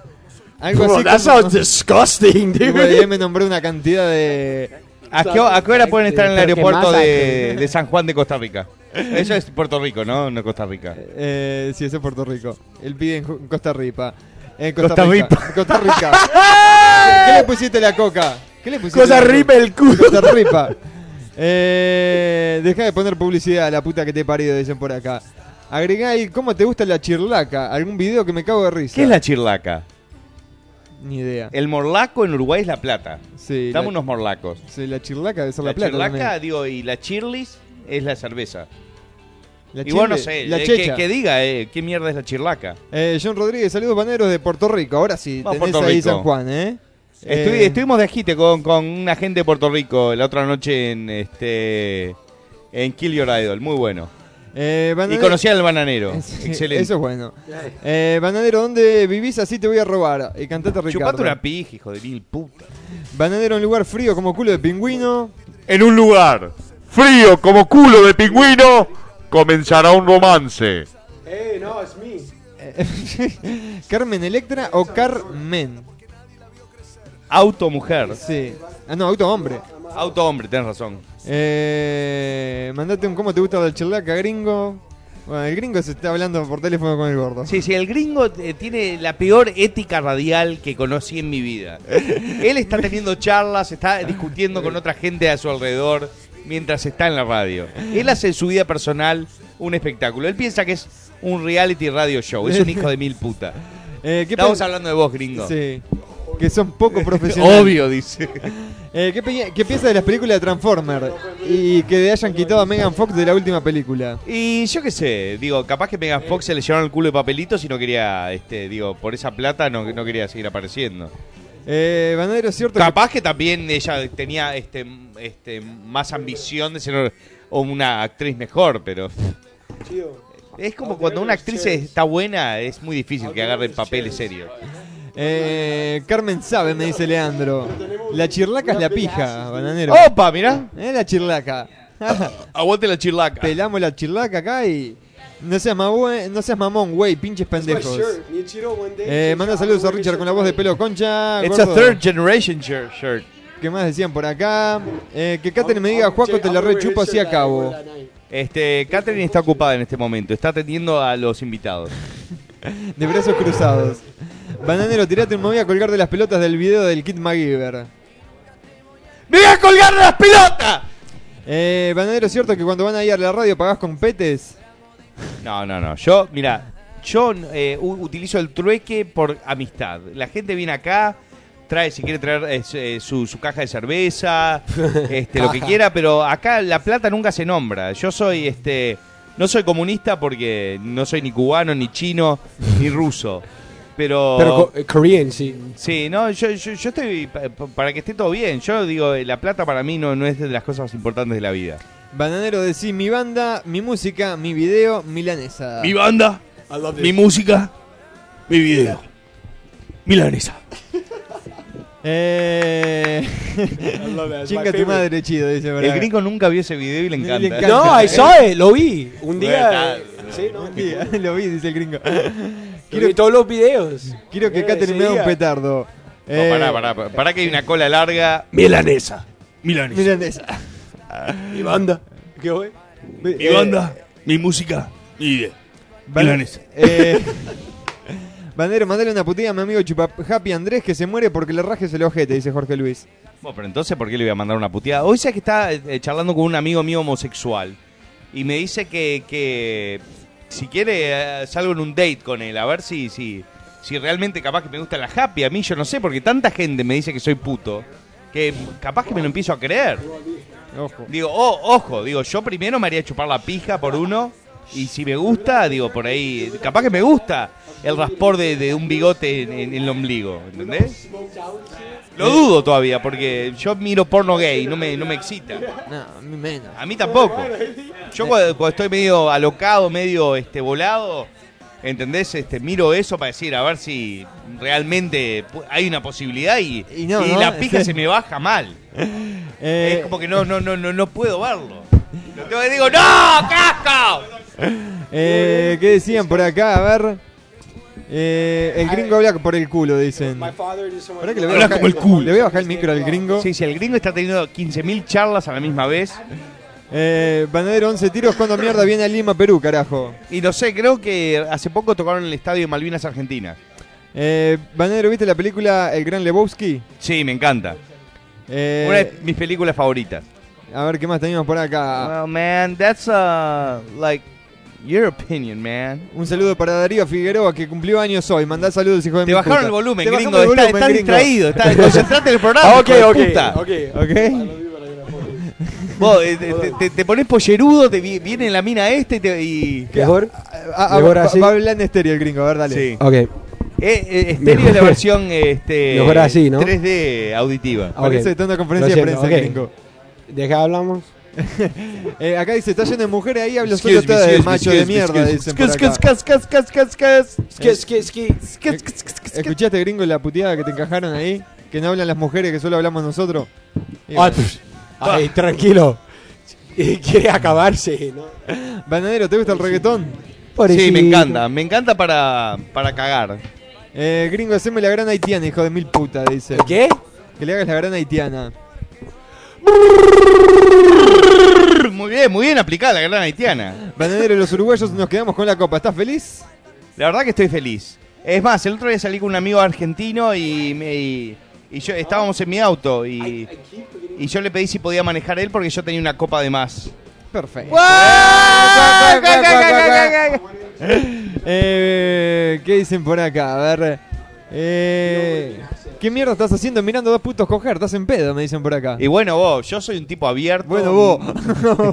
Speaker 5: Algo
Speaker 6: Bro,
Speaker 5: así
Speaker 6: that sounds disgusting, dude.
Speaker 5: Güey, me nombró una cantidad de...
Speaker 3: ¿A qué, ho- a qué hora pueden estar en el
Speaker 5: Pero qué
Speaker 3: aeropuerto
Speaker 5: masa,
Speaker 3: de, de San Juan de Costa Rica? Eso es Puerto Rico, ¿no? No Costa Rica.
Speaker 5: Eh, sí, eso es Puerto Rico. Él pide en Ju- Costa Rica. En
Speaker 3: Costa
Speaker 5: Costa Rica.
Speaker 3: Ripa.
Speaker 5: Costa Rica. ¿Qué le pusiste a la coca? ¿Qué le pusiste?
Speaker 6: Costa
Speaker 5: a la coca?
Speaker 6: Ripa el culo.
Speaker 5: Costa Ripa. Eh, deja de poner publicidad a la puta que te he parido, dicen por acá. Agregá ahí, ¿cómo te gusta la chirlaca? ¿Algún video que me cago de risa?
Speaker 3: ¿Qué es la chirlaca?
Speaker 5: Ni idea.
Speaker 3: El morlaco en Uruguay es La Plata.
Speaker 5: Sí,
Speaker 3: Estamos
Speaker 5: la-
Speaker 3: unos morlacos.
Speaker 5: Sí, la chirlaca debe ser la,
Speaker 3: La
Speaker 5: plata.
Speaker 3: chirlaca,
Speaker 5: también.
Speaker 3: digo, y la chirlis es la cerveza.
Speaker 5: La
Speaker 3: y bueno, no
Speaker 5: chirle-
Speaker 3: sé,
Speaker 5: La
Speaker 3: eh, que,
Speaker 5: checha.
Speaker 3: que diga, eh, ¿qué mierda es la chirlaca?
Speaker 5: Eh, John Rodríguez, saludos baneros de Puerto Rico. Ahora sí,
Speaker 3: Vamos,
Speaker 5: tenés
Speaker 3: Puerto
Speaker 5: ahí
Speaker 3: Rico.
Speaker 5: San Juan, ¿eh?
Speaker 3: Estuvi-
Speaker 5: Eh,
Speaker 3: estuvimos de ajite con, con una gente de Puerto Rico la otra noche en este en Kill Your Idol, muy bueno.
Speaker 5: Eh,
Speaker 3: Y conocí al bananero.
Speaker 5: *laughs* Sí,
Speaker 3: Excelente.
Speaker 5: Eso es bueno. Eh, bananero, ¿dónde vivís? Así te voy a robar. Y cantate Ricardo.
Speaker 3: Chupate una pija, hijo de mil puta.
Speaker 5: Bananero en un lugar frío como culo de pingüino.
Speaker 28: En un lugar frío como culo de pingüino, comenzará un romance.
Speaker 6: Eh, no, es mí.
Speaker 5: Eh, *laughs* Carmen Electra o Carmen.
Speaker 3: Auto mujer.
Speaker 5: Sí. Ah, no, auto hombre.
Speaker 3: Auto hombre, tenés razón.
Speaker 5: Eh, mandate un cómo te gusta la chelaca, gringo. Bueno, el gringo se está hablando por teléfono con el gordo.
Speaker 3: Sí, sí, el gringo eh, tiene la peor ética radial que conocí en mi vida. Él está teniendo charlas, está discutiendo con otra gente a su alrededor mientras está en la radio. Él hace en su vida personal un espectáculo. Él piensa que es un reality radio show. Es un hijo de mil puta.
Speaker 5: *laughs* Eh, ¿qué
Speaker 3: Estamos
Speaker 5: pen-
Speaker 3: hablando de vos, gringo.
Speaker 5: Sí. Que son
Speaker 3: *laughs*
Speaker 5: poco profesionales.
Speaker 3: Obvio, dice.
Speaker 5: Eh, ¿qué, pe- qué piensas de las películas de Transformer? Y que le hayan quitado a Megan Fox de la última película.
Speaker 3: Y yo qué sé, digo, capaz que Megan Fox se le llevaron el culo de papelitos y no quería, este, digo, por esa plata no, no quería seguir apareciendo.
Speaker 5: Eh, Banadero, ¿cierto?
Speaker 3: Capaz que también ella tenía este, este, más ambición de ser o una actriz mejor, pero es como cuando una actriz está buena, es muy difícil que agarre papeles serios.
Speaker 5: Eh, Carmen sabe, me dice Leandro. La chirlaca es la pija, bananero.
Speaker 3: ¡Opa, mirá!
Speaker 5: Eh, la chirlaca.
Speaker 3: Aguante la chirlaca.
Speaker 5: Pelamos la chirlaca acá y... No seas, mamón, no seas mamón, güey, pinches pendejos. Eh, manda saludos a Richard con la voz de pelo concha.
Speaker 3: It's
Speaker 5: gordo.
Speaker 3: a third generation shir- shirt.
Speaker 5: ¿Qué más decían por acá? Eh, que Catherine me diga, Juaco, te la rechupo así a cabo. *laughs*
Speaker 3: Este, Catherine está ocupada en este momento, está atendiendo a los invitados.
Speaker 5: De brazos cruzados. Bananero, tirate un me voy a colgar de las pelotas del video del Kid MacGyver.
Speaker 3: ¡Me voy a colgar de las pelotas!
Speaker 5: Eh, Bananero, ¿es cierto que cuando van a ir a la radio pagás con petes?
Speaker 3: No, no, no. Yo, mira, yo eh, u- utilizo el trueque por amistad. La gente viene acá, trae, si quiere traer eh, su- eh, su, su caja de
Speaker 6: *laughs*
Speaker 3: cerveza, este, lo que
Speaker 6: Caja.
Speaker 3: quiera, pero acá la plata nunca se nombra. Yo soy, este, no soy comunista porque no soy ni cubano, ni chino, ni ruso. Pero,
Speaker 6: Pero co- eh, Korean, sí.
Speaker 3: sí, no, yo, yo, yo estoy pa- pa- para que esté todo bien. Yo digo, eh, la plata para mí no, no es de las cosas más importantes de la vida.
Speaker 5: Bananero, decí mi banda, mi música, mi video, milanesa.
Speaker 8: Mi banda, mi música, mi video. Milanesa.
Speaker 5: Eh... *laughs* Chinga tu madre, chido, dice
Speaker 3: El
Speaker 5: Braga.
Speaker 3: gringo nunca vio ese video y le encanta.
Speaker 6: No, I saw it, lo vi. Un día. eh,
Speaker 3: Bueno, está-
Speaker 6: Sí, no, un día.
Speaker 5: *laughs* Lo vi, dice el gringo. *laughs*
Speaker 6: Quiero todos los videos.
Speaker 5: Quiero que
Speaker 6: Eh,
Speaker 5: Catherine
Speaker 6: ese
Speaker 5: me haga un
Speaker 6: día.
Speaker 5: petardo.
Speaker 3: No,
Speaker 5: Eh,
Speaker 3: pará, pará, pará, pará que hay una cola larga.
Speaker 8: Milanesa. Milanesa.
Speaker 5: Milanesa.
Speaker 8: Mi banda,
Speaker 6: ¿Qué Eh, fue?
Speaker 5: eh,
Speaker 8: mi banda, mi música, mi video.
Speaker 5: Ban-
Speaker 8: Milanesa.
Speaker 5: Eh, *laughs* Bananero, mandale una putilla a mi amigo Chupa Happy Andrés que se muere porque le rajes el ojete, dice Jorge Luis.
Speaker 3: Bueno, *laughs* pero entonces, ¿por qué le voy a mandar una puteada? Hoy sabes que estaba eh, charlando con un amigo mío homosexual y me dice que, que si quiere eh, salgo en un date con él, a ver si, si, si realmente capaz que me gusta la happy. A mí yo no sé, porque tanta gente me dice que soy puto que capaz que me lo empiezo a creer.
Speaker 5: Ojo.
Speaker 3: Digo, oh, ojo, digo, yo primero me haría chupar la pija por uno. Y si me gusta, digo, por ahí, capaz que me gusta el raspor de, de un bigote en, en el ombligo, ¿entendés? Lo dudo todavía, porque yo miro porno gay, no me, no me excita.
Speaker 5: No, a mí menos.
Speaker 3: A mí tampoco. Yo cuando, cuando estoy medio alocado, medio este volado, ¿entendés? Este, miro eso para decir, a ver si realmente pu- hay una posibilidad y,
Speaker 5: Y no,
Speaker 3: y
Speaker 5: ¿no?
Speaker 3: la pija
Speaker 5: Sí.
Speaker 3: se me baja *laughs* mal.
Speaker 5: Eh,
Speaker 3: Es como que no, no, no, no, no puedo verlo. Lo tengo que digo, ¡no! ¡Casco!
Speaker 5: Eh, ¿Qué decían por acá? A ver. Eh, el gringo habla por el culo, dicen. Pará que le voy
Speaker 6: *laughs*
Speaker 5: a bajar- Le voy a bajar el micro al gringo.
Speaker 3: Sí, sí, el gringo está teniendo 15.000 charlas a la misma vez.
Speaker 5: Eh, Banadero 11 tiros cuando mierda viene a Lima, Perú, carajo.
Speaker 3: Y no sé, creo que hace poco tocaron en el estadio de Malvinas Argentina.
Speaker 5: Eh, Banadero, ¿viste la película El Gran Lebowski?
Speaker 3: Sí, me encanta.
Speaker 5: Eh,
Speaker 3: Una de mis películas favoritas.
Speaker 5: A ver qué más tenemos por acá.
Speaker 3: Well, man, that's uh, like your opinion, man.
Speaker 5: Un saludo para Darío Figueroa que cumplió años hoy. Mandá saludos, hijo de
Speaker 3: Te
Speaker 5: mi
Speaker 3: bajaron
Speaker 5: puta.
Speaker 3: el volumen,
Speaker 5: Te
Speaker 3: gringo.
Speaker 5: bajamos el
Speaker 3: está
Speaker 5: volumen,
Speaker 3: está
Speaker 5: gringo.
Speaker 3: distraído.
Speaker 5: *laughs*
Speaker 3: Está, concentrate en el programa.
Speaker 5: Ah, *laughs* ok,
Speaker 3: hijo de
Speaker 5: ok,
Speaker 3: puta. Eh,
Speaker 5: Ok.
Speaker 3: Vos, eh, te, te- te- te pones pollerudo, te vi- viene la mina esta y te. y-
Speaker 6: Mejor.
Speaker 5: Ah, ah,
Speaker 6: Mejor
Speaker 5: va,
Speaker 6: así.
Speaker 5: va a hablar en estéreo el gringo, a ver, dale.
Speaker 3: Sí.
Speaker 6: Ok.
Speaker 3: Eh, eh, estéreo es la
Speaker 6: Mejor.
Speaker 3: versión este,
Speaker 6: Mejor así, ¿no?
Speaker 3: 3D auditiva.
Speaker 6: Ah, Ok.
Speaker 5: Parece que está en una conferencia
Speaker 6: Lo
Speaker 5: de
Speaker 6: siento,
Speaker 5: prensa el
Speaker 6: ok.
Speaker 5: gringo.
Speaker 6: ¿De qué hablamos?
Speaker 5: Eh, acá dice, está lleno de mujeres, ahí hablo
Speaker 6: Excuse
Speaker 5: solo
Speaker 6: me,
Speaker 5: toda de
Speaker 6: excuse me,
Speaker 5: macho
Speaker 6: excuse
Speaker 5: de
Speaker 6: me,
Speaker 5: mierda,
Speaker 6: excuse me.
Speaker 5: dicen por
Speaker 6: Excuse,
Speaker 5: acá. Eh,
Speaker 6: Skis, skis, skis.
Speaker 5: ¿Escuchaste, gringo, la puteada que te encajaron ahí? Que no hablan las mujeres, que solo hablamos nosotros. Y bueno.
Speaker 6: Ah, pues, Ay, tranquilo. *laughs* Y Quiere acabarse, ¿no?
Speaker 5: Bananero, ¿te gusta el reggaetón?
Speaker 3: Sí, me encanta. Me encanta para, para cagar.
Speaker 5: Eh, gringo, haceme la gran haitiana, hijo de mil puta, dice.
Speaker 6: ¿Qué?
Speaker 5: Que le hagas la gran haitiana.
Speaker 3: Muy bien, muy bien aplicada la gran haitiana.
Speaker 5: Bananero, los uruguayos nos quedamos con la copa. ¿Estás feliz?
Speaker 3: La verdad que estoy feliz. Es más, el otro día salí con un amigo argentino y, me- y, y yo estábamos en mi auto y, y yo le pedí si podía manejar él porque yo tenía una copa de más.
Speaker 5: Perfecto.
Speaker 8: ¡Guau! ¡Guau, guau, guau, guau, guau!
Speaker 5: Eh, ¿Qué dicen por acá? A ver. Eh, ¿Qué mierda estás haciendo mirando dos putos coger? Estás en pedo, me dicen por acá.
Speaker 3: Y bueno, vos, yo soy un tipo abierto. *laughs*
Speaker 5: Bueno, vos.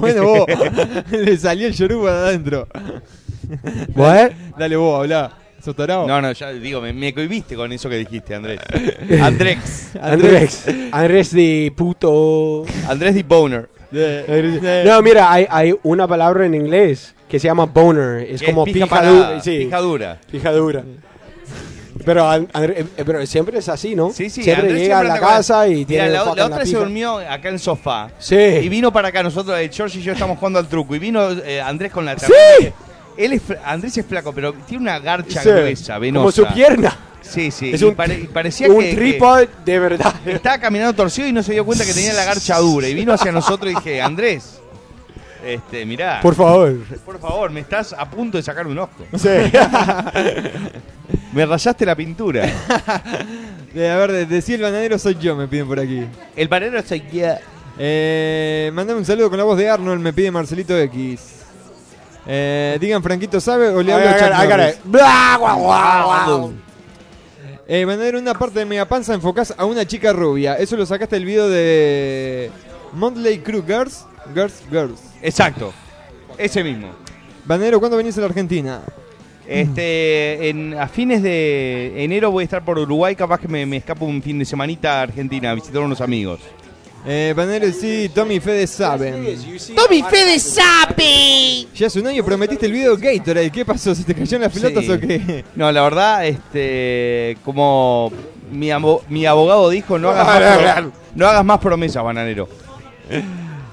Speaker 5: *laughs* bueno, vos. Le salió el yoruba de adentro.
Speaker 6: Bueno.
Speaker 5: Dale vos, habla. ¿Sos tarado?
Speaker 3: No, no, ya digo, me, me cohibiste con eso que dijiste,
Speaker 6: *laughs*
Speaker 3: Andrés. Andrés.
Speaker 6: Andrés. Andrés de puto.
Speaker 3: Andrés de boner.
Speaker 6: No, mira, hay, hay una palabra en inglés que se llama boner. Es
Speaker 3: Que
Speaker 6: como
Speaker 3: es pija
Speaker 6: pijadura.
Speaker 3: parada, pija dura.
Speaker 6: Pijadura. Pero, An- André- eh, pero siempre es así, ¿no?
Speaker 3: Sí,
Speaker 6: siempre
Speaker 3: Andrés
Speaker 6: llega a
Speaker 3: siempre
Speaker 6: la
Speaker 3: anda con
Speaker 6: casa y
Speaker 3: Mira,
Speaker 6: tiene
Speaker 3: la,
Speaker 6: el
Speaker 3: la
Speaker 6: foco en
Speaker 3: otra se
Speaker 6: pija.
Speaker 3: durmió acá en el sofá.
Speaker 6: Sí.
Speaker 3: Y vino para acá nosotros, el George y yo estamos jugando al truco. Y vino eh, Andrés con la
Speaker 6: Sí.
Speaker 3: tableta. Él es, fla- Andrés es flaco, pero tiene una garcha
Speaker 6: Sí.
Speaker 3: gruesa, venosa.
Speaker 6: Como su pierna.
Speaker 3: Sí, sí.
Speaker 6: Es
Speaker 3: y
Speaker 6: un-
Speaker 3: pare- y parecía
Speaker 6: un
Speaker 3: que- que-
Speaker 6: trípode de verdad.
Speaker 3: Estaba caminando torcido y no se dio cuenta que tenía la garcha dura. Y vino hacia nosotros y dije, Andrés, este, mirá.
Speaker 6: Por favor.
Speaker 3: Por favor, me estás a punto de sacar un ojo. *laughs*
Speaker 6: Sí.
Speaker 3: me rayaste la pintura.
Speaker 5: Eh, a ver, *laughs* de- decí el bananero soy yo, me piden por aquí.
Speaker 3: El bananero soy yo.
Speaker 5: Eh, mandame un saludo con la voz de Arnold, me pide Marcelito X. Eh, digan, Franquito sabe o le
Speaker 6: I
Speaker 5: hablo a
Speaker 6: got it, I
Speaker 5: Chuck
Speaker 6: got
Speaker 5: Norris?
Speaker 6: it. Bla, guau, guau, guau.
Speaker 5: Eh, Bananero, una parte de Megapanza enfocás a una chica rubia. Eso lo sacaste del video de Montley Crew Girls. Girls, Girls.
Speaker 3: Exacto. Ese mismo.
Speaker 5: Bananero, ¿cuándo venís a la Argentina?
Speaker 3: Este, en, a fines de enero voy a estar por Uruguay, capaz que me, me escapo un fin de semanita a Argentina a visitar a unos amigos.
Speaker 5: Eh, Bananero, sí, Tommy y Fede saben.
Speaker 8: ¡Tommy Fede Sapi!
Speaker 5: Ya hace un año prometiste el video Gatorade. ¿Qué pasó? ¿Se te cayeron las pelotas
Speaker 3: Sí.
Speaker 5: o qué?
Speaker 3: No, la verdad, este, como mi, amo- mi abogado dijo, no
Speaker 5: *laughs*
Speaker 3: hagas, más, pro- no hagas más promesas, bananero.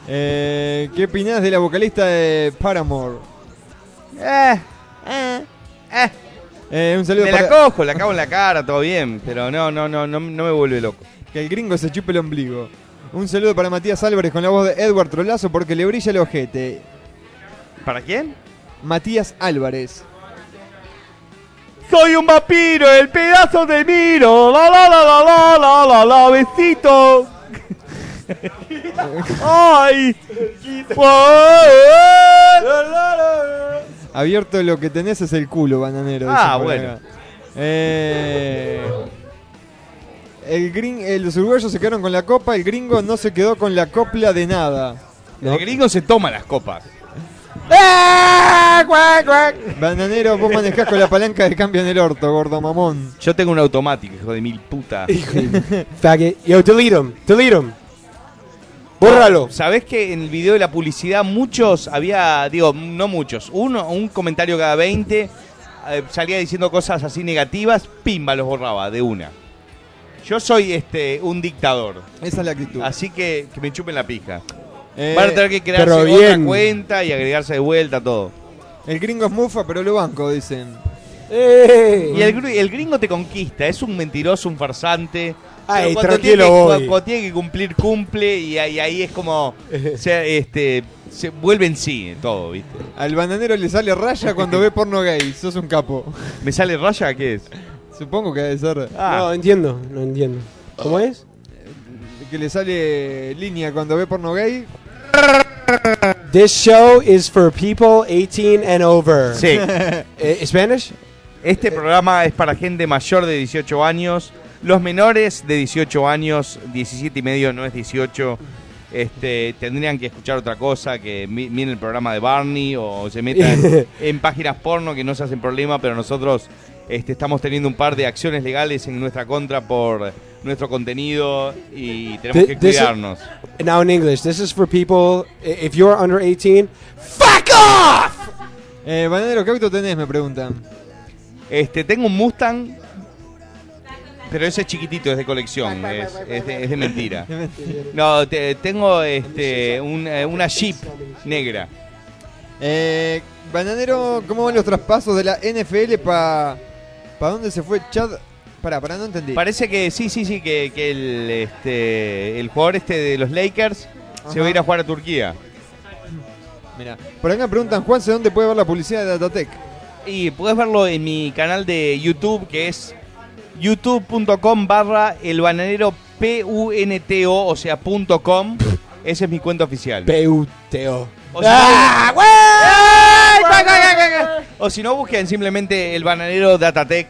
Speaker 5: Eh, ¿Qué opinás de la vocalista de Paramore?
Speaker 3: Eh.
Speaker 5: Eh, un saludo
Speaker 3: Me la
Speaker 5: para...
Speaker 3: cojo, la cago en la cara, todo bien, pero no, no, no, no, no me vuelve loco.
Speaker 5: Que el gringo se chupe el ombligo. Un saludo para Matías Álvarez con la voz de Edward Trolazo porque le brilla el ojete.
Speaker 3: ¿Para quién?
Speaker 5: Matías Álvarez.
Speaker 8: Soy un vampiro, el pedazo de miro. La la la la la la la la besito. Ay.
Speaker 5: Abierto lo que tenés es el culo, bananero.
Speaker 8: Ah,
Speaker 5: dicen por
Speaker 8: bueno.
Speaker 5: acá. Eh, el gring, eh, los uruguayos se quedaron con la copa, el gringo no se quedó con la copla de nada.
Speaker 3: El gringo se toma las copas.
Speaker 5: ¡Eh! Bananero, vos manejás con la palanca de cambio en el orto, gordo mamón.
Speaker 3: Yo tengo un automático, hijo de mil puta.
Speaker 6: Faggot. Yo, delete him. Delete 'em. him. Bórralo.
Speaker 3: ¿Sabés que en el video de la publicidad muchos había, digo, no muchos, uno, un comentario cada 20 eh, salía diciendo cosas así negativas, pimba, los borraba de una. Yo soy este un dictador.
Speaker 5: Esa es la actitud.
Speaker 3: Así que que me chupen la pija.
Speaker 5: Eh,
Speaker 3: Van a tener que crearse
Speaker 5: pero
Speaker 3: otra
Speaker 5: bien.
Speaker 3: cuenta y agregarse de vuelta todo.
Speaker 5: El gringo es mufa, pero lo banco, dicen.
Speaker 3: Y el, gr- el gringo te conquista, es un mentiroso, un farsante.
Speaker 6: Ay,
Speaker 3: Pero cuando
Speaker 6: tranquilo,
Speaker 3: tiene, que-
Speaker 6: voy.
Speaker 3: cuando tiene que cumplir, cumple y ahí, ahí es
Speaker 6: *laughs*
Speaker 3: como se, este, se vuelve en sí todo, ¿viste?
Speaker 5: Al bananero le sale raya cuando ve porno gay, sos un capo.
Speaker 3: ¿Me sale raya? ¿Qué es? Ah.
Speaker 5: Supongo que debe ser.
Speaker 6: No, entiendo, no entiendo. ¿Cómo es?
Speaker 5: Eh, Que le sale línea cuando ve
Speaker 6: *laughs*
Speaker 5: porno gay.
Speaker 6: This show is for people 18 and over.
Speaker 3: Sí.
Speaker 6: *laughs* Eh, Spanish? Eh,
Speaker 3: Este programa es para gente mayor de 18 años. Los menores de 18 años, 17 y medio no es 18. Este, tendrían que escuchar otra cosa, que mi- miren el programa de Barney o se
Speaker 6: *laughs*
Speaker 3: metan en páginas porno que no se hacen problema, pero nosotros este, estamos teniendo un par de acciones legales en nuestra contra por nuestro contenido y tenemos
Speaker 6: Th-
Speaker 3: que
Speaker 6: this-
Speaker 3: cuidarnos.
Speaker 6: now in English, this is for people. i- If you're under 18,
Speaker 5: Eh, Banadero, ¿qué auto tenés? Me preguntan.
Speaker 3: Este, tengo un Mustang, pero ese es chiquitito, es de colección, es, es de, *laughs* es de mentira. No, te- tengo este, un, eh, una Jeep negra.
Speaker 5: Eh, Bananero, ¿cómo van los traspasos de la NFL para para dónde se fue Chad? Pará, pará, no entendí.
Speaker 3: Parece que sí, sí, sí, que, que el, este, el jugador este de los Lakers se
Speaker 5: Ajá.
Speaker 3: va a ir a jugar a Turquía.
Speaker 5: Mira, por acá me preguntan, Juanse, ¿dónde puede ver la publicidad de Datatec?
Speaker 3: Y puedes verlo en mi canal de YouTube, que es youtube.com barra el bananero PUNTO, o sea, punto com. Ese es mi cuenta oficial.
Speaker 6: PUTO.
Speaker 3: O si, no, o si no, busquen simplemente el bananero Datatec.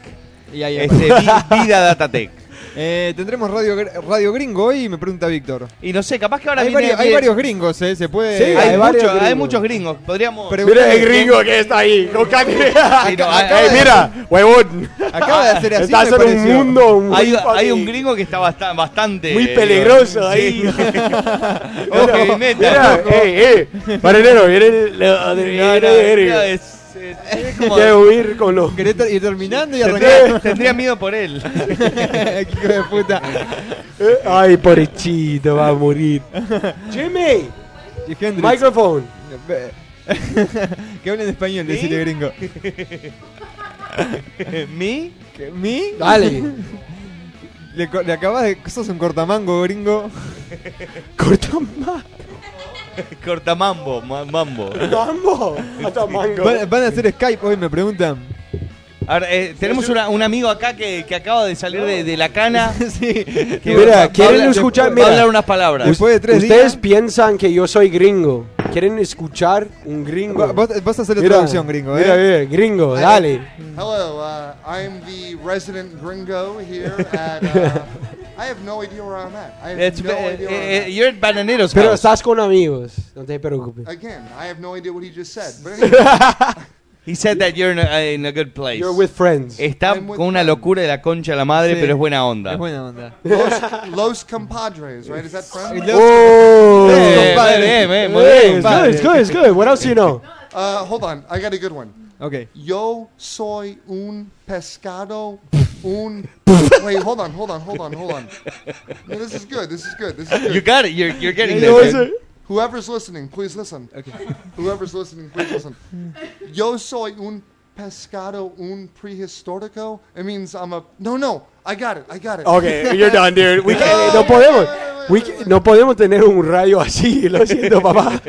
Speaker 3: Este, vi- vida Datatec.
Speaker 5: *laughs* Eh, tendremos radio, gr- radio gringo hoy, me pregunta Víctor.
Speaker 3: Y no sé, capaz que ahora
Speaker 5: hay,
Speaker 3: viene-
Speaker 5: varios, hay
Speaker 3: viene-
Speaker 5: varios gringos, eh, se puede...
Speaker 3: Sí, hay, muchos, gringos. hay muchos gringos. Podríamos.
Speaker 5: Mira el gringo
Speaker 8: que está ahí. Con Cani.
Speaker 3: Sí, no, hay-
Speaker 8: Ey, mira, huevón.
Speaker 5: Acaba de hacer así,
Speaker 8: Estás en
Speaker 5: me
Speaker 8: un
Speaker 5: pareció.
Speaker 8: mundo muy
Speaker 3: Hay,
Speaker 8: fucking-
Speaker 3: hay un gringo que está basta- bastante.
Speaker 8: Muy peligroso
Speaker 3: *laughs*
Speaker 8: ahí.
Speaker 3: Ojo, que neta.
Speaker 8: Mira, eh, eh. Marinero, viene el.
Speaker 3: No, no, no, es-
Speaker 5: eh,
Speaker 3: es- es como-
Speaker 8: Quiere huir con los.
Speaker 5: Querés ter- ir terminando y
Speaker 3: Tendría,
Speaker 5: arrancar.
Speaker 3: tendría miedo por él.
Speaker 5: *laughs* Hijo de puta.
Speaker 6: Eh, ay, pobrecito, va a morir. Jimmy,
Speaker 5: Y Hendrix.
Speaker 6: microphone.
Speaker 5: *laughs* que hablen español, decirle gringo.
Speaker 3: ¿Mi?
Speaker 5: ¿Qué, ¿Mi?
Speaker 6: Dale.
Speaker 5: *laughs* Le, co- le acabas de. Sos un cortamango, gringo.
Speaker 3: Cortamambo, ma- mambo.
Speaker 6: Mambo, hasta mango.
Speaker 5: Van, van a hacer Skype hoy, me preguntan.
Speaker 3: Ahora, eh, tenemos una- un amigo acá que, que acaba de salir de, de la
Speaker 6: *laughs*
Speaker 3: cana.
Speaker 5: sí.
Speaker 3: Que
Speaker 6: Mira,
Speaker 3: va- va a
Speaker 6: ¿quieren
Speaker 3: hablar-
Speaker 6: escuchar?
Speaker 3: va
Speaker 6: Mira.
Speaker 3: a hablar unas palabras.
Speaker 6: Ustedes piensan que yo soy gringo. ¿Quieren escuchar un
Speaker 5: Va-
Speaker 6: gringo?
Speaker 5: vas- vas a Ah, hacer la
Speaker 6: Mira,
Speaker 5: traducción, gringo, eh.
Speaker 6: Mira, mira, gringo, dale.
Speaker 13: Hello, uh, I'm the resident gringo
Speaker 3: *laughs*
Speaker 13: here at. Uh, I have no idea where I'm at. I have
Speaker 3: It's-
Speaker 13: no
Speaker 3: eh,
Speaker 13: idea where
Speaker 3: eh,
Speaker 13: I'm at.
Speaker 3: you're at Bananeros
Speaker 6: Pero
Speaker 3: house.
Speaker 6: estás con amigos, no te preocupes.
Speaker 13: Again, I have no idea what he just said.
Speaker 3: *laughs*
Speaker 13: But anyway,
Speaker 3: He said that you're in a, in a good place.
Speaker 6: You're with friends.
Speaker 3: Está
Speaker 13: I'm with
Speaker 3: con una locura de la concha de la madre,
Speaker 5: Sí.
Speaker 3: pero es buena onda.
Speaker 5: Es buena onda.
Speaker 13: Los, los compadres, right? Is that French?
Speaker 6: Oh,
Speaker 3: Eh, bien, bien, muy bien,
Speaker 6: it's
Speaker 3: compadre.
Speaker 6: good, it's good, it's good. What else do you know?
Speaker 13: Uh, hold on, I got a good one.
Speaker 5: Ok.
Speaker 13: Yo soy un pescado,
Speaker 3: *laughs*
Speaker 13: un. Wait, hold on, hold on, hold on, hold on. No, this is good. This is good. This is good.
Speaker 3: You got it. You're, you're getting
Speaker 13: Yeah,
Speaker 3: there.
Speaker 13: yeah,
Speaker 3: man.
Speaker 13: Whoever's listening, please listen. *laughs* Whoever's listening, please listen. Yo soy un pescado un prehistórico. It means I'm a. No, no. I got it. I got it.
Speaker 8: Okay, you're done,
Speaker 6: *laughs*
Speaker 8: dude. We
Speaker 6: Eh,
Speaker 8: can't.
Speaker 6: no podemos. we ca- no podemos tener un rayo así, lo siento, papá.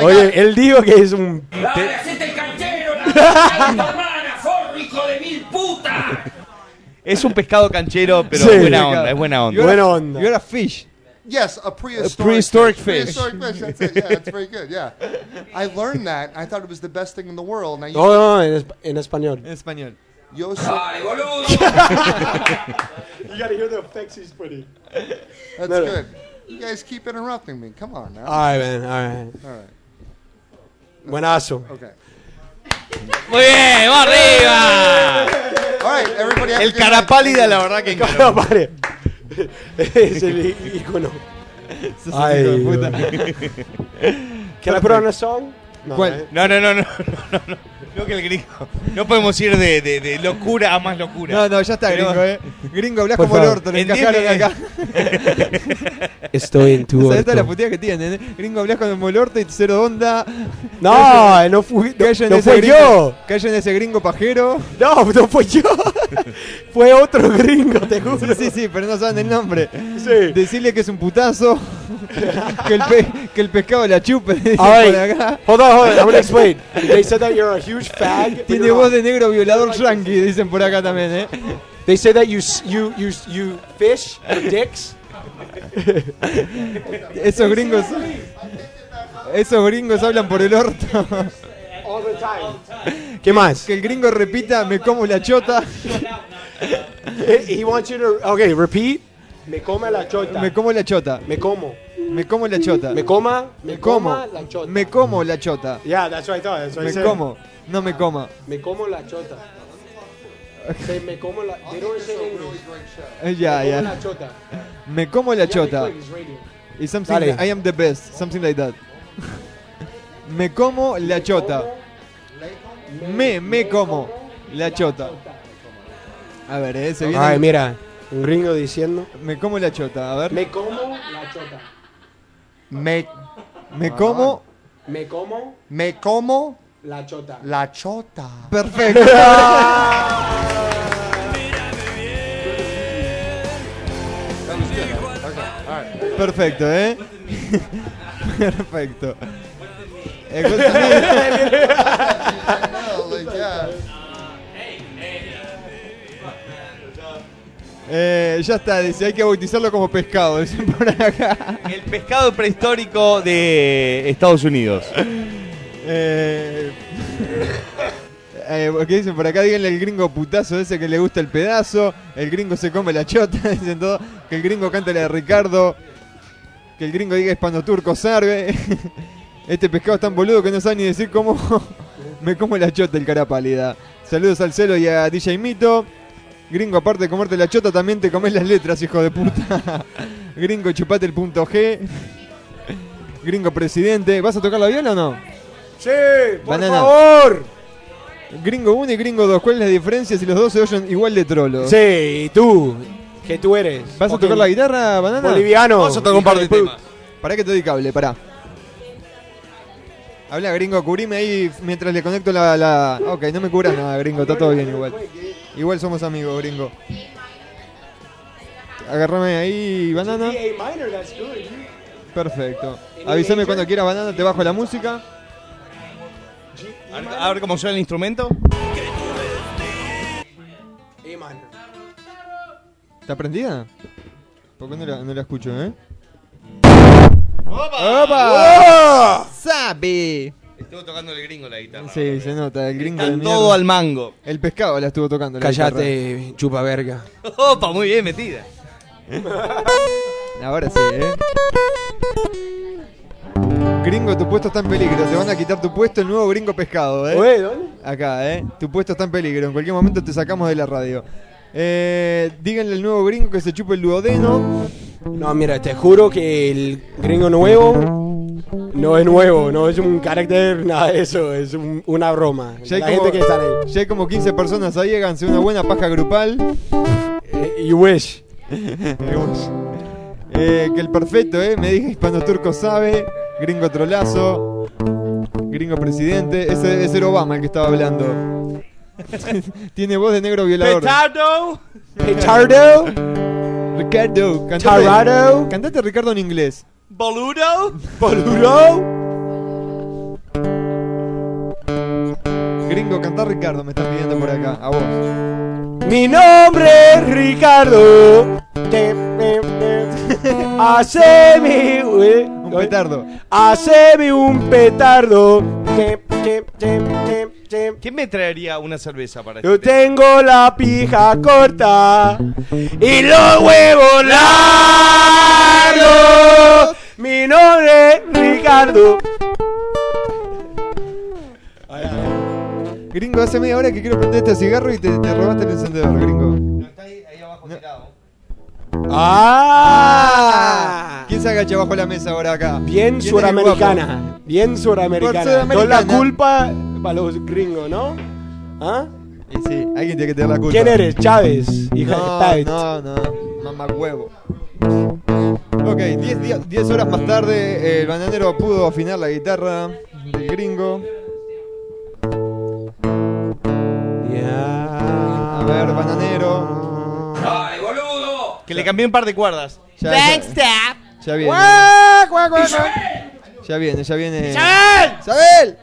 Speaker 6: Oye, él dijo que es un.
Speaker 7: ¡Dale, hacete el canchero! ¡La concha de tu hermana! ¡Forro, hijo de mil puta!
Speaker 3: *laughs* Es un pescado canchero, pero
Speaker 6: Sí.
Speaker 3: es buena onda. Es buena onda.
Speaker 6: Buena onda.
Speaker 5: You're a fish.
Speaker 13: Yes, a prehistoric,
Speaker 3: prehistoric fish.
Speaker 13: Prehistoric fish. That's it. Yeah, that's very good. Yeah, I learned that. I thought it was the best thing in the world. Now you,
Speaker 6: No, no, no, en, esp- en español.
Speaker 5: En español.
Speaker 13: yo soy.
Speaker 7: ¡Dale,
Speaker 8: *laughs*
Speaker 6: *laughs*
Speaker 7: boludo!
Speaker 6: You gotta hear the effects he's putting.
Speaker 13: That's
Speaker 6: no.
Speaker 13: good. You guys keep interrupting me. Come on now.
Speaker 6: Alright, man, alright.
Speaker 13: All right.
Speaker 6: Buenazo.
Speaker 13: Okay.
Speaker 3: Muy bien, vamos arriba.
Speaker 13: All right, everybody. Have a
Speaker 3: El
Speaker 13: good night.
Speaker 3: carapálida, la verdad que
Speaker 6: No, pare. *laughs* es el ícono.
Speaker 5: Sos un
Speaker 6: Ay,
Speaker 5: hijo de puta.
Speaker 6: Can I put on a song? No,
Speaker 5: ¿Cuál?
Speaker 6: eh.
Speaker 3: No, no, no, no, no, no, no, que el gringo. No podemos ir de, de- de locura a más locura.
Speaker 5: No, no, ya está,
Speaker 3: Pero-
Speaker 5: gringo, eh. Gringo, hablas
Speaker 6: Por
Speaker 5: como el
Speaker 6: favor.
Speaker 5: orto, lo
Speaker 3: Entiende-
Speaker 5: encajaron acá.
Speaker 6: *laughs* eh. Estoy en
Speaker 5: *laughs*
Speaker 6: tu
Speaker 5: ¿Sabés toda la
Speaker 6: orto.
Speaker 5: puteada que tienen? eh? Gringo, hablas como el orto y cero onda.
Speaker 6: No, eh, no fui, no,
Speaker 5: Callen
Speaker 6: no
Speaker 5: ese
Speaker 6: fue
Speaker 5: gringo,
Speaker 6: yo.
Speaker 5: Callen ese gringo pajero.
Speaker 6: *laughs* No, no fue
Speaker 5: *laughs*
Speaker 6: yo. fue otro gringo, te juro.
Speaker 5: Sí, sí, sí, pero no saben el nombre.
Speaker 6: Sí.
Speaker 5: Decirle que es
Speaker 6: *laughs*
Speaker 5: un putazo. que, el pe- que el pescado la chupe. dicen
Speaker 6: All
Speaker 5: por
Speaker 6: right.
Speaker 5: acá.
Speaker 6: Hold on, hold on. I'm gonna
Speaker 5: *laughs*
Speaker 6: explain. They said that you're a huge fag. but
Speaker 5: Tiene
Speaker 6: you're
Speaker 5: voz
Speaker 6: not.
Speaker 5: de negro violador yankee, dicen por acá también, eh.
Speaker 6: *laughs* They say that you s- you you s- you fish for dicks.
Speaker 5: *laughs* Esos gringos. Esos gringos hablan por el orto.
Speaker 6: *laughs* ¿Qué más?
Speaker 5: que el gringo repita, me como la chota.
Speaker 6: Eh, He, he wants you to okay. Repeat. Me come la chota.
Speaker 5: Me como la chota.
Speaker 6: Me como.
Speaker 5: Me como la chota.
Speaker 6: Me coma.
Speaker 5: Me
Speaker 6: Me
Speaker 5: como.
Speaker 6: coma la chota.
Speaker 5: Me como la chota.
Speaker 6: yeah, that's what I thought. That's what I
Speaker 5: Me
Speaker 6: said.
Speaker 5: como. No me coma.
Speaker 6: Me como la chota. Se me como la. They don't say in English.
Speaker 5: Eh, ya,
Speaker 6: Me como
Speaker 5: ya.
Speaker 6: la chota. Yeah,
Speaker 5: Me como la
Speaker 6: they
Speaker 5: chota.
Speaker 6: call it radio.
Speaker 5: Y something
Speaker 6: Dale.
Speaker 5: like- I am the best, something like that. *laughs* me como la chota. Me, me como la chota. A ver, eh, se viene.
Speaker 6: Ay, mira, un gringo diciendo.
Speaker 5: Me como la chota, a ver.
Speaker 6: Me como la chota.
Speaker 5: Me, como.
Speaker 6: Me como
Speaker 13: Me como
Speaker 6: la chota.
Speaker 13: la chota. *laughs*
Speaker 5: Perfecto. Perfecto, ¿eh? *laughs* Perfecto.
Speaker 6: *laughs*
Speaker 5: Eh, justamente- Eh, ya está, dice, hay que bautizarlo como pescado, dicen por acá.
Speaker 8: El pescado prehistórico de Estados Unidos.
Speaker 5: Eh, *laughs* eh, ¿Qué dicen por acá? Díganle el gringo putazo ese que le gusta el pedazo. El gringo se come la chota, *laughs* dicen todo. Que el gringo cante la de Ricardo. Que el gringo diga hispano turco sarve. *laughs* Este pescado es tan boludo que no sabe ni decir cómo *laughs* me como la chota el cara pálida. Saludos al Celo y a DJ Mito. Gringo, aparte de comerte la chota, también te comes las letras, hijo de puta. *laughs* Gringo, chupate el punto G. *laughs* Gringo, presidente. ¿Vas a tocar la viola o no?
Speaker 6: Sí,
Speaker 5: por favor. Gringo 1 y Gringo 2, ¿cuál es la diferencia si los dos se oyen igual de trolos?
Speaker 6: Sí, tú, que tú eres.
Speaker 5: ¿Vas a tocar la guitarra, banana?
Speaker 6: Boliviano.
Speaker 5: Vamos a tocar un
Speaker 6: hijo
Speaker 5: par
Speaker 6: de
Speaker 5: de
Speaker 6: pu-
Speaker 5: temas. Pará que te doy cable, pará. Habla, gringo, cubrime ahí mientras le conecto la. la- Ok, no me cubras nada, gringo, está todo bien igual. Igual somos amigos, gringo. Agarrame ahí,
Speaker 6: A
Speaker 5: banana.
Speaker 6: minor, that's good.
Speaker 5: Perfecto. Avísame cuando quieras, banana, te bajo la música.
Speaker 8: A ver, a ver cómo suena el instrumento.
Speaker 6: A minor.
Speaker 5: ¿Está prendida? ¿Por qué no la, no la escucho, eh?
Speaker 8: ¡Opa!
Speaker 5: ¡Opa! ¡Sabe!
Speaker 8: Estuvo tocando el gringo la guitarra.
Speaker 5: Sí, se nota, el gringo. de
Speaker 8: Están
Speaker 5: mierda.
Speaker 8: todo al mango.
Speaker 5: El pescado la estuvo tocando. la
Speaker 6: Cállate, chupa verga.
Speaker 8: Opa, muy bien metida.
Speaker 5: guitarra. Ahora sí, eh. Gringo, tu puesto está en peligro. Te van a quitar tu puesto el nuevo gringo pescado, eh.
Speaker 6: Ué, ¿dónde?
Speaker 5: Acá, eh. Tu puesto está en peligro. En cualquier momento te sacamos de la radio. Eh, díganle al nuevo gringo que se chupe el duodeno.
Speaker 6: No, mira, te juro que el gringo nuevo no es nuevo, no es un carácter, nada de eso, es un- una broma.
Speaker 5: Ya hay
Speaker 6: la
Speaker 5: como-
Speaker 6: gente que está ahí.
Speaker 5: Ya hay como 15 personas ahí, háganse una buena paja grupal.
Speaker 6: You *laughs* wish.
Speaker 5: Eh, que el perfecto, eh, me dije hispano turco sabe, gringo trolazo, gringo presidente, ese debe ser Obama el que estaba hablando. *laughs* Tiene voz de negro violador.
Speaker 8: Petardo.
Speaker 6: Petardo.
Speaker 5: Ricardo, cantate,
Speaker 6: Tarado.
Speaker 5: cantate Ricardo en inglés.
Speaker 8: Boludo.
Speaker 6: Boludo.
Speaker 5: Gringo, cantá Ricardo, me están pidiendo por acá, a vos.
Speaker 6: Mi nombre es Ricardo. Te- me- me-
Speaker 5: *laughs*
Speaker 6: Haceme. ué,
Speaker 5: Un petardo.
Speaker 6: Haceme un petardo. Te- te- te- te- te-
Speaker 8: ¿Quién me traería una cerveza para
Speaker 6: Yo
Speaker 8: este
Speaker 6: tengo la pija corta y los huevos largos. Mi nombre es Ricardo.
Speaker 5: Gringo, hace media hora que quiero prender este cigarro y te, te robaste el encendedor, gringo.
Speaker 6: Ah,
Speaker 5: ¿Quién se agacha bajo la mesa ahora acá?
Speaker 6: bien
Speaker 5: ¿Quién es el guapo?
Speaker 6: suramericana, bien
Speaker 5: Por
Speaker 6: suramericana. No
Speaker 5: suramericana.
Speaker 6: la culpa para los gringos, ¿no? ¿Ah?
Speaker 5: Y sí, alguien tiene que tener la culpa.
Speaker 6: ¿Quién eres, Chávez? Hija de
Speaker 5: No,
Speaker 6: Chávez.
Speaker 5: no, no, mamá huevo. Ok, 10 horas más tarde el bananero pudo afinar la guitarra del gringo. A ver, bananero.
Speaker 4: ¡Dale, boludo!
Speaker 8: Que le cambié un par de cuerdas.
Speaker 5: Ya,
Speaker 4: Thanks,
Speaker 5: ya, ya viene. Ya viene, ya viene. ¡Sabel!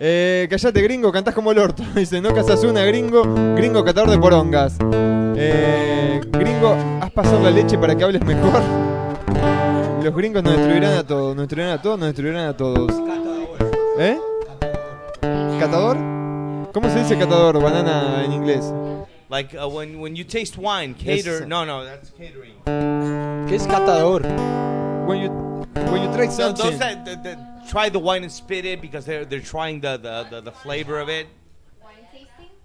Speaker 5: Eh, callate, gringo, cantás como el orto. *laughs* Dice, no casas una, gringo. Gringo, catador de porongas. Eh, gringo, haz pasar la leche para que hables mejor. *laughs* Los gringos nos destruirán a todos, nos destruirán a todos, nos destruirán a todos. ¿Eh? ¿Catador? ¿Cómo se dice catador, banana, en inglés?
Speaker 8: Like uh, when when you taste wine, cater.
Speaker 5: Yes.
Speaker 8: No, no, that's catering.
Speaker 6: ¿Qué es catador?
Speaker 5: When you, when you try
Speaker 8: No,
Speaker 5: something.
Speaker 8: those that, that, that try the wine and spit it because they're they're trying the the, the, the flavor of it.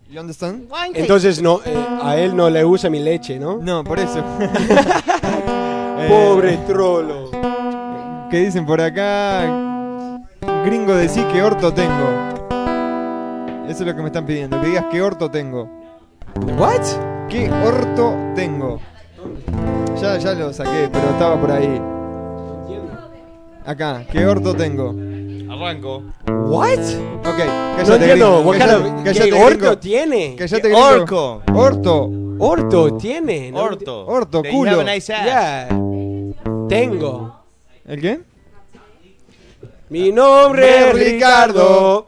Speaker 5: You understand?
Speaker 6: Entonces no, eh, a él no le usa mi leche, ¿no?
Speaker 5: No,
Speaker 6: *laughs*
Speaker 5: por eso.
Speaker 6: Pobre trolo.
Speaker 5: ¿Qué dicen por acá? Gringo, decí que orto tengo. Eso es lo que me están pidiendo. Que digas que orto tengo.
Speaker 6: ¿What?
Speaker 5: ¿Qué orto tengo? Ya, ya lo saqué, pero estaba por ahí. Acá, ¿qué orto tengo?
Speaker 3: Arranco.
Speaker 6: What?
Speaker 5: Ok,
Speaker 6: No
Speaker 5: cállate,
Speaker 6: entiendo,
Speaker 5: gringo.
Speaker 6: what kind of-
Speaker 5: Cállate, cállate,
Speaker 6: ¿qué orto
Speaker 5: gringo.
Speaker 6: tiene?
Speaker 5: Cállate,
Speaker 6: ¿Qué
Speaker 5: gringo.
Speaker 6: orco?
Speaker 5: Orto.
Speaker 6: Orto tiene. ¿no?
Speaker 3: Orto.
Speaker 5: Orto,
Speaker 3: They
Speaker 5: culo.
Speaker 3: have a nice ass.
Speaker 6: Yeah. Tengo.
Speaker 5: ¿El qué?
Speaker 6: Mi nombre es
Speaker 5: Hombre,
Speaker 6: Ricardo.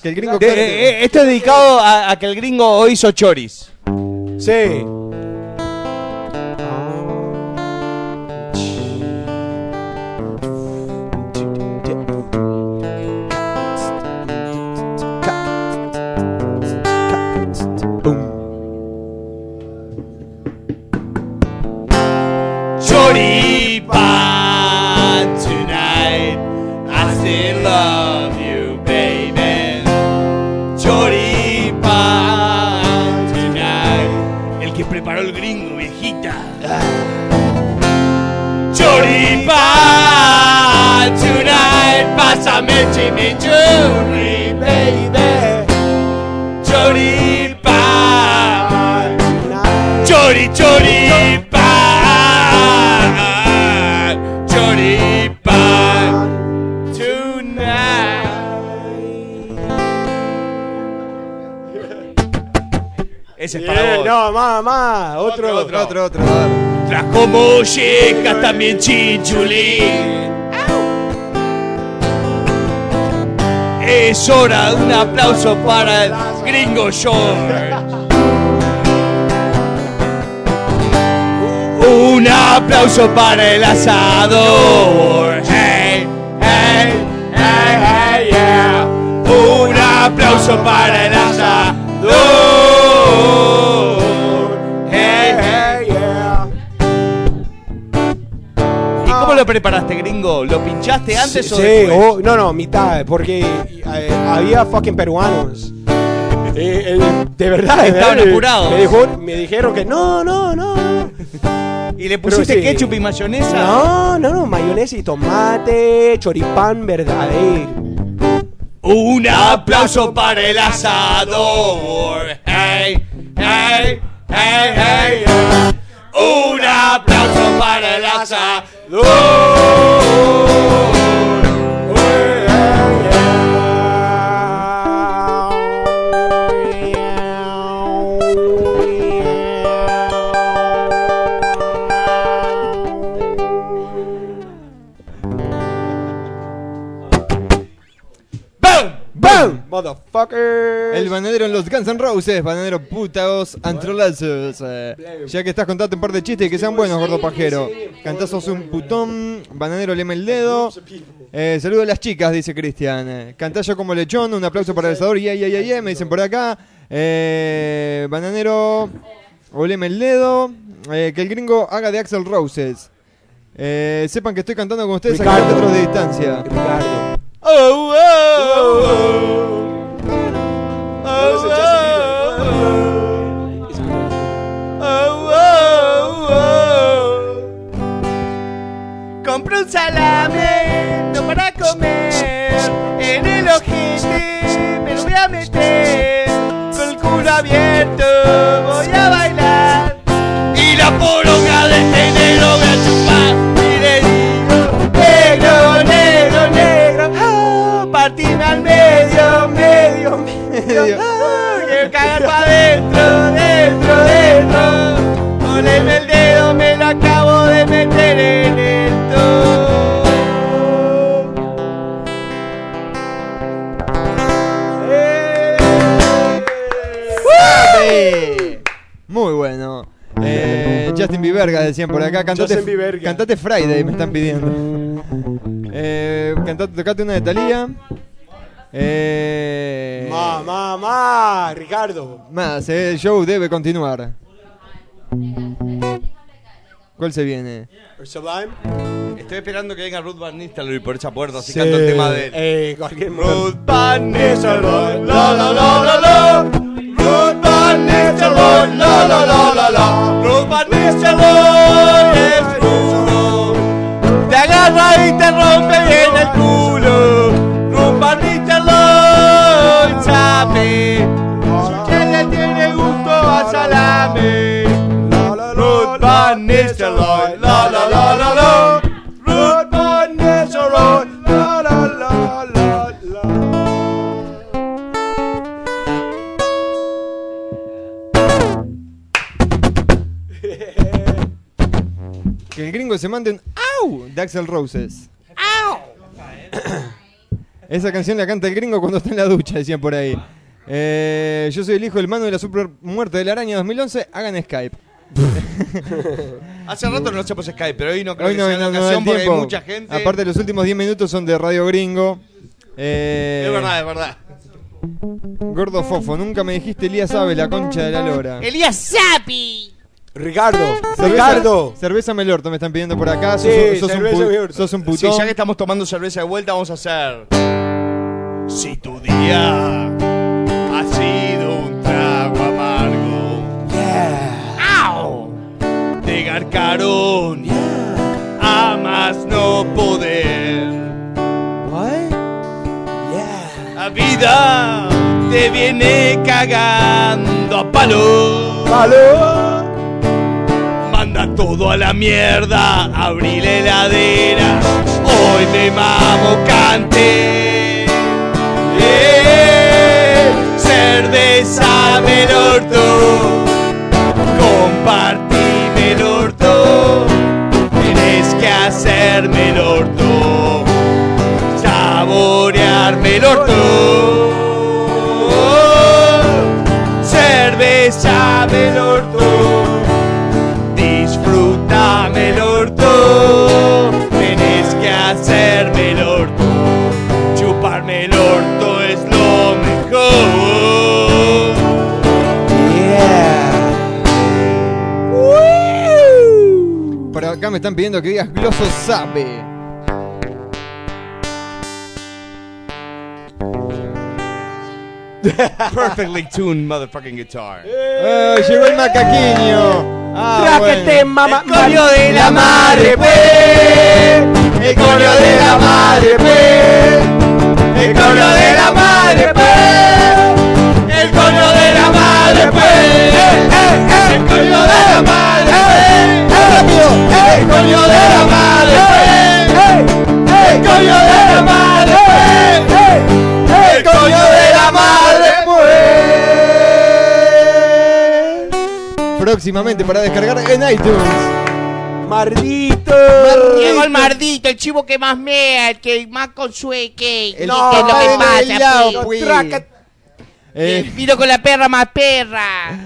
Speaker 5: Que el gringo
Speaker 3: De-
Speaker 5: cante.
Speaker 3: eh, esto es dedicado a, a que el gringo hoy hizo choris.
Speaker 6: Sí.
Speaker 8: Chori Pan tonight. I still love you, baby. Chori Pan tonight. El que preparó el gringo, viejita. Chori Pan tonight. Pásame chimichurri, baby. Chori Pan. Chori, chori pan. Chori pan. Tonight. Ese es para vos.
Speaker 6: No, más, más. Otro, otro, otro.
Speaker 8: Como llega también Chinchulín. Es hora de un aplauso para el gringo George. Un aplauso para el asador. Hey, hey, hey, hey, yeah. Un aplauso para el asador. Hey, hey, yeah.
Speaker 5: Ah.
Speaker 3: ¿Y cómo lo preparaste, gringo? ¿Lo pinchaste antes
Speaker 6: sí,
Speaker 3: o después?
Speaker 6: o- no, no, mitad, porque eh, había fucking peruanos. Eh, eh, de verdad, de
Speaker 3: Estaban
Speaker 6: verdad, eh,
Speaker 3: apurados.
Speaker 6: Me, dejó- me dijeron que no, no, no.
Speaker 3: ¿Y le pusiste
Speaker 6: Pero sí.
Speaker 3: ketchup y mayonesa?
Speaker 6: No, no, no, mayonesa y tomate, choripán verdadero.
Speaker 8: Un aplauso para el asador. Hey, hey, hey, hey. yeah. Un aplauso para el asador. Hey, hey,
Speaker 6: ¡Bam! Motherfucker.
Speaker 5: El bananero en los Guns N' Roses, bananero putaos and trollazos. eh. ya que estás contando un par de chistes que sean buenos, gordo pajero. Cantazos un putón, bananero leme el dedo. Eh, saludo a las chicas, dice Cristian. Eh, Cantallo como lechón, un aplauso para el asador. Yeah, yeah, yeah, yeah, me dicen por acá. Eh, bananero, oleme el dedo. Eh, que el gringo haga de Axel Roses. Eh, sepan que estoy cantando con ustedes a
Speaker 6: Ricardo.
Speaker 5: 40 metros de distancia.
Speaker 8: Oh, Compré un salame no para comer en el ojete, me lo voy a meter con el culo abierto, voy a bailar y la poronga de este negro voy a chupar y le digo negro, negro, negro, ah, partime al medio, medio, medio, ah, quiero cagar pa' adentro, dentro, dentro. Poneme el dedo, me lo acabo de meter en el to.
Speaker 5: Muy bueno. Eh, Justin Bieberga decían por acá. Cantate,
Speaker 6: Justin Bieberga.
Speaker 5: cantate Friday, me están pidiendo. Eh, cantate, tocate una de Thalía. Eh,
Speaker 6: Ma, ma, ma, Ricardo.
Speaker 5: más, eh, el show debe continuar. ¿Cuál se viene?
Speaker 6: Sublime.
Speaker 8: Estoy esperando que venga Ruth Van Nistelrooy por esa puerta, así
Speaker 6: Sí.
Speaker 8: canto el tema de él.
Speaker 6: Eh, cualquier
Speaker 8: Ruth Van Nistelrooy, la la la la la. Ruth Van Nistelrooy, la la la la la. Ruth Van Nistelrooy es duro. Te agarra y te rompe bien el culo. Ruth Van Nistelrooy sabe. Su chela tiene gusto a salame. Ruth Van Nistelrooy, la la la la la. Ruth Van Nistelrooy, la la la la la.
Speaker 5: Que el gringo se mande un ¡Au! de Axel Roses. Esa canción la canta el gringo cuando está en la ducha, decían por ahí. Eh, yo soy el hijo del mano de la super muerte de la araña 2011. Hagan Skype.
Speaker 8: Hace rato no hacemos Skype, pero hoy no creo
Speaker 5: Hoy
Speaker 8: que
Speaker 5: no,
Speaker 8: sea la
Speaker 5: no- no da
Speaker 8: ocasión
Speaker 5: el
Speaker 8: porque hay
Speaker 5: tiempo.
Speaker 8: mucha gente.
Speaker 5: Aparte, los últimos 10 minutos son de Radio Gringo. Eh,
Speaker 8: es verdad, es verdad.
Speaker 5: Gordo Fofo, nunca me dijiste Elías Sabe, la concha de la lora.
Speaker 4: Elías Sapi.
Speaker 6: Ricardo,
Speaker 5: Ricardo. Cerveza Melorto me están pidiendo por acá. Sos,
Speaker 8: Sí,
Speaker 5: sos un,
Speaker 8: cerveza
Speaker 5: pu-
Speaker 8: Melorto.
Speaker 5: sos un
Speaker 8: Sí,
Speaker 5: putón.
Speaker 8: ya que estamos tomando cerveza de vuelta, vamos a hacer. Si tu día ha sido un trago amargo, ¡Au! te garcaron a más no poder. La vida te viene cagando a palo. Manda todo a la mierda, abrí la heladera. Hoy me mamo cante. Eh, cerveza del orto. Compartime el orto. Tienes que hacerme el orto. Saborearme el orto. Cerveza del orto. Disfrútame el orto, tenés que hacerme el orto. Chuparme el orto es lo mejor.
Speaker 5: Por acá me están pidiendo que digas Gloso Sabe.
Speaker 8: Perfectly tuned motherfucking guitar.
Speaker 5: Eh, llegó el macaquiño. Ah,
Speaker 4: Tráquete,
Speaker 5: bueno.
Speaker 4: mamá.
Speaker 8: El coño de la madre, pues.
Speaker 4: pe.
Speaker 8: El coño de la madre, pe. El coño de la madre, pe. El coño de la madre, pe. El coño de la madre, pe. El coño de la madre, pe. El coño de la madre, pe. El coño de la madre,
Speaker 5: pues. Próximamente para descargar en iTunes.
Speaker 6: Mardito.
Speaker 4: Llegó el mardito, el chivo que más mea, el que más consue, que que-
Speaker 6: No,
Speaker 4: que es lo que
Speaker 6: dale
Speaker 4: pasa,
Speaker 6: helado,
Speaker 4: pe.
Speaker 6: pues.
Speaker 4: Traca-
Speaker 5: Eh,
Speaker 4: Vino con la perra más perra.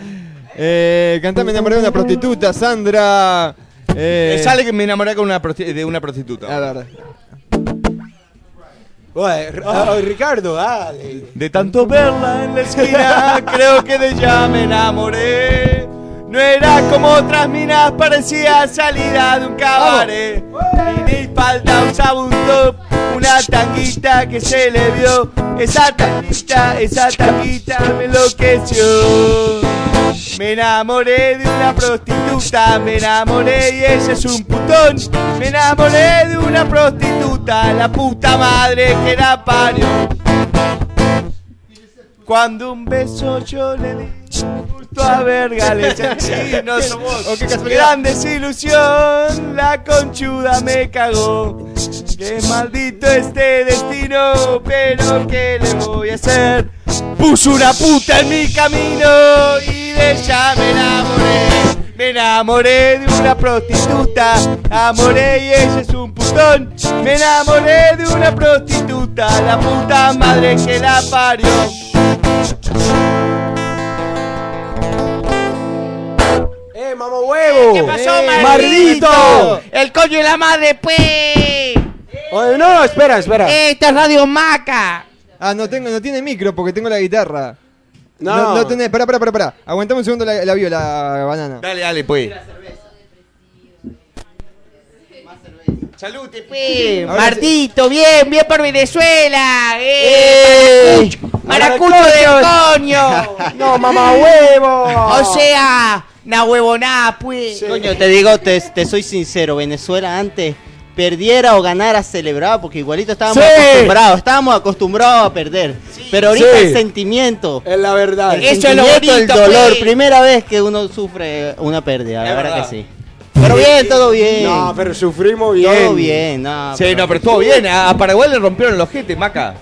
Speaker 5: eh, cantame enamoré de una prostituta, Sandra. Eh,
Speaker 8: Me sale que me enamoré con una prosti- de una prostituta.
Speaker 5: A ver.
Speaker 6: oh, Ricardo, dale.
Speaker 8: Ah. De tanto verla en la
Speaker 6: *laughs*
Speaker 8: esquina, creo que de ella me enamoré. No era como otras minas, parecía salida de un cabaret. Tiene espalda un sabunto, una tanguita que se le vio. Esa tanguita, esa tanguita me enloqueció. Me enamoré de una prostituta, me enamoré y ese es un putón. Me enamoré de una prostituta, la puta madre que la parió. Cuando un beso yo le di gusto a
Speaker 3: *laughs*
Speaker 4: *laughs*
Speaker 8: vergales no somos
Speaker 4: Oh, qué casualidad.
Speaker 8: gran desilusión la conchuda me cagó qué maldito este destino pero qué le voy a hacer puso una puta en mi camino y de ella me enamoré me enamoré de una prostituta, amoré y ella es un putón. Me enamoré de una prostituta, la puta madre que la parió.
Speaker 6: ¡Eh, mamá huevo!
Speaker 4: ¿Qué pasó,
Speaker 6: Eh,
Speaker 4: mardito?
Speaker 6: ¡Mardito!
Speaker 4: El coño de la
Speaker 8: Ah,
Speaker 4: madre, pues.
Speaker 6: Oye, no, no, espera, espera.
Speaker 4: Esta es Radio Maca.
Speaker 5: Ah, no tengo, no tiene micro porque tengo la guitarra.
Speaker 6: No.
Speaker 5: no, tenés, pará, pará, pará, pará. Aguantame un segundo la, la viola, banana.
Speaker 8: Dale, dale, pues.
Speaker 29: Salud, te
Speaker 8: Eh,
Speaker 29: pide.
Speaker 8: Martito, bien, bien por Venezuela.
Speaker 29: ¡Eh!
Speaker 8: ¡Eh! ¡Maracucho del coño!
Speaker 6: *laughs* ¡No, mamá huevo!
Speaker 8: O sea, na huevoná, pues.
Speaker 30: Coño, te digo, te, te soy sincero, Venezuela antes perdiera o ganara celebraba porque igualito estábamos
Speaker 6: Sí.
Speaker 30: acostumbrados, estábamos acostumbrados a perder. Pero ahorita
Speaker 6: Sí.
Speaker 30: el sentimiento,
Speaker 6: Es la verdad.
Speaker 30: el sentimiento, el dolor,
Speaker 8: pues.
Speaker 30: primera vez que uno sufre una pérdida, la
Speaker 6: Es
Speaker 30: verdad,
Speaker 6: verdad.
Speaker 30: que sí. Pero bien, todo bien.
Speaker 6: No, pero sufrimos bien.
Speaker 30: Todo bien, no.
Speaker 3: Sí, no, pero estuvo bien. ¿eh? A a Paraguay le rompieron los jetes, Maca.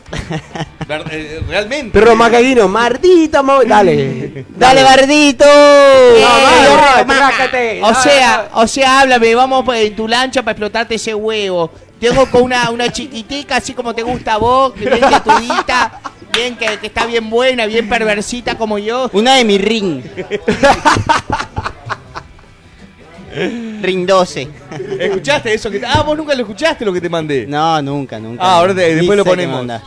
Speaker 3: *laughs* Ver- eh, Realmente.
Speaker 6: Perro macaguino, Mardito, mo- dale.
Speaker 8: Dale, Bardito.
Speaker 5: Eh,
Speaker 8: Eh,
Speaker 6: Eh, no,
Speaker 8: o sea, o sea, háblame, vamos pa- en tu lancha para explotarte ese huevo. Tengo con una, una chiquitica, así como te gusta a vos, que bien tetudita, bien que, que está bien buena, bien perversita como yo.
Speaker 30: Una de mi ring.
Speaker 3: ¿eh?
Speaker 30: ring 12.
Speaker 3: ¿Escuchaste eso? Que te- Ah, vos nunca lo escuchaste lo que te mandé.
Speaker 30: No, nunca, nunca.
Speaker 3: Ah, ahora te-
Speaker 30: Ni
Speaker 3: después lo
Speaker 30: sé qué
Speaker 3: ponemos.
Speaker 30: mandar.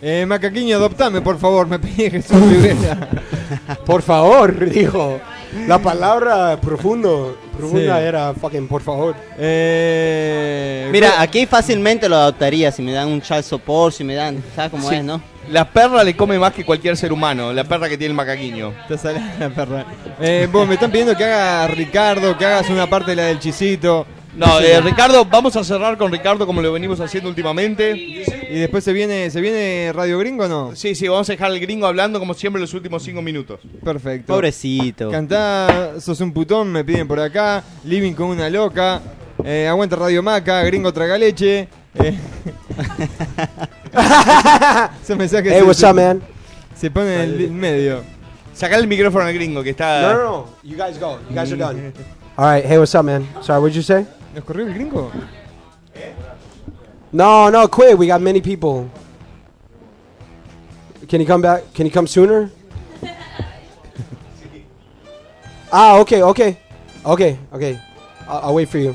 Speaker 5: Eh, macaquiño, adoptame, por favor, me pide Jesús Rivera.
Speaker 6: *laughs* Por favor, dijo. La palabra profundo, profunda era fucking por favor.
Speaker 30: Mira, aquí fácilmente lo adoptaría si me dan un child support, si me dan, ¿sabes cómo
Speaker 3: Sí.
Speaker 30: es, no?
Speaker 3: La perra le come más que cualquier ser humano, la perra que tiene el macaquiño.
Speaker 5: Está *laughs* salada la perra. Eh, vos me están pidiendo que haga Ricardo, que hagas una parte de la del chisito.
Speaker 3: No, eh, Ricardo, vamos a cerrar con Ricardo como lo venimos haciendo últimamente.
Speaker 5: ¿Y después se viene, se viene Eh, Radio Gringo o no?
Speaker 3: Sí, sí, vamos a dejar al gringo hablando como siempre los últimos cinco minutos.
Speaker 5: Perfecto.
Speaker 30: Pobrecito.
Speaker 5: Cantá, sos un putón, me piden por acá. Living con una loca. Eh, aguanta Radio Maca, Gringo traga leche. Eh. *laughs* Ese mensaje
Speaker 6: Hey,
Speaker 5: se-
Speaker 6: what's up, man?
Speaker 5: Se pone en el medio.
Speaker 3: Sacá el micrófono al gringo que está.
Speaker 6: No, no, no. You guys go. You guys are done. All right. Hey, what's up, man? Sorry, what'd you say?
Speaker 5: ¿Nos corrió
Speaker 6: *laughs*
Speaker 5: el gringo?
Speaker 6: No, no, quit. We got many people. Can you come back? Can you come
Speaker 30: *laughs*
Speaker 6: sooner? ah, okay, okay, okay, okay. I'll, I'll wait for you.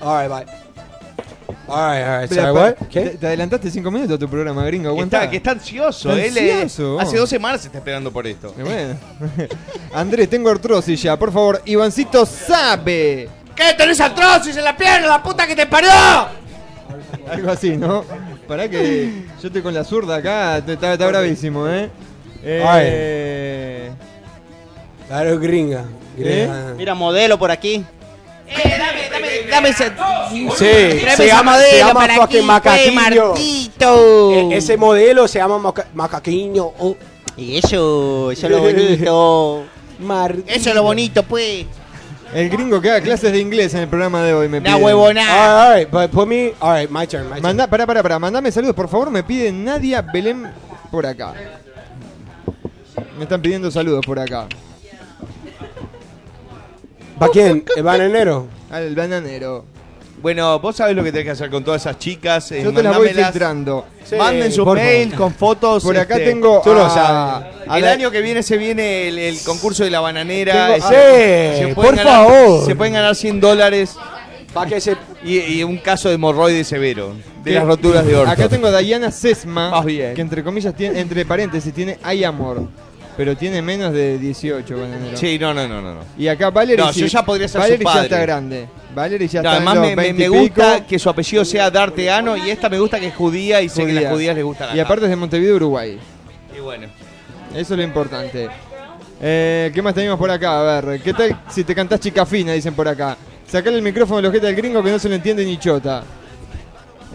Speaker 6: all right, bye. All right, all right. Sorry, what?
Speaker 5: Te,
Speaker 6: Okay.
Speaker 5: te adelantaste cinco minutos a tu programa, gringo.
Speaker 3: Que
Speaker 5: Aguanta.
Speaker 3: está, que está ansioso,
Speaker 5: Está
Speaker 3: él, eh,
Speaker 5: ansioso.
Speaker 3: hace dos semanas se está esperando por esto.
Speaker 5: Y bueno. *laughs* Andrés, tengo artrosis ya. Por favor, Ivancito sabe.
Speaker 8: ¿Qué? ¿Tenés artrosis en la pierna, la puta que te parió?
Speaker 5: Algo así, ¿no? Pará que yo estoy con la zurda acá, te- está, está bravísimo, ¿eh? eh
Speaker 6: Claro, gringa.
Speaker 30: ¿Eh?
Speaker 6: Gringa.
Speaker 30: Mira, modelo por aquí.
Speaker 8: Eh, Dame ese.
Speaker 6: Sí,
Speaker 8: Tráeme
Speaker 6: se
Speaker 8: esa
Speaker 6: llama,
Speaker 8: modelo
Speaker 6: se llama
Speaker 8: para
Speaker 6: fucking
Speaker 8: aquí,
Speaker 6: Macaquiño.
Speaker 8: pues, Martito.
Speaker 6: E- ese modelo se llama maca- Macaquiño. Oh.
Speaker 30: Y eso, eso es
Speaker 6: *laughs*
Speaker 30: lo bonito.
Speaker 8: Eso es lo bonito, pues.
Speaker 5: El gringo que haga clases de inglés en el programa de hoy me pide. Ah,
Speaker 6: All
Speaker 5: eh,
Speaker 6: right, but put me. All right, my turn. My turn.
Speaker 5: Mandá, pará, pará, pará. Mandame saludos, por favor. Me pide Nadia Belén por acá. Me están pidiendo saludos por acá.
Speaker 3: Oh,
Speaker 6: ¿Para quién? ¿El bananero?
Speaker 5: Al bananero.
Speaker 3: Bueno, vos sabés lo que tenés que hacer con todas esas chicas. eh,
Speaker 5: Yo te las voy
Speaker 3: mandámelas.
Speaker 5: filtrando.
Speaker 3: Manden sus
Speaker 5: Por favor.
Speaker 3: mail con fotos.
Speaker 5: Por acá
Speaker 3: este,
Speaker 5: tengo.
Speaker 3: tú lo
Speaker 5: a-
Speaker 3: sabes.
Speaker 5: a
Speaker 3: el
Speaker 5: la-
Speaker 3: año que viene se viene el, el concurso de la bananera.
Speaker 5: Tengo-
Speaker 3: ese- pueden
Speaker 5: Sí, por
Speaker 3: ganar-
Speaker 5: favor.
Speaker 3: Se pueden ganar 100 dólares.
Speaker 6: que se...
Speaker 3: y, y un caso de hemorroide severo. De
Speaker 5: que-
Speaker 3: las roturas de orto.
Speaker 5: Acá tengo a Dayana Sesma.
Speaker 3: Más bien.
Speaker 5: Que entre comillas tiene, entre paréntesis, tiene Hay Amor. Pero tiene menos de 18, bananero.
Speaker 3: Sí, no, no, no, no. no.
Speaker 5: Y acá Valerie.
Speaker 3: No, yo
Speaker 5: sí.
Speaker 3: ya podría ser su
Speaker 5: Valerie
Speaker 3: padre.
Speaker 5: ya está grande. Valerie ya
Speaker 3: No,
Speaker 5: está
Speaker 3: además
Speaker 5: en los
Speaker 3: me, me-
Speaker 5: 20
Speaker 3: me
Speaker 5: y
Speaker 3: gusta
Speaker 5: pico.
Speaker 3: que su apellido sea Darteano y esta me gusta que es judía y sé que a las judías les gusta la
Speaker 5: Y aparte es de Montevideo, Uruguay.
Speaker 3: carne. Y bueno.
Speaker 5: Eso es lo importante. Eh, ¿Qué más tenemos por acá? A ver, ¿qué tal si te cantás chica fina? Dicen por acá. Sacale el micrófono al ojete del gringo que no se lo entiende ni chota.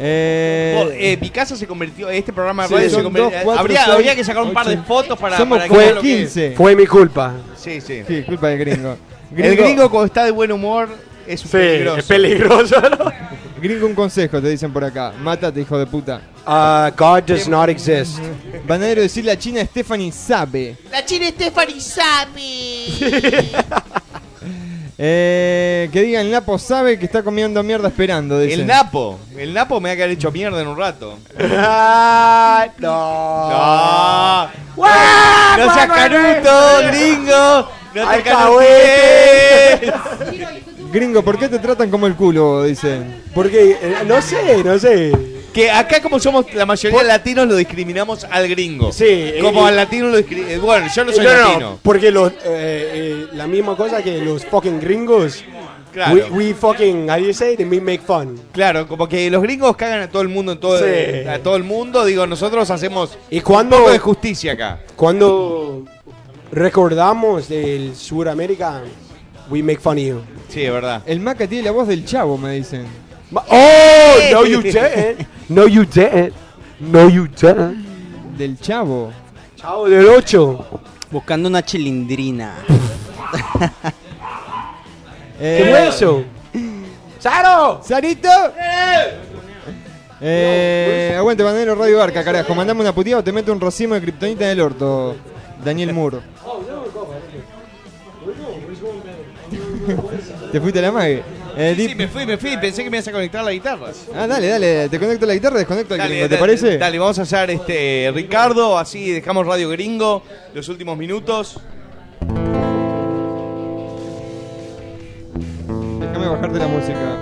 Speaker 5: Eh,
Speaker 3: Vos, eh, Picasa se convirtió, este programa de
Speaker 5: Sí,
Speaker 3: radio se
Speaker 5: son
Speaker 3: convirtió.
Speaker 5: dos, cuatro,
Speaker 3: habría,
Speaker 5: seis,
Speaker 3: habría que sacar un par de
Speaker 5: ocho.
Speaker 3: fotos para,
Speaker 5: Somos
Speaker 3: para que
Speaker 5: fue
Speaker 3: vean lo que es.
Speaker 5: 15.
Speaker 6: Fue mi culpa.
Speaker 3: Sí, sí.
Speaker 5: Sí, culpa del gringo.
Speaker 3: El gringo cuando está de buen humor es un
Speaker 6: Sí,
Speaker 3: peligroso.
Speaker 6: es peligroso, ¿no?
Speaker 5: *laughs* Gringo, un consejo, te dicen por acá. Mátate, hijo de puta.
Speaker 6: Uh, God does not exist.
Speaker 5: Banadero decir la china Stephanie sabe.
Speaker 8: La china Stephanie sabe.
Speaker 5: Eh, que digan Napo sabe que está comiendo mierda esperando.
Speaker 3: *laughs*
Speaker 5: Dicen.
Speaker 3: El Napo. El Napo me va a quedar hecho mierda en un rato.
Speaker 6: *laughs*
Speaker 5: Ah.
Speaker 6: no.
Speaker 3: No seas canuto, gringo. No te canuto.
Speaker 5: Gringo, ¿por qué te tratan como el culo? Dicen.
Speaker 6: Porque, eh, no sé, no sé.
Speaker 3: Que acá como somos la mayoría de latinos lo discriminamos al gringo.
Speaker 6: Sí,
Speaker 3: Como
Speaker 6: eh,
Speaker 3: al latino lo discriminamos. Bueno, yo no soy
Speaker 6: No, no,
Speaker 3: latino.
Speaker 6: porque los, eh, eh, la misma cosa que los fucking gringos
Speaker 8: Claro.
Speaker 6: We, we fucking, how do you say? it? We make fun.
Speaker 8: Claro, como que los gringos cagan a todo el mundo, en todo,
Speaker 6: Sí.
Speaker 8: a todo el mundo. Digo, nosotros hacemos
Speaker 6: ¿Y cuándo-
Speaker 8: un poco de justicia acá.
Speaker 6: Cuando recordamos del Suramérica, we make fun of you.
Speaker 8: Sí, es verdad.
Speaker 5: El Maca tiene la voz del chavo, me dicen.
Speaker 6: Oh, no you didn't. No you didn't. No you didn't.
Speaker 5: Del chavo.
Speaker 6: Chavo del 8.
Speaker 30: Buscando una chilindrina.
Speaker 6: ¿Qué fue
Speaker 30: Eh,
Speaker 6: eso? *laughs* ¡Saro!
Speaker 5: ¡Sarito! Eh, aguante, bandero Radio Barca, carajo. Mandame una puteada o te meto un racimo de kriptonita en el orto. Daniel Muro.
Speaker 3: Oh,
Speaker 5: Te fuiste a la mague. Eh,
Speaker 8: Sí,
Speaker 5: Deep-
Speaker 8: sí, me fui, me fui. Pensé que me ibas a conectar la guitarra.
Speaker 5: Ah, dale, dale. Te conecto la guitarra, desconecto el gringo, ¿te
Speaker 8: Eh, dale,
Speaker 5: parece?
Speaker 8: Dale, vamos a hacer este Ricardo, así dejamos Radio Gringo los últimos minutos.
Speaker 5: Déjame bajarte la música.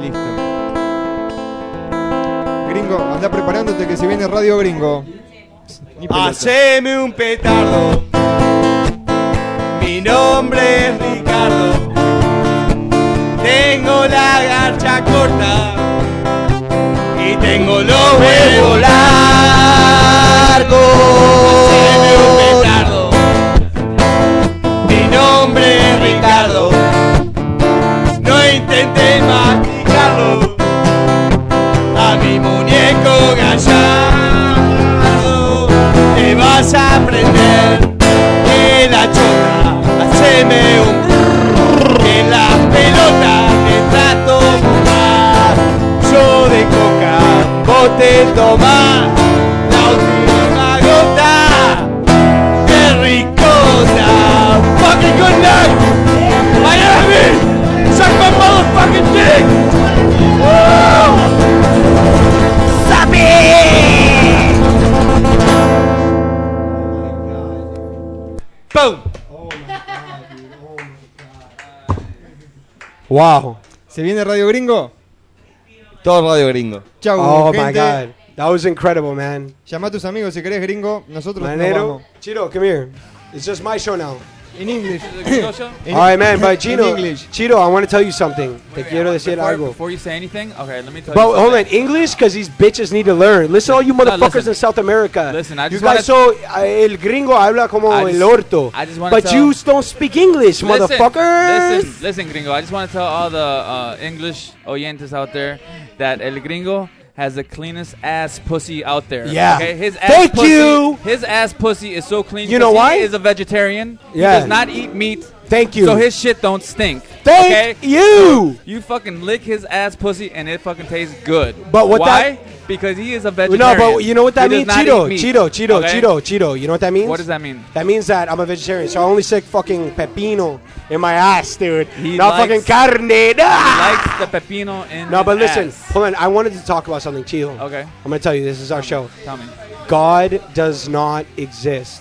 Speaker 5: Listo. Gringo, anda preparándote que se viene Radio Gringo. Ni pelota.
Speaker 8: Haceme un petardo. Mi nombre es Ricardo. Tengo la garcha corta. Y tengo los huevos largos. Haceme un petardo. Mi nombre es Ricardo. No intenté masticarlo. A mi muñeco gallardo te vas a aprender que la chota haceme un que la pelota te trato más yo de coca vos te tomás la última gota de ricota fucking good luck Miami suck my motherfucking dick Woo! Zappy! ¡Pum!
Speaker 6: Wow.
Speaker 5: ¿Se viene Radio Gringo?
Speaker 8: Todo Radio Gringo.
Speaker 5: Chau,
Speaker 6: Oh my
Speaker 5: gente.
Speaker 6: god. That was incredible, man.
Speaker 5: Llama a tus amigos si querés, gringo. Nosotros nos
Speaker 6: Manero.
Speaker 5: vamos.
Speaker 6: Chiro, come here. It's just my show now.
Speaker 5: *coughs* In English.
Speaker 6: All right, man. But
Speaker 5: In
Speaker 6: Chino,
Speaker 5: English.
Speaker 6: Chiro, I want to tell you something. Te quiero decir
Speaker 9: Before,
Speaker 6: algo.
Speaker 9: before you say anything, okay, let me tell
Speaker 6: But
Speaker 9: you.
Speaker 6: hold on,
Speaker 9: something.
Speaker 6: English, because these bitches need to learn. Listen, all you motherfuckers
Speaker 9: listen.
Speaker 6: in South America.
Speaker 9: Listen, I
Speaker 6: you
Speaker 9: just
Speaker 6: guys, so uh, el gringo habla como
Speaker 9: I just-
Speaker 6: el orto,
Speaker 9: I just wanna
Speaker 6: but
Speaker 9: tell-
Speaker 6: you don't speak English,
Speaker 9: Listen,
Speaker 6: motherfuckers.
Speaker 9: Listen, listen, gringo. I just want to tell all the uh, English oyentes out there that El Gringo has the cleanest ass pussy out there.
Speaker 6: Yeah.
Speaker 9: Okay? His ass
Speaker 6: Thank
Speaker 9: pussy,
Speaker 6: you.
Speaker 9: His ass pussy is so clean.
Speaker 6: You know
Speaker 9: 'cause
Speaker 6: why?
Speaker 9: He is a vegetarian. He
Speaker 6: Yeah.
Speaker 9: does not eat meat.
Speaker 6: Thank you.
Speaker 9: So his shit don't stink.
Speaker 6: Thank
Speaker 9: okay?
Speaker 6: you.
Speaker 9: You fucking lick his ass pussy and it fucking tastes good.
Speaker 6: But what
Speaker 9: why? because he is a
Speaker 6: No,
Speaker 9: vegetarian.
Speaker 6: but you know what that
Speaker 9: He
Speaker 6: means,
Speaker 9: does not
Speaker 6: Chiro,
Speaker 9: eat meat,
Speaker 6: Chiro, Chiro,
Speaker 9: okay?
Speaker 6: Chiro, Chiro. You know what that means?
Speaker 9: What does that mean?
Speaker 6: That means that I'm a vegetarian, so I only stick fucking pepino in my ass, dude.
Speaker 9: He
Speaker 6: Not fucking
Speaker 9: likes-
Speaker 6: carne. Ah!
Speaker 9: Likes the pepino in
Speaker 6: No, but
Speaker 9: his
Speaker 6: listen,
Speaker 9: ass.
Speaker 6: hold on. I wanted to talk about something, Chiro.
Speaker 9: Okay.
Speaker 6: I'm gonna tell you. This is our show.
Speaker 9: Tell me.
Speaker 6: God does not exist.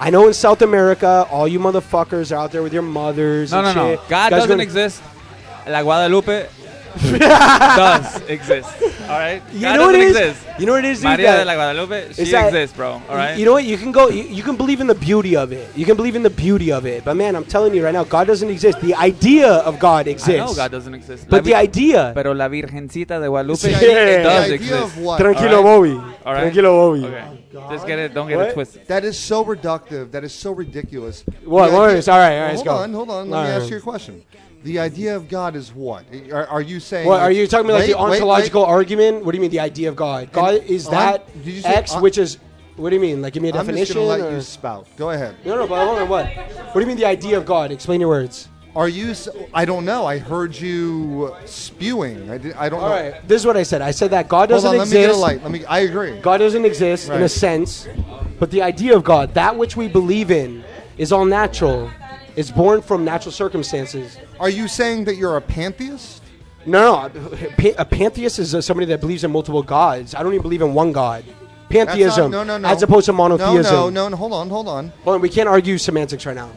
Speaker 6: I know in South America, all you motherfuckers are out there with your mothers.
Speaker 9: No, no,
Speaker 6: and
Speaker 9: no.
Speaker 6: shit. You guys
Speaker 9: God doesn't
Speaker 6: gonna-
Speaker 9: exist.
Speaker 6: *laughs*
Speaker 9: La Guadalupe does exist. All right.
Speaker 6: You
Speaker 9: God
Speaker 6: know what
Speaker 9: doesn't
Speaker 6: it is?
Speaker 9: exist.
Speaker 6: You know what it is, dude,
Speaker 9: Maria de
Speaker 6: that-
Speaker 9: la Guadalupe. She
Speaker 6: Is that-
Speaker 9: exists, bro. All right.
Speaker 6: You know what? You can go. You, you can believe in the beauty of it. You can believe in the beauty of it. But man, I'm telling you right now, God doesn't exist. The idea of God
Speaker 9: I
Speaker 6: exists.
Speaker 9: know God doesn't exist. La
Speaker 6: But the
Speaker 9: vi-
Speaker 6: idea.
Speaker 9: Pero la Virgencita de Guadalupe
Speaker 6: Yeah.
Speaker 9: it does
Speaker 6: The idea
Speaker 9: exist.
Speaker 6: of what? Tranquilo, Bobby.
Speaker 9: All right.
Speaker 6: Tranquilo, Bobby.
Speaker 9: Okay. Just get it. Don't get it twisted.
Speaker 13: That is so reductive. That is so ridiculous.
Speaker 6: What,
Speaker 13: The
Speaker 6: Lawrence?
Speaker 13: idea-
Speaker 6: All right, all right, let's
Speaker 13: Hold
Speaker 6: go.
Speaker 13: on, hold on. Let
Speaker 6: All
Speaker 13: me
Speaker 6: right.
Speaker 13: ask you a question. The idea of God is what? Are, are you saying?
Speaker 6: What are you talking about? Like the
Speaker 13: Wait, wait, wait.
Speaker 6: ontological argument? What do you mean the idea of God? God is
Speaker 13: on-
Speaker 6: that
Speaker 13: did you say
Speaker 6: X,
Speaker 13: on-
Speaker 6: which is. What do you mean? Like, give me a
Speaker 13: I'm just
Speaker 6: definition.
Speaker 13: gonna let
Speaker 6: or-
Speaker 13: you spout. Go ahead.
Speaker 6: No, no, but hold on. What? What do you mean the idea of God? Explain your words.
Speaker 13: Are you? s- I don't know. I heard you spewing. I, did, I don't
Speaker 6: All
Speaker 13: know.
Speaker 6: right. This is what I said. I said that God
Speaker 13: Hold
Speaker 6: doesn't
Speaker 13: on. Let
Speaker 6: exist.
Speaker 13: me get a light. Let me. I agree.
Speaker 6: God doesn't exist in a
Speaker 13: Right.
Speaker 6: sense, but the idea of God, that which we believe in, is all natural. It's born from natural circumstances.
Speaker 13: Are you saying that you're a pantheist?
Speaker 6: No, no. a pa- A pantheist is uh, somebody that believes in multiple gods. I don't even believe in one God. Pantheism,
Speaker 13: That's not- no, no, no.
Speaker 6: as opposed to monotheism.
Speaker 13: No, no, no. Hold on, hold on.
Speaker 6: Hold on, we can't argue semantics right now.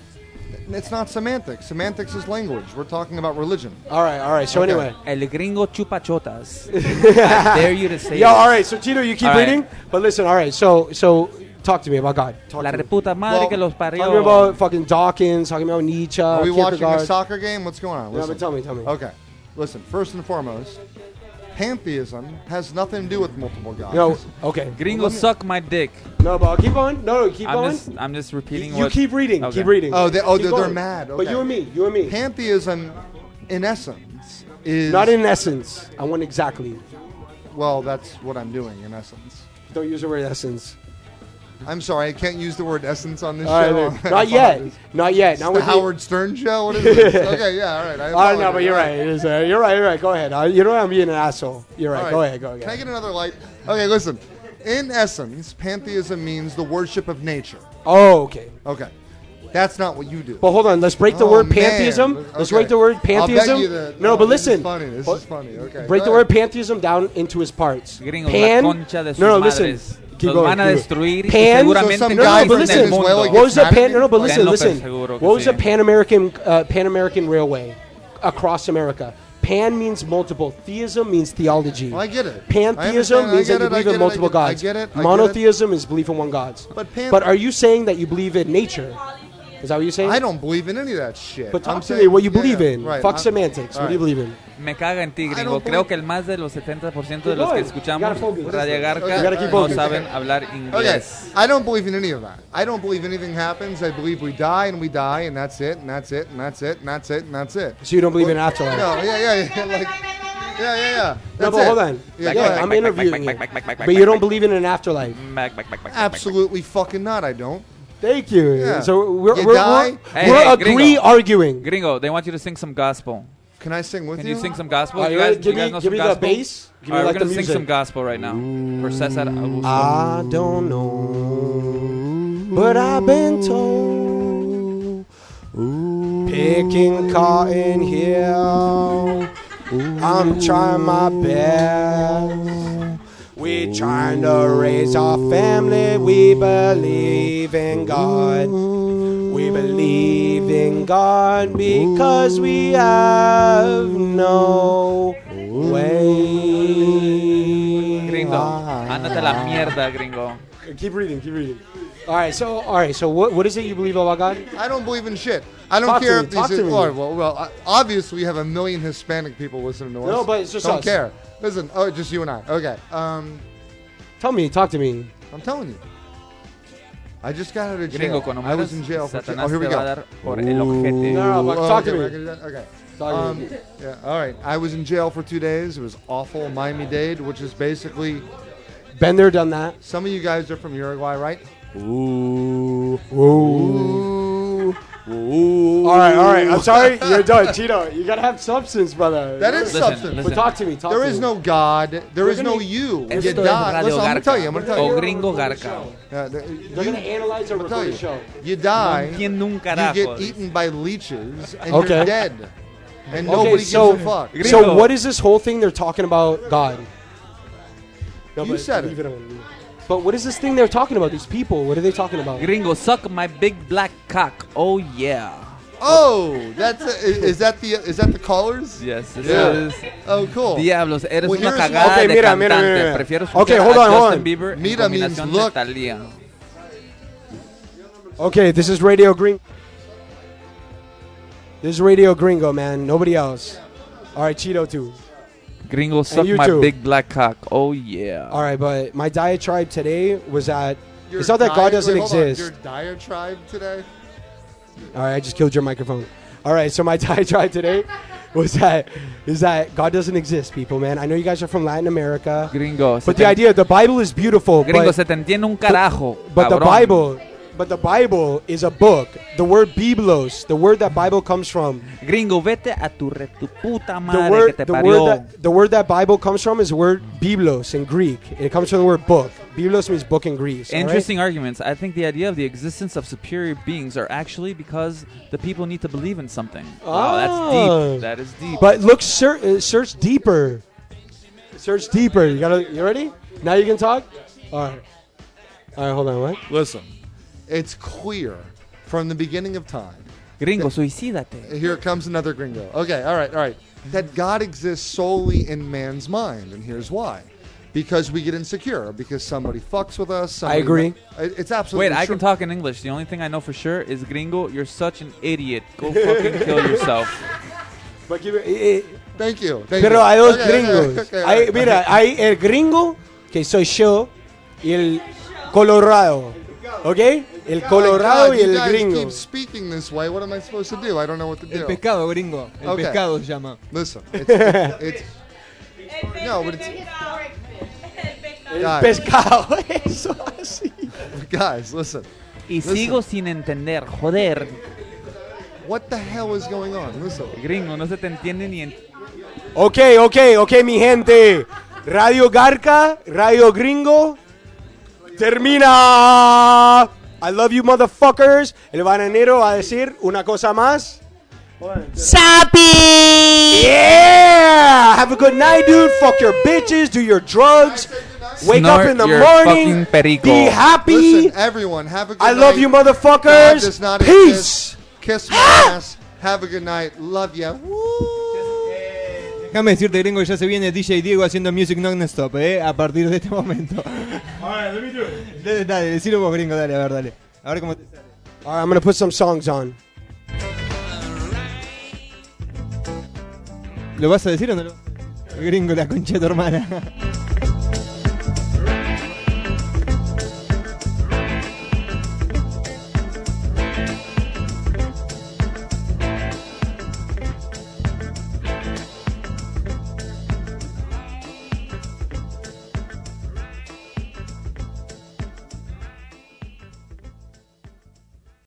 Speaker 13: It's not semantics. Semantics is language. We're talking about religion.
Speaker 6: All right, all right. So
Speaker 13: Okay.
Speaker 6: anyway,
Speaker 9: El
Speaker 6: *laughs*
Speaker 9: gringo chupachotas. I dare you to say
Speaker 6: Yo, *laughs*
Speaker 9: that.
Speaker 6: all right. So Tito, you keep
Speaker 9: All right.
Speaker 6: reading, but listen, all right. So, so Talk to me about God. Talk
Speaker 9: La
Speaker 6: to me.
Speaker 9: reputa madre que los
Speaker 6: Talking
Speaker 9: parió.
Speaker 6: about fucking Dawkins, talking about Nietzsche.
Speaker 13: Are we watching a
Speaker 6: Kierkegaard.
Speaker 13: soccer game? What's going on?
Speaker 6: No, but tell me, tell me.
Speaker 13: Okay. Listen, first and foremost, pantheism has nothing to do with multiple gods.
Speaker 6: No, okay.
Speaker 9: Gringo, suck my dick.
Speaker 6: No, but keep on. No, no, keep
Speaker 9: I'm
Speaker 6: on.
Speaker 9: Just, I'm just repeating
Speaker 6: you
Speaker 9: what.
Speaker 6: keep reading.
Speaker 9: Okay.
Speaker 6: Keep reading.
Speaker 13: Oh, they, oh,
Speaker 6: Keep
Speaker 13: they're, they're
Speaker 6: going.
Speaker 13: mad.
Speaker 6: But you and me. You and me.
Speaker 13: Pantheism, in essence, is
Speaker 6: Not in essence. I want exactly.
Speaker 13: Well, that's what I'm doing in essence.
Speaker 6: Don't use the word essence.
Speaker 13: I'm sorry, I can't use the word essence on this
Speaker 6: All right,
Speaker 13: show.
Speaker 6: dude.
Speaker 13: *laughs* I
Speaker 6: Not yet.
Speaker 13: apologize.
Speaker 6: Not yet.
Speaker 13: It's
Speaker 6: Now
Speaker 13: the
Speaker 6: with the-
Speaker 13: Howard Stern show. What
Speaker 6: *laughs*
Speaker 13: is this? okay, yeah, all right.
Speaker 6: Oh,
Speaker 13: I
Speaker 6: no,
Speaker 13: apologize.
Speaker 6: but you're right. It is, uh, you're right. You're right. Go ahead. Uh, you know I'm being an asshole. You're right.
Speaker 13: All
Speaker 6: Go ahead. Go ahead.
Speaker 13: Can I get another light? Okay, listen. In essence, pantheism means the worship of nature.
Speaker 6: Oh, okay.
Speaker 13: Okay. That's not what you do.
Speaker 6: But hold on. Let's break the
Speaker 13: Oh,
Speaker 6: word
Speaker 13: man.
Speaker 6: pantheism. Let's
Speaker 13: Okay.
Speaker 6: break the word
Speaker 13: I'll bet
Speaker 6: pantheism.
Speaker 13: you that-
Speaker 6: no,
Speaker 13: oh,
Speaker 6: but
Speaker 13: this is
Speaker 6: listen.
Speaker 13: funny. This is funny. Okay.
Speaker 6: Break the
Speaker 13: go
Speaker 6: word pantheism down into its parts.
Speaker 9: Gringo,
Speaker 6: Pan.
Speaker 9: la concha de sus
Speaker 6: no, no,
Speaker 9: madres.
Speaker 6: listen. Keep
Speaker 9: Los
Speaker 6: going,
Speaker 9: van a
Speaker 6: keep going.
Speaker 9: destruir y
Speaker 6: Pan.
Speaker 9: seguramente So some
Speaker 6: no,
Speaker 9: guy
Speaker 6: no, but
Speaker 9: from
Speaker 6: listen.
Speaker 9: Venezuela
Speaker 6: What
Speaker 9: gets
Speaker 6: was the
Speaker 9: mad at
Speaker 6: pan?
Speaker 9: me?
Speaker 6: No, no, but
Speaker 9: Tenlo
Speaker 6: listen, listen.
Speaker 9: seguro
Speaker 6: What
Speaker 9: que
Speaker 6: was
Speaker 9: sí.
Speaker 6: the Pan American uh, Pan American Railway across America? Pan means multiple. Theism means theology.
Speaker 13: I get it. I
Speaker 6: Pantheism
Speaker 13: understand.
Speaker 6: means
Speaker 13: I
Speaker 6: that
Speaker 13: get
Speaker 6: you
Speaker 13: it. I
Speaker 6: believe
Speaker 13: get
Speaker 6: in
Speaker 13: it.
Speaker 6: multiple
Speaker 13: I get- I
Speaker 6: gods.
Speaker 13: get it. I get it.
Speaker 6: Monotheism is belief in one gods.
Speaker 13: But pan-
Speaker 6: are you saying that you believe in nature? Is that what you're saying?
Speaker 13: I don't believe in any of that shit.
Speaker 6: But talk
Speaker 13: I'm
Speaker 6: to
Speaker 13: saying-
Speaker 6: me what you
Speaker 13: yeah,
Speaker 6: believe
Speaker 13: yeah,
Speaker 6: in.
Speaker 13: right.
Speaker 6: Fuck
Speaker 13: I'm-
Speaker 6: semantics. What do you
Speaker 13: Alright.
Speaker 6: believe in?
Speaker 9: Me caga en ti, gringo.
Speaker 13: don't
Speaker 9: Creo que el más de los 70% de los que
Speaker 13: going.
Speaker 9: escuchamos
Speaker 13: focus.
Speaker 9: Radio Garca
Speaker 13: You gotta keep
Speaker 9: no
Speaker 13: focus.
Speaker 9: saben hablar
Speaker 13: Okay,
Speaker 9: inglés.
Speaker 13: I don't believe in any of that. I don't believe anything happens. I believe we die and we die and that's it and that's it and that's it and that's it and that's it.
Speaker 6: So you don't believe in an afterlife?
Speaker 13: No, yeah, yeah, *laughs* yeah, like, yeah, yeah, yeah.
Speaker 6: No,
Speaker 13: That's
Speaker 6: but
Speaker 13: it.
Speaker 6: hold on.
Speaker 13: Yeah,
Speaker 6: Yeah,
Speaker 13: go ahead.
Speaker 6: I'm interviewing you. But you don't believe in an afterlife.
Speaker 13: Absolutely fucking not. I don't.
Speaker 6: Thank you.
Speaker 13: Yeah.
Speaker 6: So we're,
Speaker 13: You
Speaker 6: we're,
Speaker 13: die?
Speaker 6: we're,
Speaker 9: Hey,
Speaker 6: we're
Speaker 9: hey,
Speaker 6: agree
Speaker 9: gringo.
Speaker 6: arguing.
Speaker 9: Gringo, they want you to sing some gospel.
Speaker 13: Can I sing with
Speaker 9: Can
Speaker 13: you?
Speaker 9: you sing some gospel?
Speaker 6: Uh,
Speaker 9: you
Speaker 6: yeah,
Speaker 9: guys,
Speaker 6: give
Speaker 9: you
Speaker 6: me-
Speaker 9: guys know
Speaker 6: give
Speaker 9: some
Speaker 6: me the
Speaker 9: gospel?
Speaker 6: bass. Give me
Speaker 9: Alright,
Speaker 6: like
Speaker 9: we're
Speaker 6: the
Speaker 9: gonna sing
Speaker 6: music. Ah.
Speaker 9: some gospel right now. For Cesar Augusto.
Speaker 6: I don't know, but I've been told picking cotton here. I'm trying my best. We're trying to raise our family. We believe in God. We believe in God because we have no way.
Speaker 9: Gringo, ándate a la mierda, gringo.
Speaker 6: Keep reading, keep reading. All right, so all right, so what what is it you believe about God?
Speaker 13: I don't believe in shit. I don't
Speaker 6: Talk to
Speaker 13: care
Speaker 6: me,
Speaker 13: if
Speaker 6: talk
Speaker 13: these.
Speaker 6: to me.
Speaker 13: Well, well, well, I- obviously we have a million Hispanic people listening to us.
Speaker 6: No, but it's just
Speaker 13: don't
Speaker 6: us.
Speaker 13: care. Listen, oh, just you and I. Okay. Um,
Speaker 6: Tell me, talk to me.
Speaker 13: I'm telling you. I just got out of jail.
Speaker 9: Gringo, cuando
Speaker 13: I was
Speaker 9: mueras,
Speaker 13: in jail for.
Speaker 9: Satanás
Speaker 13: Oh, here we
Speaker 9: te
Speaker 13: go.
Speaker 9: va a dar por el ojete.
Speaker 6: No, no, but
Speaker 13: Oh,
Speaker 6: talk to
Speaker 13: okay,
Speaker 6: me.
Speaker 13: we're gonna do that? Okay.
Speaker 6: Talk to
Speaker 13: Um,
Speaker 6: me.
Speaker 13: yeah, all right. I was in jail for two days. It was awful. Miami Dade, which is basically
Speaker 6: Been there, done that.
Speaker 13: some of you guys are from Uruguay, right?
Speaker 6: Ooh. Ooh. Ooh. All right, all right. I'm *laughs* sorry. You're done. Cheeto, you got to have substance, brother.
Speaker 13: That is Listen, substance.
Speaker 6: But
Speaker 13: listen.
Speaker 6: talk to me. Talk
Speaker 13: There
Speaker 6: to
Speaker 13: is
Speaker 6: me.
Speaker 13: no God. There
Speaker 6: We're
Speaker 13: is
Speaker 6: gonna-
Speaker 13: no you.
Speaker 6: Esto
Speaker 13: You
Speaker 6: es
Speaker 13: die.
Speaker 9: Radio
Speaker 13: Listen, I'm gonna
Speaker 9: Garca.
Speaker 13: tell you. I'm gonna tell
Speaker 9: O
Speaker 13: you.
Speaker 9: gringo garca.
Speaker 13: Yeah, the-
Speaker 6: They're
Speaker 13: you-
Speaker 6: going to analyze a recorded show.
Speaker 13: You die.
Speaker 9: No entiendo un
Speaker 13: you
Speaker 9: carajo.
Speaker 13: get eaten by leeches, and
Speaker 6: Okay.
Speaker 13: you're dead. And
Speaker 6: Okay,
Speaker 13: nobody
Speaker 6: so,
Speaker 13: gives a fuck.
Speaker 6: so what is this whole thing they're talking about God? No,
Speaker 13: You
Speaker 6: but
Speaker 13: said
Speaker 6: leave it. alone, leave it. But what is this thing they're talking about? These people, what are they talking about?
Speaker 9: Gringo, suck my big black cock. Oh yeah.
Speaker 13: Oh, that's a, is is that the is that the callers?
Speaker 9: Yes, this
Speaker 13: Yeah.
Speaker 9: is-
Speaker 13: Oh, cool.
Speaker 9: Diablos, eres
Speaker 13: Well,
Speaker 9: una
Speaker 13: here's-
Speaker 9: cagada
Speaker 6: Okay,
Speaker 9: de
Speaker 6: mira, mira,
Speaker 9: cantante.
Speaker 6: mira.
Speaker 9: Prefiero escuchar
Speaker 6: Okay, hold
Speaker 9: a
Speaker 6: on, hold
Speaker 9: Justin
Speaker 6: on.
Speaker 9: Bieber en
Speaker 13: Mira means
Speaker 9: combinación de
Speaker 13: look.
Speaker 9: Thalía.
Speaker 6: Okay, this is Radio Green. This is Radio Gringo, man. Nobody else. All right, Cheeto too.
Speaker 9: Gringo,
Speaker 6: And
Speaker 9: suck
Speaker 6: you
Speaker 9: my
Speaker 6: too.
Speaker 9: big black cock. Oh yeah.
Speaker 6: All right, but my diatribe today was that
Speaker 13: Your
Speaker 6: it's not that God
Speaker 13: diet-
Speaker 6: doesn't
Speaker 13: wait, hold on.
Speaker 6: exist.
Speaker 13: Your diatribe today.
Speaker 6: All right, I just killed your microphone. All right, so my *laughs* diatribe today was that is that God doesn't exist, people, man. I know you guys are from Latin America,
Speaker 9: Gringo, se
Speaker 6: but the
Speaker 9: te-
Speaker 6: idea the Bible is beautiful.
Speaker 9: Gringo,
Speaker 6: Oh, but,
Speaker 9: se te entiende un carajo.
Speaker 6: but the
Speaker 9: cabrón.
Speaker 6: Bible, but the Bible is a book. The word biblos, the word that Bible comes from,
Speaker 9: Gringo, vete a tu, re, tu puta madre
Speaker 6: the
Speaker 9: que
Speaker 6: word,
Speaker 9: te
Speaker 6: the
Speaker 9: parió.
Speaker 6: word that, the word that Bible comes from is the word biblos in Greek. It comes from the word book. Biblos means book in Greek. all right?
Speaker 9: Interesting arguments. I think the idea of the existence of superior beings are actually because the people need to believe in something. Wow,
Speaker 6: Ah.
Speaker 13: Oh.
Speaker 9: that's deep. That is deep.
Speaker 6: But look, ser- uh, search deeper. Search deeper. You gotta. You ready? Now you can talk. All right. All right. Hold on. What?
Speaker 13: Listen, it's clear from the beginning of time.
Speaker 9: Gringo, suicídate.
Speaker 13: Here comes another gringo. Okay, all right, all right. That God exists solely in man's mind, and here's why. because we get insecure because somebody fucks with us. Somebody
Speaker 6: agree.
Speaker 13: It- It's absolutely
Speaker 9: Wait, I
Speaker 13: true.
Speaker 9: can talk in English. The only thing I know for sure is gringo, you're such an idiot. Go fucking kill yourself.
Speaker 13: Thank you. Thank
Speaker 6: Eh, Pero
Speaker 13: you.
Speaker 6: hay dos
Speaker 13: Ok, ok,
Speaker 6: gringos.
Speaker 13: ok, ok.
Speaker 6: Hay- mira, hay el gringo, que soy yo, y el colorado. ¿Ok? El colorado y
Speaker 13: God, you
Speaker 6: el
Speaker 13: guys
Speaker 6: gringo.
Speaker 13: keep speaking this way. What am I supposed to do? I don't know what to do.
Speaker 31: El pescado, gringo. El
Speaker 13: Okay.
Speaker 31: pescado se llama.
Speaker 13: Listen, it's,
Speaker 6: *laughs*
Speaker 13: it's, no, but it's *laughs* Guys.
Speaker 9: *laughs* eso así.
Speaker 13: Guys, listen.
Speaker 9: Y sigo sin entender, joder.
Speaker 13: What the hell is going on? Listen.
Speaker 9: Gringo, no se te entiende ni en...
Speaker 6: Ok, ok, ok, mi gente. Radio Garca, Radio Gringo. Termina. I love you, motherfuckers. El bananero va a decir una cosa más. ¡Sapi! Yeah! Have a good night, dude. Fuck your bitches. Do your drugs. Wake up in the morning. Be happy.
Speaker 13: Listen, everyone, have a good
Speaker 6: I
Speaker 13: night.
Speaker 6: love you, motherfuckers.
Speaker 13: God does not
Speaker 6: Peace. Ah!
Speaker 13: exist. Kiss my ass. Have a good night. Love ya.
Speaker 31: Déjame decirte, gringo, que ya se viene DJ Diego haciendo music non-stop, ¿eh? A partir de este momento. Dale, dale, decilo vos, gringo, dale, a ver, dale. A ver cómo te sale.
Speaker 6: All right, I'm gonna put some songs on.
Speaker 31: ¿Lo vas a decir o no lo Gringo, la concha de tu hermana.